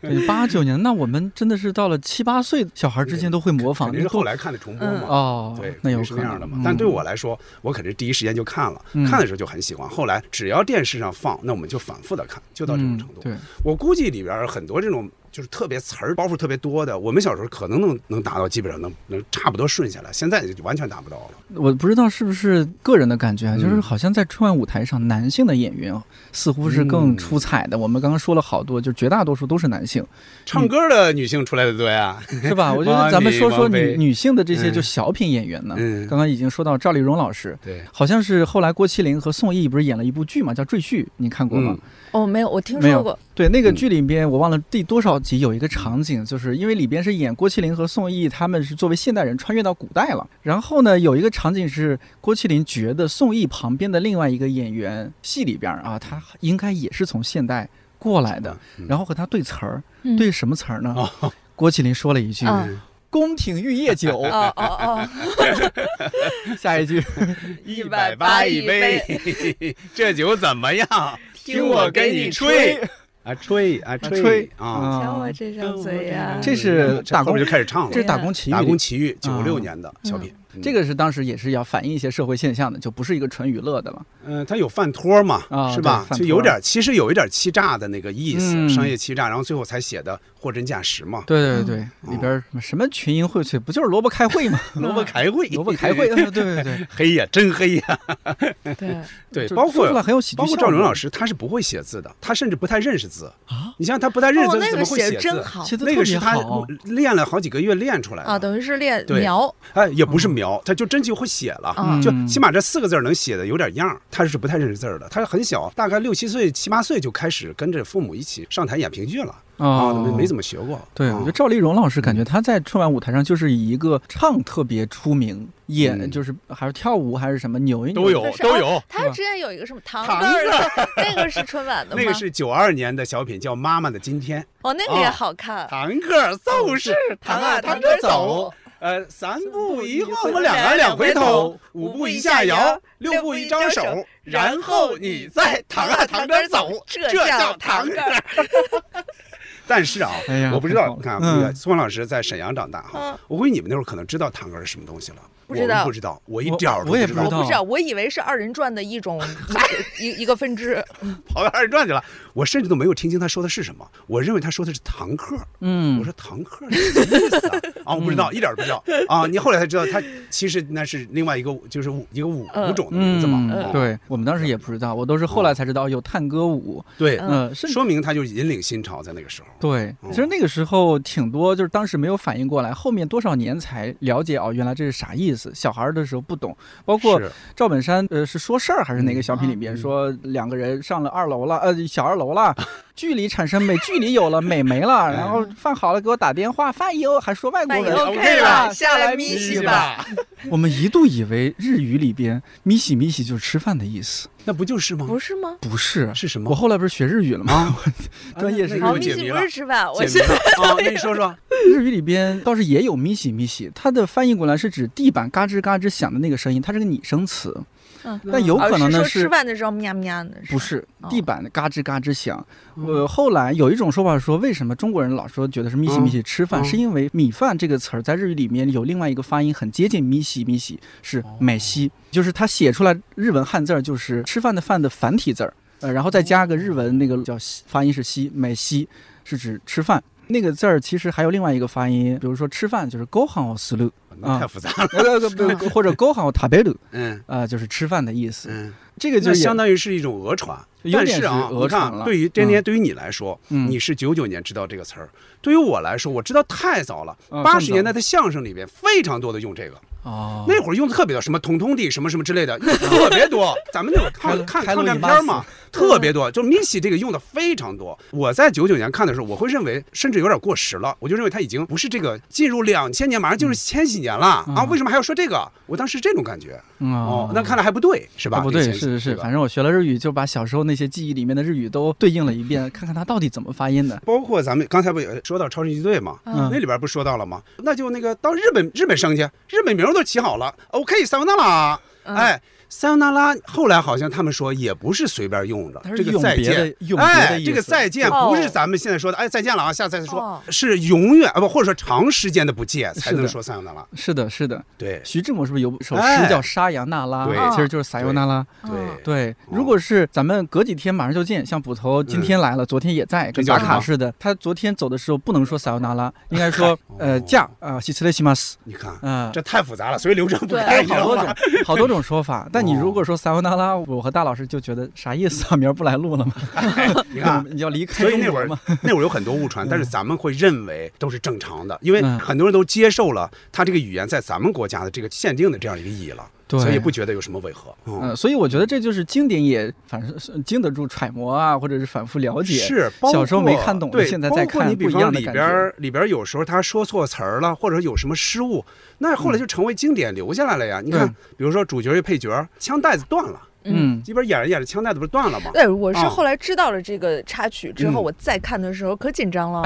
S1: 对，八九年，那我们真的是到了七八岁，小孩之间都会模 仿，
S3: 肯定是
S1: 那都
S3: 后来看的重播嘛。
S1: 哦，
S3: 对，
S1: 那有
S3: 是
S1: 可
S3: 那
S1: 能
S3: 样的嘛
S1: 嗯。
S3: 但对我来说，我肯定是第一时间就看了，
S1: 嗯
S3: 看的时候就很喜欢。后来只要电视上放，那我们就反复的看，就到这种程度。
S1: 嗯对，
S3: 我估计里边儿很多这种就是特别词儿包袱特别多的，我们小时候可能能能达到，基本上能能差不多顺下来，现在就完全达不到了。
S1: 我不知道是不是个人的感觉啊，
S3: 嗯
S1: 就是好像在春晚舞台上，男性的演员啊似乎是更出彩
S3: 嗯
S1: 的。我们刚刚说了好多，就绝大多数都是男 性，
S3: 唱歌的女性出来的啊多呀，
S1: 是吧？我觉得咱们说说
S3: 王
S1: 女
S3: 菲
S1: 女性的这些
S3: 嗯
S1: 就小品演员呢，
S3: 嗯
S1: 刚刚已经说到赵丽蓉老师。
S3: 对，
S1: 好像是后来郭麒麟和宋轶不是演了一部剧嘛，叫《赘婿》，你看过吗？
S3: 嗯
S2: 哦，没有，我听
S1: 没有
S2: 说过。
S1: 对，那个
S3: 嗯
S1: 剧里边我忘了第多少集有一个场景，就是因为里边是演郭麒麟和宋轶，他们是作为现代人穿越到古代了。然后呢，有一个场景是郭麒麟觉得宋轶旁边的另外一个演员戏里边啊，他应该也是从现代过来的，
S3: 嗯哦
S1: 然后和他对词儿，
S2: 嗯
S1: 对什么词儿呢？郭麒麟说了一句
S2: 啊
S1: “宫廷玉液 酒
S2: 哦哦哦，”，
S1: 下一句
S2: 一
S3: 百八 一杯，，这酒怎么样？听我给你吹，啊吹啊
S1: 吹吹
S3: 啊！
S2: 瞧我这张嘴啊呀！
S1: 这是打
S3: 后
S1: 工
S3: 面就开始唱了
S1: 嗯这，是打工奇遇里，
S3: 打工奇遇
S1: 啊
S3: 九六年的小品，嗯
S1: 这个是当时也是要反映一些社会现象的，就不是一个纯娱乐的了。
S3: 嗯，它有饭托嘛
S1: 啊，
S3: 是吧
S1: 对？饭托
S3: 就有点，其实有一点欺诈的那个意
S1: 嗯
S3: 思，商业欺诈，然后最后才写的货真价实嘛。
S1: 对对
S2: 嗯
S1: 对，里边儿什么群英荟萃，不就是萝卜开会吗？
S3: 萝卜开会，
S1: 萝卜开会，，嗯对对对，
S3: 黑呀，真黑呀！嗯
S2: 对，
S3: 对，
S1: 就
S3: 包
S1: 说出来
S3: 括
S1: 很有喜剧
S3: 包
S1: 效果。
S3: 括赵云老师，他是不会写字的，他甚至不太认识字
S1: 啊。
S3: 你像他不太认识
S2: 哦，
S3: 字，他
S2: 那
S3: 怎
S2: 个
S3: 么会
S2: 写的
S3: 字啊
S2: 真？好
S1: 写的
S3: 那
S1: 特别
S3: 个是他
S1: 好，
S3: 练了好几个月练出来的
S2: 啊，等于是练
S3: 对
S2: 描
S3: 哎，也不是描，他就真就会写了，
S2: 啊
S3: 就
S1: 嗯
S3: 起码这四个字儿能写的有点样儿。他是不太认识字儿的，他很小，大概六七岁、七八岁就开始跟着父母一起上台演评剧了啊，
S1: 哦
S3: 没没怎么学过。
S1: 对，
S3: 啊嗯
S1: 我觉得赵丽蓉老师感觉她在春晚舞台上就是以一个唱特别出名，演
S3: 嗯
S1: 就是还是跳舞还是什么扭一扭
S3: 都有
S2: 是
S3: 都有。
S2: 他
S1: 吧
S2: 之前有一个什么糖
S3: 糖
S2: 字儿的，那个是春晚的吗？
S3: 那个是九二年的小品，叫《妈妈的今天》。
S2: 哦，那个也
S3: 啊
S2: 好看。
S3: 堂客奏事，堂啊堂哥走，呃，三步一晃，我两个两回头，五步一下摇，六步一招手，然后你 再堂啊堂哥走，这叫堂客。 但 是啊，
S1: 哎呀
S3: 我不知
S1: 太
S3: 道
S1: 好，了
S3: 你看
S1: 嗯
S3: 那个宋老师在沈阳长大哈
S2: 嗯，
S3: 我估计你们那会儿可能知道堂哥是什么东西了，
S2: 不
S3: 我
S2: 知
S3: 们
S2: 道
S3: 不知道，我一点儿
S1: 我我也
S3: 不
S1: 不知
S2: 我
S1: 道
S2: 不知道，我以为是二人转的一种 一一一个 分支。
S3: 跑到二人转去了，我甚至都没有听清他说的是什么，我认为他说的是堂客。
S1: 嗯，
S3: 我说堂客是什么意思啊？啊，我不知道，一点儿不知道啊！你后来才知道，他其实那是另外一个，就是舞一个舞
S2: 嗯
S3: 舞种的名字嘛。
S1: 嗯，
S3: 啊
S1: 对我们当时也不知道，我都是后
S3: 嗯
S1: 来才知道有探戈舞，
S3: 对，
S1: 嗯，甚至。
S3: 说明他就是引领新潮，在那个时候。
S1: 对，
S3: 嗯
S1: 其实那个时候挺多，就是当时没有反应过来，后面多少年才了解哦，原来这是啥意思。小孩儿的时候不懂，包括
S3: 是
S1: 赵本山，呃，是说事儿还是哪个小品里边
S3: 嗯
S1: 说两个人上了二楼了，呃，小二楼了，距离产生美，距离有了，美没 了，然后饭好了给我打电话，饭以后还说外国
S2: 饭以
S1: 人
S2: 后
S3: OK
S1: 下
S2: 了下来
S1: 咪
S2: 咪
S1: 喜
S2: 喜
S1: 吧。
S2: 吧，
S1: 我们一度以为日语里边咪喜咪喜就是吃饭的意思，
S3: 那不就是吗？
S2: 不是吗？
S1: 不是。
S3: 是什么？
S1: 我后来不是学日语了吗？
S3: 啊
S1: 专业
S3: 那
S1: 是
S3: 那
S2: 好，
S3: 个
S2: 咪
S3: 解
S2: 喜
S3: 谜
S2: 不
S3: 了，
S2: 是吃饭，我
S3: 解
S2: 是
S3: 谜了啊！那你说说，
S1: 日语里边倒是也有咪喜咪喜，它的翻译过来是指地板嘎吱嘎吱响的那个声音，它是个拟声词。
S2: 嗯
S1: 但有可能呢
S2: 哦是说吃饭的时候喵喵的，
S1: 不是
S2: 哦
S1: 地板嘎吱嘎吱响。呃，后来有一种说法说，为什么中国人老说觉得是咪西咪西吃饭，
S3: 嗯
S1: 是因为米饭这个词儿在日语里面有另外一个发音很接近咪西咪西，是
S3: 哦
S1: 美西，就是它写出来日文汉字儿就是吃饭的饭的繁体字儿，呃，然后再加个日文那个叫西发音是西，美西是指吃饭。那个字儿其实还有另外一个发音，比如说吃饭就是 go han o s l u
S3: 那太复杂了。
S1: 或者 go han o tabelu，
S3: 嗯
S1: 啊，就是吃饭的意思。
S3: 嗯，
S1: 这个就
S3: 那
S1: 是也
S3: 相当于是一种讹传。
S1: 有
S3: 但
S1: 点
S3: 是啊，
S1: 是讹
S3: 你
S1: 传
S3: 看
S1: 了，
S3: 对于今天对于你来说，
S1: 嗯
S3: 你是九九年知道这个词儿，对于我来说，我知道太早了
S1: 啊。
S3: 八
S1: 更
S3: 十
S1: 早
S3: 年代的相声里边非常多的用这个，
S1: 哦，
S3: 那会儿用的特别多，什么“统统地”什么什么之类的，用得特别多。咱们那会儿
S1: 开
S3: 看看
S1: 开路
S3: 抗
S1: 易
S3: 战
S1: 巴
S3: 片儿嘛，
S1: 嗯
S3: 特别多。就 Missy 这个用的非常多。我在九九年看的时候，我会认为甚至有点过时了，我就认为它已经不是这个进入两千年，马上进入千禧年了、
S1: 嗯
S3: 啊！为什么还要说这个？我当时这种感觉。
S1: 嗯
S3: 哦，那看来还不对，是吧？
S1: 啊不对，
S3: 这
S1: 是
S3: 个
S1: 是是，
S3: 吧
S1: 反正我学了日语，就把小时候那些记忆里面的日语都对应了一 遍，看看它到底怎么发音的。
S3: 包括咱们刚才不也说到超神奇队嘛，
S1: 嗯
S3: 那里边不说到了吗？那就那个到日本日本生去，日本名儿都起好了，OK，塞维那拉，
S2: 嗯
S3: 哎，塞维那拉，后来好像他们说也不是随便用的
S1: 它，是
S3: 这个
S1: 永
S3: 再
S1: 别的
S3: 见，
S1: 永别的
S3: 哎，
S1: 意
S3: 这个
S1: 思
S3: 再见
S2: 哦
S3: 不是咱们现在说的，哎，再见了啊，下次再说，
S2: 哦
S3: 是永远啊不，或者说长时间的不见才
S1: 是
S3: 能
S1: 的
S3: 说塞维那拉，
S1: 是的，是的。
S3: 对
S1: 徐志摩是不是有首
S3: 哎
S1: 诗叫《沙扬那拉》
S3: 对
S1: 其实就是撒由那拉。
S2: 嗯
S3: 对。
S1: 对，
S3: 哦
S1: 如果是咱们隔几天马上就见，像捕头今天来了，昨天也在，
S3: 这
S1: 跟
S3: 叫
S1: 打
S3: 什么
S1: 卡似的。他昨天走的时候不能说撒由那拉，应该说呃驾啊西斯雷西马斯
S3: 你看，
S1: 啊。
S3: 这太复杂了，所以流程不
S2: 对
S3: 太一
S1: 好
S3: 样
S1: 多
S3: 了。
S1: 种，好多种说法。但你
S3: 哦
S1: 如果说撒由那拉，我和大老师就觉得啥意思啊？明儿不来录了吗？
S3: 哎你看，
S1: 你要离开
S3: 所以
S1: 中
S3: 那会
S1: 国
S3: 儿
S1: 吗？
S3: 那会儿有很多误传，但是咱们会认为都是正常的，因为
S1: 嗯
S3: 很多人都接受了他这个语言在咱们国家的这个限定的这样一个意义了，
S1: 对
S3: 所以不觉得有什么违和。嗯，
S1: 嗯，所以我觉得这就是经典也反正是经得住揣摩啊，或者是反复了解。
S3: 是包括
S1: 小时候没看懂的
S3: 对，
S1: 现在再
S3: 包括你
S1: 看
S3: 比
S1: 不一
S3: 方
S1: 样的
S3: 里
S1: 感
S3: 边
S1: 觉。
S3: 儿里边儿有时候他说错词儿了，或者有什么失误，那后来就成为经典留下来了呀。你看
S1: 嗯对，
S3: 比如说主角与配角，枪带子断了，
S1: 嗯，
S3: 这边演着演着枪带子不是断了吗？
S2: 对，我是
S3: 啊
S2: 后来知道了这个插曲之后，
S3: 嗯
S2: 我再看的时候可紧张了。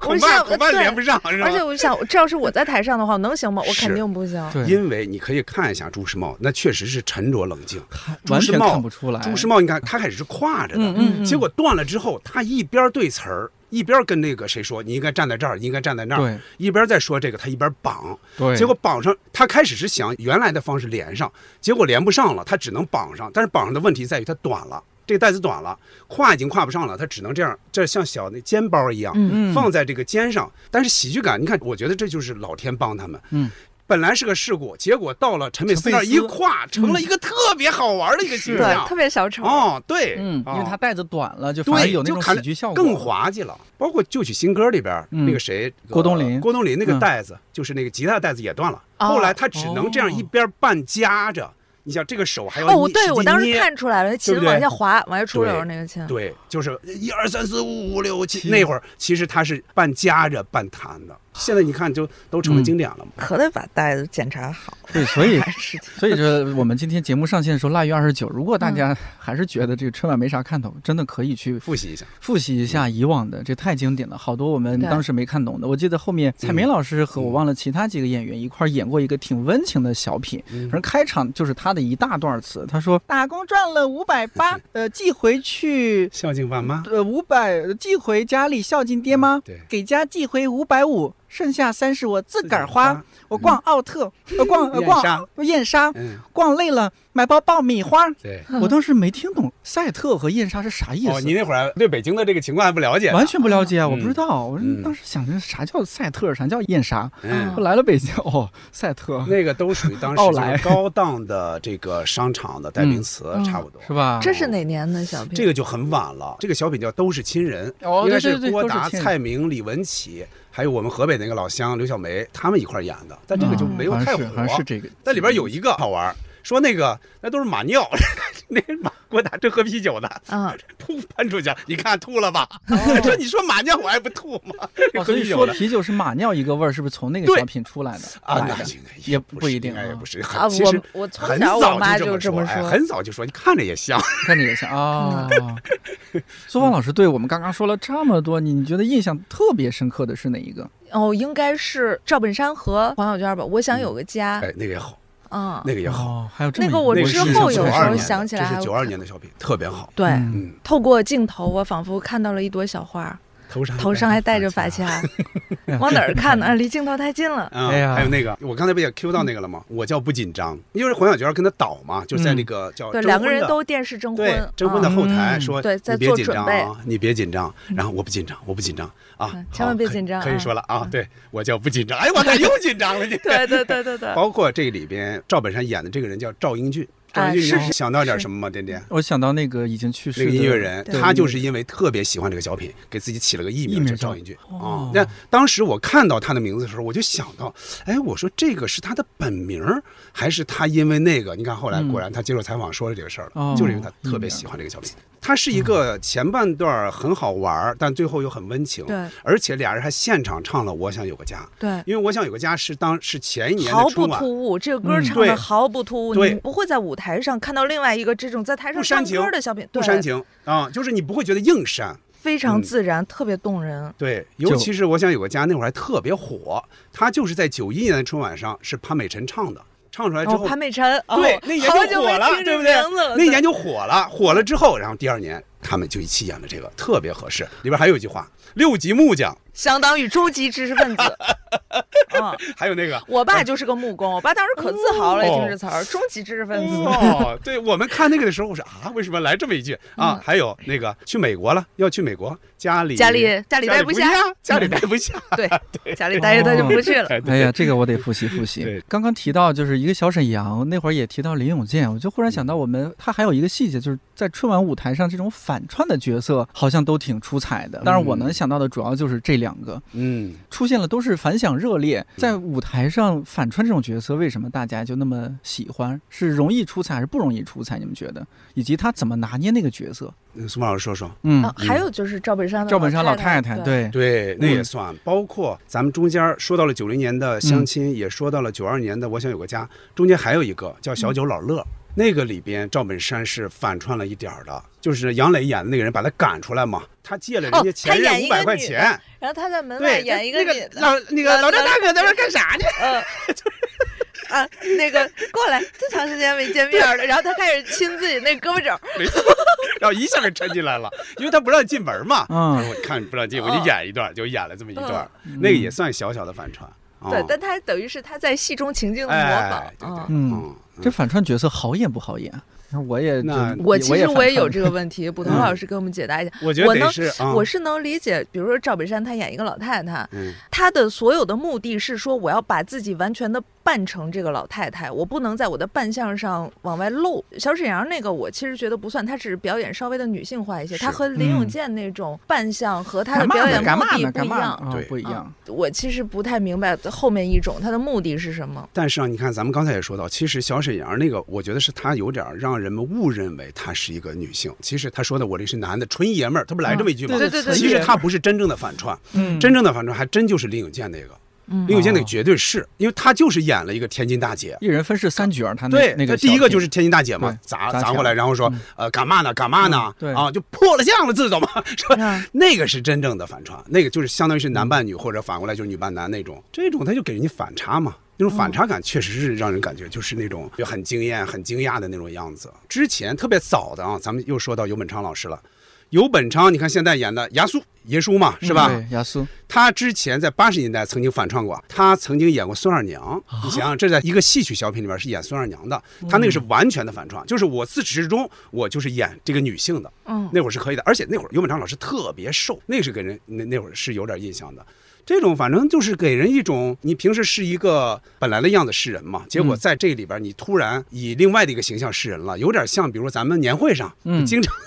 S2: 我
S3: 恐
S2: 是
S3: 怕
S2: 想
S3: 恐怕
S2: 对
S3: 连不上， 是吧
S2: 而且我想，这要是我在台上的话，我能行吗？我
S3: 是
S2: 肯定不行。
S1: 对，
S3: 因为你可以看一下朱时茂，那确实是沉着冷静。
S1: 完
S3: 朱时
S1: 全
S3: 茂
S1: 看不出来。
S3: 朱时茂，你看他开始是挎着的，
S1: 嗯嗯嗯
S3: 结果断了之后，他一边对词儿，一边跟那个谁说你应该站在这儿，你应该站在那儿，
S1: 对
S3: 一边在说这个，他一边绑。
S1: 对，
S3: 结果绑上，他开始是想原来的方式连上，结果连不上了，他只能绑上。但是绑上的问题在于它短了，这个带子短了，挎已经挎不上了，他只能这样，这像小那肩包一样。
S2: 嗯，
S1: 嗯
S3: 放在这个肩上，但是喜剧感，你看，我觉得这就是老天帮他们。
S1: 嗯，
S3: 本来是个事故，结果到了陈佩斯那儿
S1: 陈
S3: 一
S1: 佩斯
S3: 挎，成了一个特别好玩的一个形
S2: 对，
S3: 象
S2: 特。别小丑。
S3: 哦，对，
S1: 嗯，因
S3: 啊
S1: 为它带子短了，就反而
S3: 对，
S1: 有那
S3: 就
S1: 种
S3: 看
S1: 喜剧效果，
S3: 更滑稽了。包括《旧曲新歌》里边儿
S1: 嗯
S3: 那个谁，
S1: 郭冬临
S3: 呃郭冬临那个
S1: 嗯
S3: 带子，就是那个吉他带子也断了。
S2: 哦
S3: 后来他只能这样
S1: 哦
S3: 一边半夹着，你想这个手还要
S2: 哦，
S3: 捏
S2: 对，我当时。
S3: 使劲捏
S2: 看出来了，琴
S3: 对不对
S2: 往下滑，往下出溜
S3: 对
S2: 那个琴。
S3: 对，就是一二三四五五六七，
S1: 七
S3: 那会儿其实他是半夹着半弹的。现在你看，就都成了
S1: 嗯
S3: 经典了嘛。
S2: 可得把带子检查好，
S1: 对，所 以
S2: 还是
S3: 哦
S1: 所以说我们今天节目上线的时候，腊月二十九，如果大
S3: 嗯
S1: 家还是觉得这个春晚没啥看头，真的可以去
S3: 复习一下，
S1: 复习一下以往的，这太经典了，好多我们
S2: 对
S1: 当时没看懂的。我记得后面蔡
S3: 嗯
S1: 明老师和我忘了其他几个演员一块儿演过一个挺温情的小品，反
S3: 嗯
S1: 正开场就是他的一大段词，他说打工赚了五百 八，呃，寄回去
S3: 孝敬爸妈。
S1: 呃，五百寄回家里孝敬爹妈，
S3: 对
S1: 给家寄回五百五，剩下三十我自个儿花。，我逛奥特，呃逛呃
S3: 嗯 燕莎
S1: 逛燕莎，
S3: 嗯，
S1: 逛累了买包爆米 花。
S3: 对。
S1: 我当时没听懂赛特和燕莎是啥意
S3: 哦，你
S1: 思。
S3: 那会儿对北京的这个情况还不了解呢，
S1: 完全不了解啊，
S3: 嗯
S1: 我不知道。我
S3: 嗯
S1: 说当时想着啥叫赛特，啥叫燕莎。
S3: 嗯
S1: 我来了北京，哦，赛特
S3: 那个都属于当时
S1: 奥
S3: 就
S1: 莱
S3: 是高档的这个商场的代名词，
S2: 嗯
S3: 差不多。
S1: 是吧？
S2: 这是哪年的小品？
S3: 这个就很晚了，这个小品叫《都是亲人》，
S1: 哦
S3: 应该
S1: 对对对
S3: 郭
S1: 都是
S3: 达、
S1: 亲人
S3: 蔡明、李文启，还有我们河北那个老乡刘小梅他们一块儿演的，但这个就没有
S1: 好
S3: 太
S1: 像
S3: 火
S1: 嗯
S3: 啊
S1: 是。好像是这个。
S3: 但里边有一个好玩儿，说那个 那都是马尿，那马郭达正喝啤酒呢，
S2: 嗯，
S3: 噗喷出去，你看吐了吧？ 说你说马尿我还不吐吗？
S1: 哦，
S3: 喝
S1: 所以
S3: 啤酒
S1: 说
S3: 呢
S1: 啤酒是马尿一个味儿，是不是从那个
S3: 对
S1: 小品出来的？哎
S3: 啊，
S1: 来
S3: 那
S1: 的
S3: 应该
S1: 也
S3: 不
S1: 不
S3: 是
S1: 一定
S3: 应该也
S1: 啊
S3: 不是。
S2: 啊，
S3: 其实
S2: 我我从
S3: 很
S2: 小我
S3: 早
S2: 妈
S3: 就
S2: 这么
S3: 说，哎，很早就说，你看着也像。
S1: 看着也像 啊。苏芳老师对我们刚刚说了这么多，你你觉得印象特别深刻的是哪一个？
S2: 哦，应该是赵本山和黄小娟吧？我想有个家，
S3: 哎，那个也好，
S2: 嗯，
S3: 那个也好。
S1: 哦，还有这么
S2: 那
S1: 一
S2: 个我
S3: 那个
S2: 之
S3: 是
S2: 后有时
S3: 92
S2: 候
S3: 年的
S2: 想起来
S3: 这
S2: 还
S3: 是
S2: 有
S3: 九二年的小品，特别好。
S2: 对，
S1: 嗯
S3: 嗯，
S2: 透过镜头，我仿佛看到了一朵小花，
S3: 头上
S2: 头上还戴着发。 卡，往哪儿看呢？啊离镜头太近了。
S3: 啊
S1: 哎呀
S3: 还有那个，我刚才不也 Q 到那个了吗？我叫不紧张，因为黄小娟跟他导嘛，就是在那个叫
S2: 对，
S3: 哦征
S2: 两个
S3: 婚
S2: 人
S3: 的
S2: 都电视征
S3: 对
S2: 婚，
S3: 征 婚的后台
S1: 嗯
S3: 说，
S2: 对在
S3: 你别
S2: 做
S3: 紧
S2: 准
S3: 张啊，你别紧张。然后我不紧张，我不紧张啊
S2: 嗯，
S3: 好
S2: 千万别
S3: 可以
S2: 紧张
S3: 可以
S2: 啊
S3: 说了啊
S2: 嗯，
S3: 对我叫不紧 张。哎，我咋又紧张了呢？
S2: 对对对对对，
S3: 包括这里边赵本山演的这个人叫赵英俊，转
S2: 啊
S3: 运
S2: 是
S3: 你
S2: 是
S3: 想到点什么吗？点点。
S1: 我想到那个已经去世
S3: 那
S1: 的
S3: 个音乐人，
S1: 对
S3: 他就是因为特别喜欢这个小品，给自己起了个艺
S1: 艺
S3: 名
S1: 名
S3: 叫
S1: 叫
S3: 赵云俊啊
S1: 哦。
S3: 那当时我看到他的名字的时候，我就想到，哎，我说这个是他的本名儿，还是他因为那个？你看后来
S1: 嗯
S3: 果然他接受采访说了这个事儿
S1: 哦嗯
S3: 了，就是因为他特别喜欢这个小品。他是一个前半段很好玩儿，但最后又很温情，
S2: 对
S3: 而且俩人还现场唱了《我想有个家》，
S2: 对，
S3: 因为《我想有个家》是当是前一年的
S2: 毫不
S3: 春晚
S2: 突。兀，这个歌
S1: 嗯
S2: 唱的
S3: 对
S2: 毫不突兀，
S3: 对
S2: 你不会在舞台上看到另外一个这种在台上
S3: 不煽
S2: 唱
S3: 情
S2: 歌的小品，
S3: 不
S2: 对
S3: 煽情啊，就是你不会觉得硬煽，
S2: 非常
S3: 嗯
S2: 自然，特别动人。
S3: 对，
S1: 就
S3: 尤其是我想有个家那会儿还特别火，他就是在九一年的春晚上是潘美辰唱的，唱出来之
S2: 哦，
S3: 后，
S2: 潘美辰，哦
S3: 对，那年
S2: 好
S3: 就
S2: 久
S3: 火
S2: 没
S3: 了，
S2: 听
S3: 对
S2: 这
S3: 不对
S2: 名字了？
S3: 那年就火了，火了之后，然后第二年他们就一起演了这个，特别合适。里边还有一句话，六级木匠，
S2: 相当于中级知 识分子。嗯，
S3: 还有那 个。
S2: 我爸就是个木工，我爸当时可自豪了，一听这词儿，中级知识分子。
S3: 哦，对我们看那个的时候，我说啊，为什么来这么一句啊
S2: 嗯？
S3: 还有那个去美国了，要去美国，家里
S2: 家里家里待
S3: 不
S2: 不下，，
S3: 家里待不下，
S2: 对，家里待着他就不去了。
S3: 哎
S1: 哎呀，，这个我得复习复习
S3: 对。
S1: 刚刚提到就是一个小沈阳，那会儿也提到林永健，我就忽然想
S3: 嗯
S1: 到我们他还有一个细节，就是在春晚舞台上这种反串的角色好像都挺出彩的。当然，我能想到的主要就是这两个
S3: 嗯，
S1: 出现了，都是反响热烈。在舞台上反串这种角色，为什么大家就那么喜欢？是容易出彩还是不容易出彩？你们觉得？以及他怎么拿捏那个角色？
S3: 苏梦老师说说，
S1: 嗯
S2: 啊，，还有就是赵本山的
S1: 赵本山老
S2: 太
S1: 太太，，对，
S3: 对，那也
S1: 嗯
S3: 算，包括咱们中间儿说到了九零年的
S2: 嗯
S3: 相亲，也说到了九二年的《我想有个家》，中间还有一个叫小九老乐。
S2: 嗯
S3: 那个里边，赵本山是反串了一点儿的，就是杨磊演的那个人把他赶出来嘛，他借了人家
S2: 哦
S3: 前
S2: 他
S3: 任
S2: 演
S3: 五
S2: 一个
S3: 百块
S2: 女的
S3: 钱，
S2: 然后他在门外
S3: 对，
S2: 演一
S3: 那
S2: 个
S3: 个
S2: 女的，
S3: 老那个
S2: 老
S3: 老张
S2: 老
S3: 大哥在这儿干啥呢？
S2: 嗯，啊，那个过来，这长时间没见面了，然后他开始亲自己那胳膊肘，
S3: 没错，然后一下给抻进来了，因为他不让进门嘛。他
S1: 嗯，
S3: 说我看你不让进，我就
S2: 嗯
S3: 演一段，就演了这么一段，那个也算小小的反串。啊
S2: 对，但他等于是他在戏中情境的模
S3: 哎，对
S2: 仿
S3: 对
S2: 啊。
S1: 嗯
S3: 嗯，
S1: 这反串角色好演不好演？啊我也就
S3: 那
S2: 我其实我也有
S1: 反
S2: 这个问 题，捕头老师给我们解答一下。
S3: 我觉得
S2: 我
S3: 得
S2: 能
S3: 是啊，
S2: 我是能理解，比如说赵本山他演一个老太太，
S3: 嗯
S2: 她的所有的目的是说我要把自己完全的扮成这个老太太，我不能在我的扮相上往外露。小沈阳那个我其实觉得不算，她只是表演稍微的女性化一些，
S3: 是
S2: 她和林永
S1: 嗯
S2: 健那种扮相和她的
S1: 串
S2: 表演
S1: 干
S2: 目
S1: 嘛
S2: 的
S1: 呢？
S2: 不
S1: 干
S2: 一
S1: 嘛呢？
S2: 样。嗯
S1: 啊
S3: 对
S1: 不一样。
S2: 我其实不太明白后面一种她的目的是什 么。
S3: 但是啊，你看，咱们刚才也说到，其实小沈阳那个，我觉得是他有点儿让人们误认为他是一个女性。其实他说的我这是男的，纯爷们儿，他不来这么一句吗？
S1: 嗯
S2: 对对对
S3: 其实他不是真正的反串，
S1: 嗯
S3: 啊真正的反串还真就是林永健那个。
S2: 嗯
S3: 林永健那个绝对是，因为他就是演了一个天津大姐。
S1: 一人分饰三角儿，他那
S3: 对，
S1: 嗯那个
S3: 他第一
S1: 小
S3: 个
S1: 品
S3: 就是天津大姐嘛
S1: 对，
S3: 砸
S1: 砸
S3: 砸过
S1: 墙
S3: 来，然后说
S1: 嗯，
S3: 呃，干嘛呢？干嘛呢
S1: 嗯？对
S3: 啊，就破了相了，知道吗？说
S2: 嗯
S3: 那个是真正的反串，那个就是相当于是男扮女，或者反过来就是女扮男那种，这种他就给人家反差嘛。那种反差感确实是让人感觉就是那种就很惊艳、很惊讶的那种样子。之前特别早的啊，咱们又说到尤本昌老师了。尤本昌，你看现在演的牙叔爷叔嘛，是吧？
S1: 嗯对，亚苏，
S3: 他之前在八十年代曾经反串过，他曾经演过孙二娘。
S1: 啊
S3: 你想想，这在一个戏曲小品里面是演孙二娘的，
S1: 嗯
S3: 他那个是完全的反串，就是我自始至终我就是演这个女性的。
S2: 嗯，
S3: 那会儿是可以的，而且那会儿尤本昌老师特别瘦，那是给人那那会儿是有点印象的。这种反正就是给人一种，你平时是一个本来的样子示人嘛，结果
S1: 嗯
S3: 在这里边你突然以另外的一个形象示人了，有点像比如咱们年会上
S1: 嗯
S3: 经常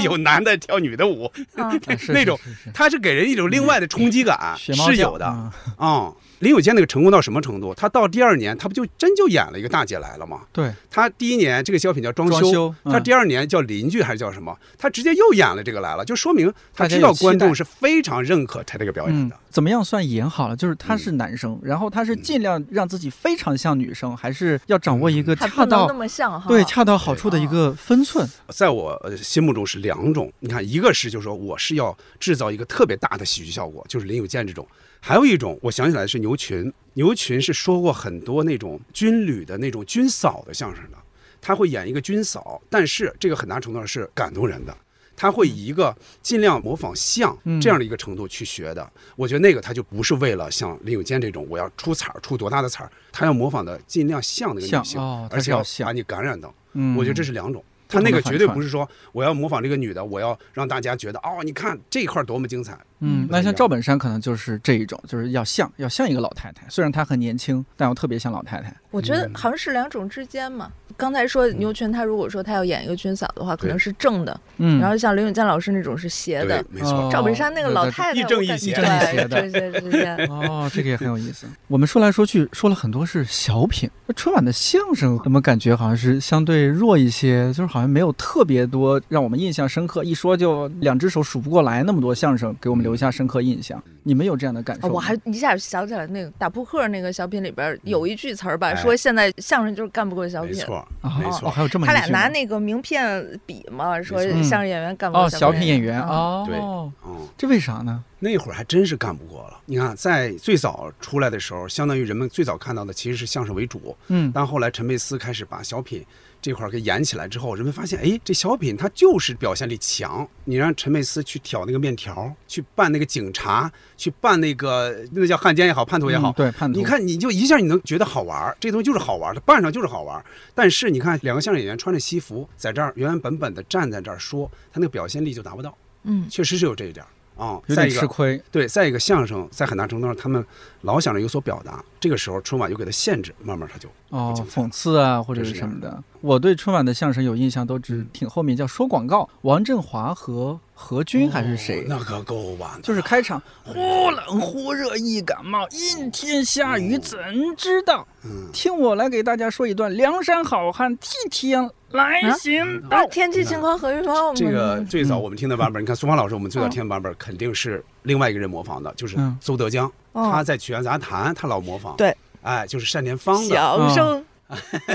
S3: 有男的跳女的舞，
S2: 嗯
S1: 啊是
S3: 那种
S1: 是是是
S3: 他是给人一种另外的冲击感，
S1: 学猫
S3: 是
S1: 叫
S3: 有的。
S1: 啊
S3: 啊、林永健那个成功到什么程度？他到第二年，他不就真就演了一个大姐来了吗？
S1: 对，
S3: 他第一年这个小品叫装
S1: 装修嗯
S3: 他第二年叫邻居还是叫什么？他直接又演了这个来了，就说明他
S1: 大家
S3: 知
S1: 有
S3: 道
S1: 期
S3: 观众
S1: 待
S3: 是非常认可他这个表演
S1: 嗯
S3: 的。，嗯
S1: 怎么样算演好了？就是他是男生，然后他是尽量让自己非常像女生，还是要掌握一个
S2: 嗯还
S1: 恰
S2: 不能
S1: 到
S2: 那么像哈。
S1: 对恰到好处的一个分寸。
S3: 在我呃心目中是两种，你看，一个是就是说我是要制造一个特别大的喜剧效果，就是林永健这种；还有一种，我想起来是牛群，牛群是说过很多那种军旅的那种军嫂的相声的，他会演一个军嫂，但是这个很大程度上是感动人的。他会以一个尽量模仿像
S1: 嗯
S3: 这样的一个程度去学的，我觉得那个他就不是为了像林永健这种我要出彩儿出多大的彩儿，他要模仿的尽量像那个
S1: 像
S3: 女性，
S1: 哦他
S3: 而
S1: 是
S3: 且
S1: 要
S3: 要
S1: 像
S3: 把你感染到。
S1: 嗯，
S3: 我觉得这是两种。
S1: 不
S3: 他
S1: 同的
S3: 那个绝对
S1: 反串
S3: 不是说我要模仿这个女的，我要让大家觉得哦，你看这块儿多么精彩。
S1: 嗯，
S3: 不太
S1: 那
S3: 一
S1: 像
S3: 样
S1: 赵本山可能就是这一种，就是要像要像一个老太太，虽然她很年轻，但又特别像老太太。
S2: 我觉得好像是两种之间嘛。刚才说牛群，他如果说他要演一个军嫂的话，可能
S3: 对
S2: 是正的，
S1: 嗯，
S2: 然后像林永健老师那种是邪的
S3: 对，，没错。
S1: 哦
S2: 赵本山那个老太太，
S3: 亦正亦
S2: 我感
S3: 邪
S2: 觉
S1: 亦正亦邪的
S2: 对对对 对对，
S1: 哦，这个也很有意思。 我们说来说去说了很多是小品，那春晚的相声怎么感觉好像是相对弱一些？就是好像没有特别多让我们印象深刻，一说就两只手数不过来那么多相声给我们留
S3: 嗯
S1: 下深刻印象。你们有这样的感受
S2: 哦
S1: 吗？
S2: 我还一下想起来那个打扑克那个小品里边有一句词儿吧，
S3: 嗯哎
S2: 说现在相声就是干不过小
S3: 没
S2: 品。
S3: 错，
S1: 啊
S3: 没
S1: 哦，
S3: 错，
S1: 还有这么一
S2: 他俩
S1: 句
S2: 拿
S1: 呢
S2: 那个名片比嘛，说
S3: 没
S1: 错
S3: 嗯
S2: 相声演员干不
S1: 哦
S2: 过
S1: 小
S2: 品
S1: 品演员
S2: 啊。
S3: 对
S1: 哦，
S3: 嗯，
S1: 这为啥呢？
S3: 那会儿还真是干不过了。你看，在最早出来的时候，相当于人们最早看到的其实是相声为主，
S1: 嗯
S3: 但后来陈佩斯开始把小品这块儿给演起来之后，人们发现，哎，这小品它就是表现力强。你让陈佩斯去挑那个面条，去扮那个警察，去扮那个那叫汉奸也好，叛徒也好，
S1: 嗯对叛徒，
S3: 你看，你就一下你能觉得好玩儿，这东西就是好玩儿，它扮上就是好玩儿。但是你看，两个相声演员穿着西服，在这儿原原本本的站在这儿说，他那个表现力就达不到，
S2: 嗯，
S3: 确实是有这一点儿啊、
S1: 有
S3: 再
S1: 点
S3: 一
S1: 吃
S3: 个，
S1: 亏，
S3: 对，再一个，相声在很大程度上，他们老想着有所表达，这个时候春晚就给他限制，慢慢他就
S1: 哦
S3: 精，彩
S1: 讽刺啊，或者
S3: 这
S1: 是什
S3: 是这
S1: 么
S3: 样嗯的
S1: 的。我对春晚的相声有印象，都只挺后面叫说广告，王振华和何军还是谁？
S3: 哦那可够晚的，
S1: 就是开场，忽冷忽热易感冒，阴天下雨怎知道？
S3: 嗯，
S1: 听我来给大家说一段梁山好汉替天来
S3: 嗯
S1: 行
S2: 啊
S1: 道，。
S2: 天气情况何预防？我们
S3: 这个最早
S1: 嗯
S3: 我们听的版本，你看苏芳老师，我们最早
S2: 嗯
S3: 听的版本肯定是另外一个人模仿的，就是
S1: 嗯
S3: 邹德江，
S2: 哦
S3: 他在《曲苑杂谈》，他老模仿，
S2: 对，
S3: 哎，就是单田芳的。嗯
S2: 小生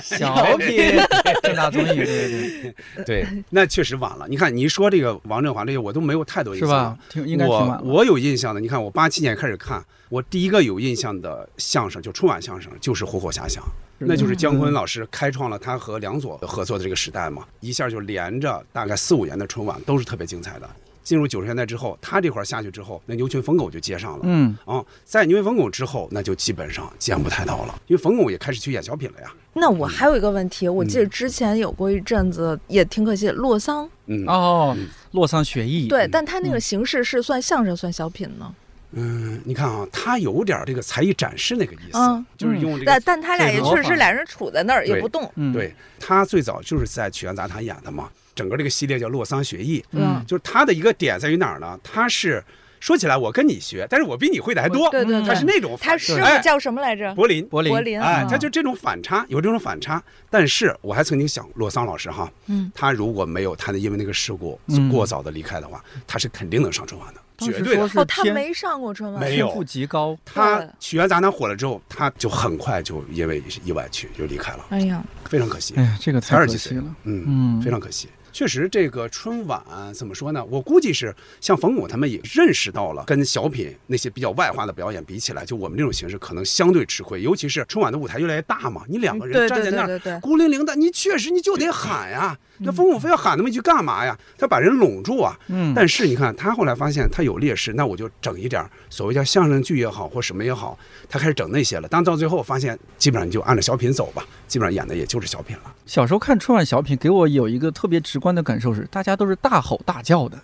S1: 小品，正大综艺，对 对
S3: 对，那确实晚了。你看，你一说这个王振华这些，我都没有太多
S1: 对，
S3: 印
S1: 是
S3: 象
S1: 吧
S3: 了。？
S1: 挺应该挺晚
S3: 我
S1: 了。
S3: 我有印象的，你看，我八七年开始看，我第一个有印象的相声就春晚相声就是《虎口遐想》，那就是
S1: 嗯
S3: 姜昆老师开创了他和梁左合作的这个时代嘛，一下就连着大概四五年的春晚都是特别精彩的。进入九十年代之后，他这块儿下去之后，那牛群冯巩就接上了。
S1: 嗯，
S3: 啊、在牛群冯巩之后，那就基本上见不太到了，因为冯巩也开始去演小品了呀。
S2: 那我还有一个问题，我记得之前有过一阵子，也挺可惜，洛桑
S3: 嗯，
S1: 哦，洛桑学艺，
S2: 对，但他那个形式是算相声算小品呢？
S3: 嗯，你看啊，他有点儿这个才艺展示那个意思，
S2: 嗯
S3: 就是用这个
S2: 但但他俩也确实是俩人杵在那儿也不动，
S1: 嗯，
S3: 对他最早就是在《曲苑杂谈》演的嘛，整个这个系列叫《洛桑学艺》，
S1: 嗯，
S3: 就是他的一个点在于哪儿呢？他是说起来我跟你学，但是我比你会的还多，
S2: 对对
S1: 嗯
S3: 他是
S2: 对，
S3: 那种反
S2: 他师
S3: 哎
S2: 傅叫什么来着？
S3: 柏林。
S1: 柏林，
S2: 柏林
S3: 哎
S2: 啊，
S3: 他就这种反差，有这种反差。但是我还曾经想，洛桑老师哈，
S2: 嗯，
S3: 他如果没有他的因为那个事故
S1: 嗯
S3: 过早的离开的话，他是肯定能上春晚的，
S1: 当
S3: 绝
S1: 时
S3: 对
S1: 说
S3: 的。
S1: 是
S2: 哦，他
S1: 天
S2: 没上过春晚，
S3: 没
S1: 天
S3: 有
S1: 赋极高，
S3: 他
S2: 对
S3: 《曲苑杂谈》火了之后，他就很快就因为意外去就离开了，
S2: 哎呀，
S3: 非常可惜
S1: 哎。呀，这个
S3: 才
S1: 太
S3: 二
S1: 可
S3: 十几
S1: 惜
S3: 岁
S1: 了，
S3: 嗯
S1: 嗯，
S3: 非常可惜。确实，这个春晚啊怎么说呢？我估计是像冯巩他们也认识到了，跟小品那些比较外化的表演比起来，就我们这种形式可能相对吃亏。尤其是春晚的舞台越来越大嘛，你两个人
S2: 对
S3: 站在
S2: 对
S3: 那
S2: 对
S3: 儿
S2: 对嗯对，
S3: 孤零零的，你确实你就得喊呀。那冯巩非要喊那么一句干嘛呀？他把人拢住啊。
S1: 嗯，
S3: 但是你看，他后来发现他有劣势，那我就整一点儿所谓叫相声剧也好，或什么也好，他开始整那些了。但到最后发现，基本上你就按照小品走吧，基本上演的也就是小品了。
S1: 小时候看春晚小品，给我有一个特别直观的感受是，大家都是大吼大叫 的，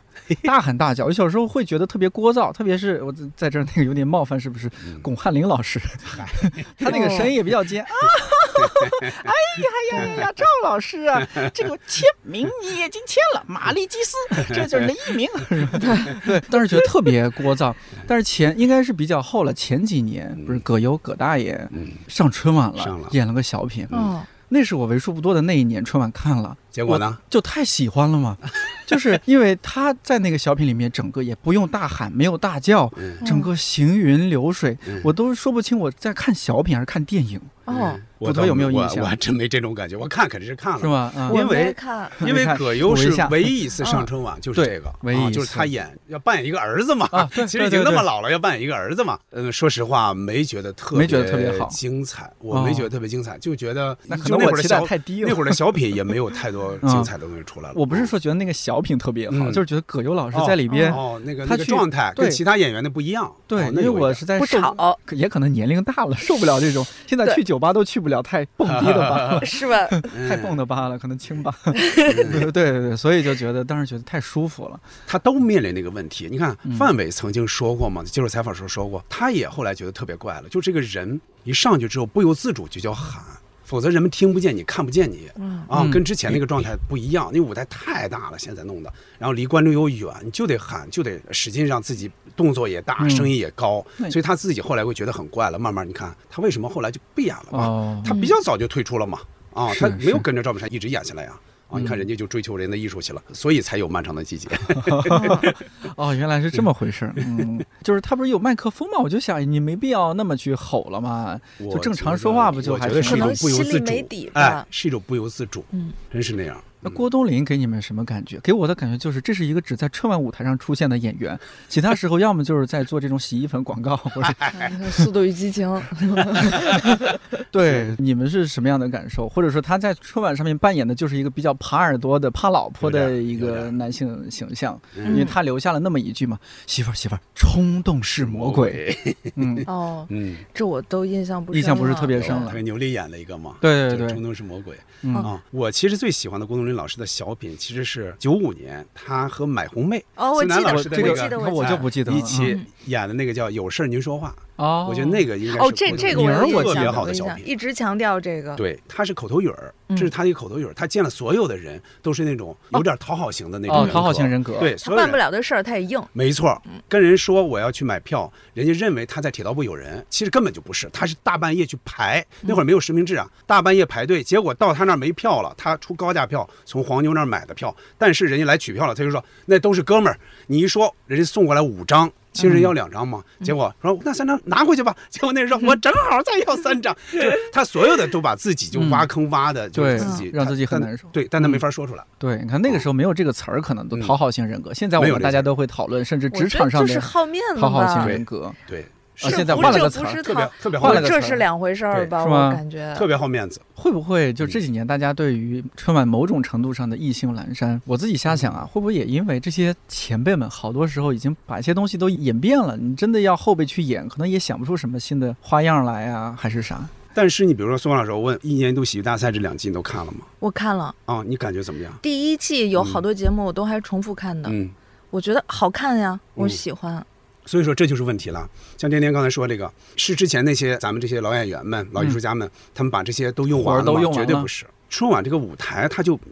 S1: 大喊大叫。我小时候会觉得特别聒噪，特别是我在在这儿那个有点冒犯，是不是？
S3: 嗯
S1: 巩汉林老师， 他那个声音也比较 尖啊！哎呀呀呀呀，赵老师 啊，这个签名你已经签了，玛丽基斯， 这就是林一鸣。 对，当时觉得特别聒噪。但是前应该是比较后了，前几年不是葛优葛大爷
S3: 嗯，
S1: 上春晚
S3: 上了
S1: 演了个小品，
S2: 哦，
S1: 那是我为数不多的那一年春晚看了，
S3: 结果呢？
S1: 就太喜欢了 嘛，就是因为他在那个小品里面，整个也不用大喊，没有大叫，
S3: 嗯。
S1: 整个行云流水，
S3: 嗯
S1: 我都说不清我在看小品还是看电影，
S2: 哦，
S1: 不知道有没有印
S3: 我
S1: 象
S3: 我还真没这种感觉，我看肯定是看 了，
S1: 是？吧？啊、
S2: 我
S3: 因为
S2: 没看，
S3: 因为
S1: 你看
S3: 葛优
S1: 我
S3: 是
S1: 一下嗯
S3: 唯一一次上春晚，就是
S1: 对
S3: 这个，
S1: 唯一一
S3: 啊，
S1: 次
S3: 就是他演要扮演一个儿子嘛
S1: 啊对，
S3: 其实
S1: 对
S3: 已经
S1: 对
S3: 那么
S1: 对
S3: 老了，要扮演一个儿子嘛。嗯，说实话，没觉得特
S1: 没觉得特别好哦
S3: 精彩，我没觉得特别精彩，就觉得
S1: 那可
S3: 就
S1: 能
S3: 那会
S1: 我
S3: 儿
S1: 期待
S3: 小
S1: 太低
S3: 那
S1: 了。
S3: 会儿的小品也没有太多
S1: 嗯
S3: 精彩的东西出来了。哦
S1: 我不是说觉得那个小品特别好，
S3: 嗯
S1: 就是觉得葛优老师在里边，
S3: 哦，那个
S1: 他
S3: 那个
S1: 去
S3: 状态跟
S1: 对
S3: 其他演员的不一样。
S1: 对，
S3: 哦
S1: 因
S3: 那
S1: 为
S3: 有一
S1: 我
S3: 点
S1: 实在
S2: 不
S1: 受，
S2: 吵
S1: 可也可能年龄大了，受不了这种，现在
S2: 对
S1: 去酒吧都去不了太蹦迪的吧。
S2: 是吧？
S3: 嗯
S1: 太蹦的吧了，可能轻 吧，对对对，所以就觉得当时觉得太舒服了，
S3: 他都面临那个问题。你看
S1: 嗯，
S3: 范伟曾经说过嘛，接受采访时候说过，他也后来觉得特别怪了，就这个人一上去之后不由自主就叫喊。否则人们听不见你，看不见你。
S2: 嗯
S3: 啊
S1: 嗯，
S3: 跟之前那个状态不一样，那舞台太大了，现在弄的，然后离观众又远，你就得喊，就得使劲让自己动作也大，
S1: 嗯
S3: 声音也高，
S1: 那
S3: 所以他自己后来会觉得很怪了。慢慢你看他为什么后来就不演了嘛？
S1: 哦，
S3: 他比较早就退出了嘛，啊，
S1: 嗯是
S3: 他没有
S1: 是
S3: 跟着赵本山一直演下来呀、啊。你
S1: 嗯啊
S3: 看人家就追求人的艺术去了，所以才有漫长的季节。
S1: 哦，原来是这么回事儿。 嗯，就是他不是有麦克风嘛，我就想你没必要那么去吼了嘛。
S3: 我
S1: 正常
S3: 觉得
S1: 说话不就
S3: 我
S1: 还
S3: 觉得
S1: 挺
S3: 是一
S1: 好
S3: 种
S2: 的
S3: 不由
S2: 心里
S3: 自主
S2: 没底，吧
S3: 哎，是一种不由自主，
S2: 嗯，
S3: 真是那样。
S1: 那
S3: 嗯
S1: 郭冬临给你们什么感觉？给我的感觉就是，这是一个只在春晚舞台上出现的演员，其他时候要么就是在做这种洗衣粉广告，或 者
S2: 嗯速度与激情》
S1: 对你们是什么样的感受？或者说他在春晚上面扮演的就是一个比较耙耳朵的、怕老婆
S3: 有
S1: 的
S3: 点
S1: 一
S3: 有
S1: 个
S3: 点
S1: 男性形象，因
S3: 嗯
S1: 为他留下了那么一句嘛：“媳妇儿，媳妇儿，冲动是魔鬼。”， 嗯，
S2: 哦，
S3: 嗯，
S2: 这我都印象不
S1: 印象不是
S2: 深了
S1: 特别深
S3: 他
S1: 了。
S3: 跟牛莉演了一个嘛，
S1: 对
S3: 就
S1: 对
S3: 是冲
S1: 对，
S3: 动是魔鬼
S1: 嗯
S3: 啊！我其实最喜欢的郭冬临老师的小品，其实是九五年他和买红妹
S2: 哦，我记
S3: 孙楠
S2: 得，
S3: 老
S1: 我
S3: 师的
S1: 这
S2: 我
S3: 那
S2: 记
S1: 个
S2: 得，
S1: 你看我
S2: 记
S1: 就
S2: 得
S1: 不记得了。
S3: 一起
S2: 嗯
S3: 演的那个叫《有事儿您说话》，
S1: 哦，
S3: 我觉得那个应该是
S2: 哦，这
S3: 郭冬临
S2: 这个我
S1: 女儿
S2: 有印
S1: 我记
S2: 象
S1: 得
S3: 特别好的
S2: 有印
S3: 小
S2: 象
S3: 品
S2: 一直强调这个。
S3: 对，他是口头语儿，
S2: 嗯
S3: 这是他的一个口头语儿。他见了所有的人都是那种有点讨好型的那种
S1: 哦，
S3: 人
S1: 讨好
S3: 格
S1: 型人格。
S3: 对，
S2: 他
S3: 所有
S2: 办不
S3: 人。
S2: 了的事儿，他也硬。
S3: 没错，跟人说我要去买票，人家认为他在铁道部有人，其实根本就不是，他是大半夜去排，
S1: 嗯
S3: 那会儿没有实名制啊，大半夜排队，结果到他那儿没票了，他出高价票，从黄牛那儿买的票，但是人家来取票了，他就说那都是哥们儿，你一说人家送过来五张。其实人要两张嘛，
S1: 嗯
S3: 结果说那三张拿回去吧。 结果那人说，我正好再要三 张，就是他所有的都把自己就挖坑挖的，就
S1: 对
S3: 是自己
S1: 让
S3: 他
S1: 自己很
S3: 但
S1: 难受嗯
S3: 对，但他没法说出来。
S1: 对，你看那个时候没有这个词儿，可能都
S3: 哦嗯
S1: 讨好型人格。现在我
S3: 没有
S1: 们
S3: 这
S1: 大家
S3: 词儿
S1: 都会讨论，甚至
S2: 我
S1: 职
S2: 觉
S1: 场
S2: 得
S1: 上
S2: 就是
S1: 的
S2: 好面子
S1: 讨好型
S2: 吧，
S1: 人格。啊
S3: 对，
S2: 这
S1: 现在
S2: 不
S1: 换了
S2: 这
S1: 个词
S2: 不
S1: 儿
S2: 是
S3: 特
S2: 讨
S3: 别，特别
S1: 换
S3: 好
S1: 了个
S2: 这
S1: 词
S2: 是
S1: 儿
S2: 两回事儿
S3: 对
S2: 吧？
S1: 是吗
S2: 我感觉
S3: 特别好面子。
S1: 会不会就这几年大家对于春晚某种程度上的意兴阑珊？我自己瞎想啊，会不会也因为这些前辈们好多时候已经把一些东西都演遍了，你真的要后辈去演，可能也想不出什么新的花样来啊，还是啥？
S3: 但是你比如说宋老师，我问一年一度喜剧大赛这两季你都看了吗？
S2: 我看了
S3: 啊，你感觉怎么样？
S2: 第一季有
S3: 嗯
S2: 好多节目，我都还重复看呢。
S3: 嗯，
S2: 我觉得好看呀，我
S3: 嗯
S2: 喜欢。
S3: 所以说这就是问题了。像天天刚才说这个，是之前那些咱们这些老演员们、老艺术家们，他们把这些都用完了
S1: 活
S3: 吗，
S1: 儿都用完了
S3: 绝对不是。春晚这个舞台，它就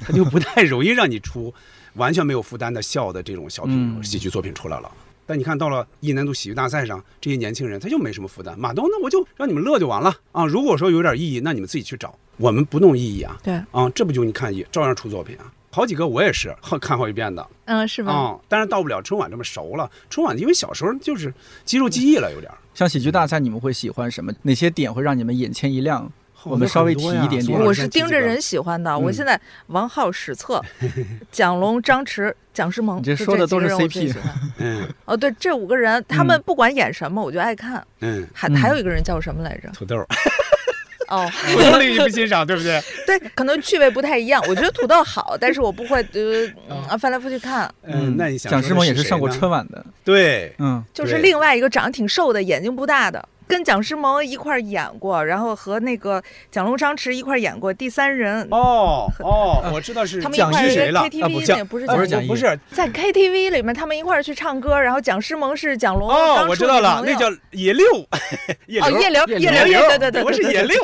S3: 它就不太容易让你出完全没有负担的笑的这种小品、
S1: 嗯
S3: 喜剧作品出来了。但你看到了一年度喜剧大赛上，这些年轻人他就没什么负担。马东，那我就让你们乐就完了啊！如果说有点意义，那你们自己去找，我们不弄意义啊。
S2: 对，
S3: 啊，这不就你看也照样出作品啊。好几个我也是好看好几遍的
S2: 嗯，是吧？
S1: 哦
S3: 啊、但是到不了春晚这么熟了。春晚因为小时候就是肌肉记忆了，有点儿。
S1: 像喜剧大赛，你们会喜欢什么？哪些点会让你们眼前一亮？
S3: 哦
S1: 我们
S3: 那
S1: 稍微
S3: 很多
S1: 提
S3: 呀
S1: 一点
S3: 宋
S1: 点
S3: 老师
S2: 我
S3: 先
S2: 是
S3: 提
S2: 盯
S3: 几
S2: 着
S3: 个
S2: 人喜欢的。我
S3: 嗯
S2: 现在王浩 史策、蒋龙、张弛、蒋诗萌，
S1: 你这
S2: 就
S1: 说的
S2: 几
S1: 都
S2: 个
S1: 是
S2: 人我最
S1: CP
S2: 喜欢
S3: 嗯
S2: 哦，对，这五个人他们不管演什么，我就爱看。
S3: 嗯，
S2: 还
S1: 嗯
S2: 还有一个人叫什么来着？
S3: 土豆儿，
S2: 哦，
S3: 土豆儿你不欣赏对不对？
S2: 对，可能趣味不太一样。我觉得土豆好，但是我不会呃
S1: 哦
S2: 嗯啊翻来覆去看，
S3: 嗯，那你想
S1: 蒋诗
S3: 说的
S1: 萌也
S3: 是
S1: 是上过
S3: 谁呢
S1: 春晚的，
S3: 对，
S1: 嗯，
S2: 就是
S3: 对
S2: 另外一个长得挺瘦的，眼睛不大的。跟蒋诗萌一块儿演过，然后和那个蒋龙、张弛一块儿演过《第三人》，
S3: 哦哦，我知道是
S2: 他们一
S3: 讲
S2: 块儿
S3: 是谁了
S2: 在。
S1: 啊不
S2: KTV
S1: 讲
S2: 里，不是
S1: 啊不是
S2: 蒋
S1: 蒋
S3: 不是
S2: 在 KTV 里面，他们一块儿去唱歌，然后蒋诗萌是蒋龙，
S3: 哦，
S2: 张
S3: 我
S2: 楚
S3: 知道
S2: 女
S3: 了，
S2: 朋
S3: 那
S2: 友
S3: 叫野六，野
S2: 哦
S3: 流，
S2: 叶流
S1: 叶
S2: 叶
S1: 柳
S2: 流
S3: 柳
S2: 叶，对对对，
S3: 我是
S2: 对
S3: 野。六，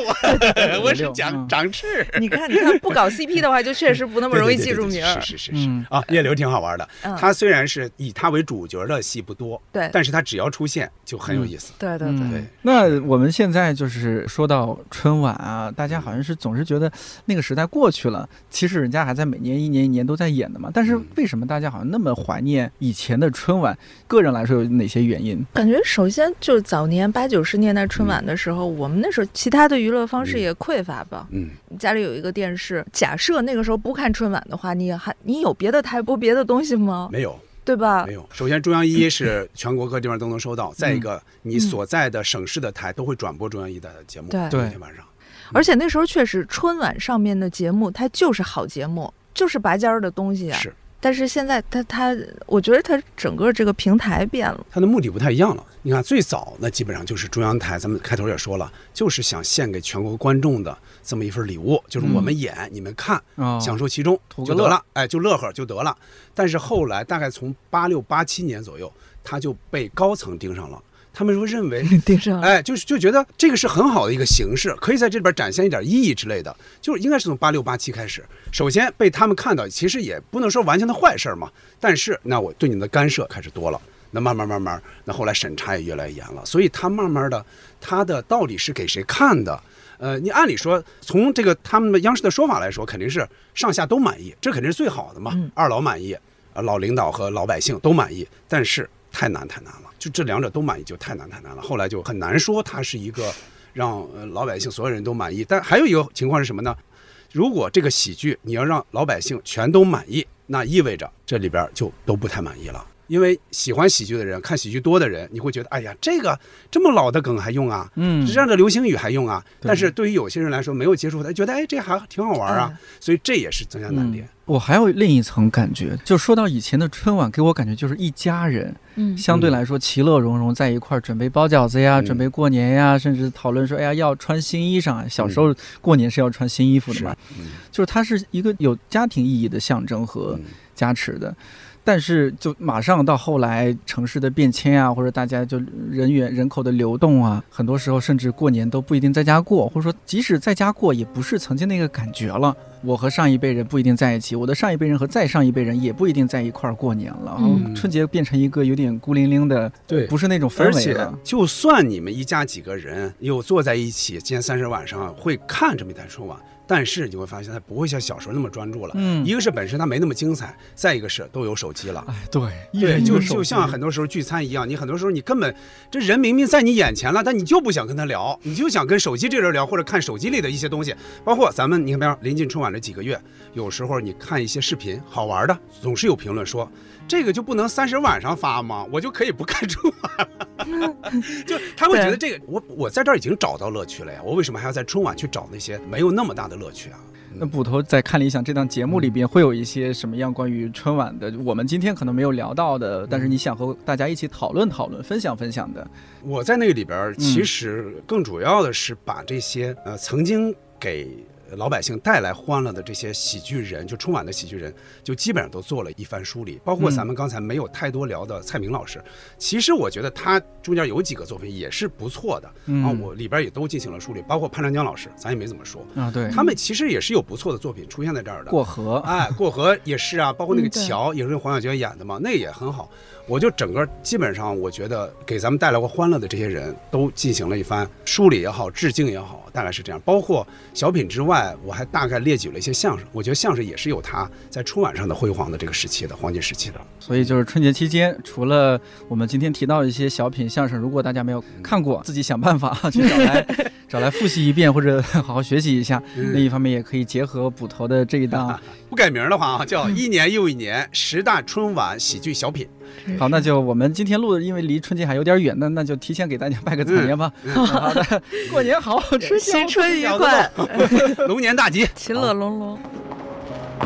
S3: 我
S1: 野
S3: 是
S1: 柳嗯
S3: 长长翅。
S2: 对你看，你看，不搞 CP 的话，就确实不那么容易
S3: 嗯对
S2: 记
S3: 对对
S2: 住
S3: 对
S2: 名
S3: 是
S2: 儿。
S3: 是是是
S1: 嗯
S3: 啊，叶流挺好玩的
S2: 嗯。
S3: 他虽然是以他为主角的戏不多，
S2: 对
S3: 但是他只要出现就很有意思。
S2: 对对对，
S1: 嗯
S3: 对
S1: 那我们现在就是说到春晚啊，大家好像是总是觉得那个时代过去了，其实人家还在每年一年一年都在演的嘛。但是
S3: 嗯
S1: 为什么大家好像那么怀念以前的春晚？个人来说有哪些原因？
S2: 感觉首先就是早年八九十年代春
S3: 嗯
S2: 晚的时候，我们那时候其他的娱乐方式也匮乏吧。
S3: 嗯，
S2: 家里有一个电视，假设那个时候不看春晚的话，你也还你有别的台播别的东西吗？
S3: 没有
S2: 对吧
S3: 没？有。首先，中央一是全国各地方都能收到；再
S1: 嗯
S3: 一个，你所在的省市的台都会转播中央一的节目。
S2: 嗯对
S3: 每天晚上。
S2: 而且那时候确实春晚上面的节目，它就是好节目，就是拔尖儿的东西啊。
S3: 是，
S2: 但是现在它它，我觉得它整个这个平台变 了。
S3: 它的目的不太一样了。你看，最早那基本上就是中央台，咱们开头也说了，就是想献给全国观众的这么一份礼物，就是我们演，你们看，
S1: 哦，
S3: 享受其中
S1: 图个
S3: 就得
S1: 乐
S3: 了，哎，就乐呵就得了。但是后来大概从八六八七年左右，他就被高层盯上了。他们会认为
S2: 盯上了。
S3: 哎，就是就觉得这个是很好的一个形式，可以在这里边展现一点意义之类的。就是应该是从八六八七开始，首先被他们看到，其实也不能说完全的坏事儿嘛，但是那我对你们的干涉开始多了。那慢慢慢慢，那后来审查也越来越严了，所以他慢慢的，他的到底是给谁看的？呃，你按理说，从这个他们的央视的说法来说，肯定是上下都满意，这肯定是最好的嘛。
S2: 嗯
S3: 二老满意，呃，老领导和老百姓都满意，但是太难太难了，就这两者都满意就太难太难了。后来就很难说它是一个让呃老百姓所有人都满意。但还有一个情况是什么呢？如果这个喜剧你要让老百姓全都满意，那意味着这里边儿就都不太满意了。因为喜欢喜剧的人，看喜剧多的人，你会觉得，哎呀，这个这么老的梗还用啊？
S1: 嗯
S3: 这样的流行语还用啊？
S1: 对
S3: 但是对于有些人来说，没有接触过，他觉得哎，这还挺好玩啊，
S1: 嗯
S3: 所以这也是增加难点。
S1: 我还有另一层感觉，就说到以前的春晚，给我感觉就是一家人，
S2: 嗯，
S1: 相对来说其乐融融在一块儿，准备包饺子呀，
S3: 嗯
S1: 准备过年呀，甚至讨论说，哎呀，要穿新衣裳啊。小时候过年是要穿新衣服的嘛，
S3: 嗯
S1: 就是它是一个有家庭意义的象征和
S3: 嗯
S1: 加持的。但是，就马上到后来城市的变迁啊，或者大家就人员人口的流动啊，很多时候甚至过年都不一定在家过，或者说即使在家过，也不是曾经那个感觉了。我和上一辈人不一定在一起，我的上一辈人和再上一辈人也不一定在一块儿过年了。
S2: 嗯
S1: 春节变成一个有点孤零零的，
S3: 对
S1: 不是那种氛
S3: 而
S1: 围
S3: 且
S1: 了，。
S3: 就算你们一家几个人又坐在一起，今天三十晚上啊会看这么一台春晚，但是你会发现他不会像小时候那么专注了。
S1: 嗯
S3: 一个是本身它没那么精彩，再一个是都有手机了。
S1: 哎，对，一
S3: 对，
S1: 人一
S3: 就
S1: 个手
S3: 就
S1: 机
S3: 像很多时候聚餐一样，你很多时候你根本这人明明在你眼前了，但你就不想跟他聊，你就想跟手机这人聊，或者看手机里的一些东西。包括咱们你看，比方临近春晚这几个月，有时候你看一些视频好玩的，总是有评论说这个就不能三十晚上发吗？我就可以不看春晚了， 就他会觉得这个我我在这儿已经找到乐趣了呀，我为什么还要在春晚去找那些没有那么大的乐趣啊？
S1: 那捕头在看理想这档节目里边会有一些什么样关于春晚的，我们今天可能没有聊到的，但是你想和大家一起讨论讨论、分享分享的，
S3: 我在那个里边儿，其实更主要的是把这些、呃曾经给老百姓带来欢乐的这些喜剧人，就春晚的喜剧人，就基本上都做了一番梳理。包括咱们刚才没有太多聊的蔡明老师，其实我觉得他中间有几个作品也是不错的，
S1: 嗯
S3: 啊，我里边也都进行了梳理。包括潘长江老师，咱也没怎么说，
S1: 啊，对，
S3: 他们其实也是有不错的作品出现在这儿的。
S1: 过 河，
S3: 哎，过河也是啊，包括那个
S2: 嗯对
S3: 桥也是用黄小娟演的嘛，那也很好。我就整个基本上，我觉得给咱们带来过欢乐的这些人都进行了一番梳理也好，致敬也好，大概是这样。包括小品之外，我还大概列举了一些相声。我觉得相声也是有它在春晚上的辉煌的这个时期的黄金时期的。
S1: 所以就是春节期间，除了我们今天提到一些小品、相声，如果大家没有看过，自己想办法啊去找 来找来复习一遍，或者好好学习一下。
S3: 嗯
S1: 另一方面，也可以结合捕头的这一档。
S3: 不改名的话啊，叫
S2: 嗯
S3: 一年又一年十大春晚喜剧小品。
S1: 好，那就我们今天录的，因为离春节还有点远，那那就提前给大家拜个早年吧。好的，过年好，吃香。
S2: 新春愉快，
S3: 龙年大吉。
S2: 其乐融融。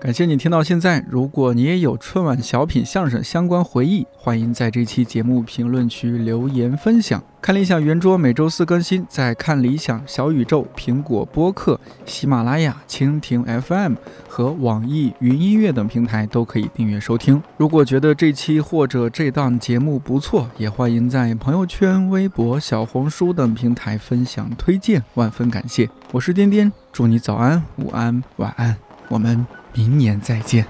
S1: 感谢你听到现在。如果你也有春晚小品、相声相关回忆，欢迎在这期节目评论区留言分享。看理想圆桌每周四更新，在看理想、小宇宙、苹果播客、喜马拉雅、蜻蜓 FM 和网易云音乐等平台都可以订阅收听。如果觉得这期或者这档节目不错，也欢迎在朋友圈、微博、小红书等平台分享推荐，万分感谢。我是颠颠，祝你早安、午安、晚安，我们。明年再见。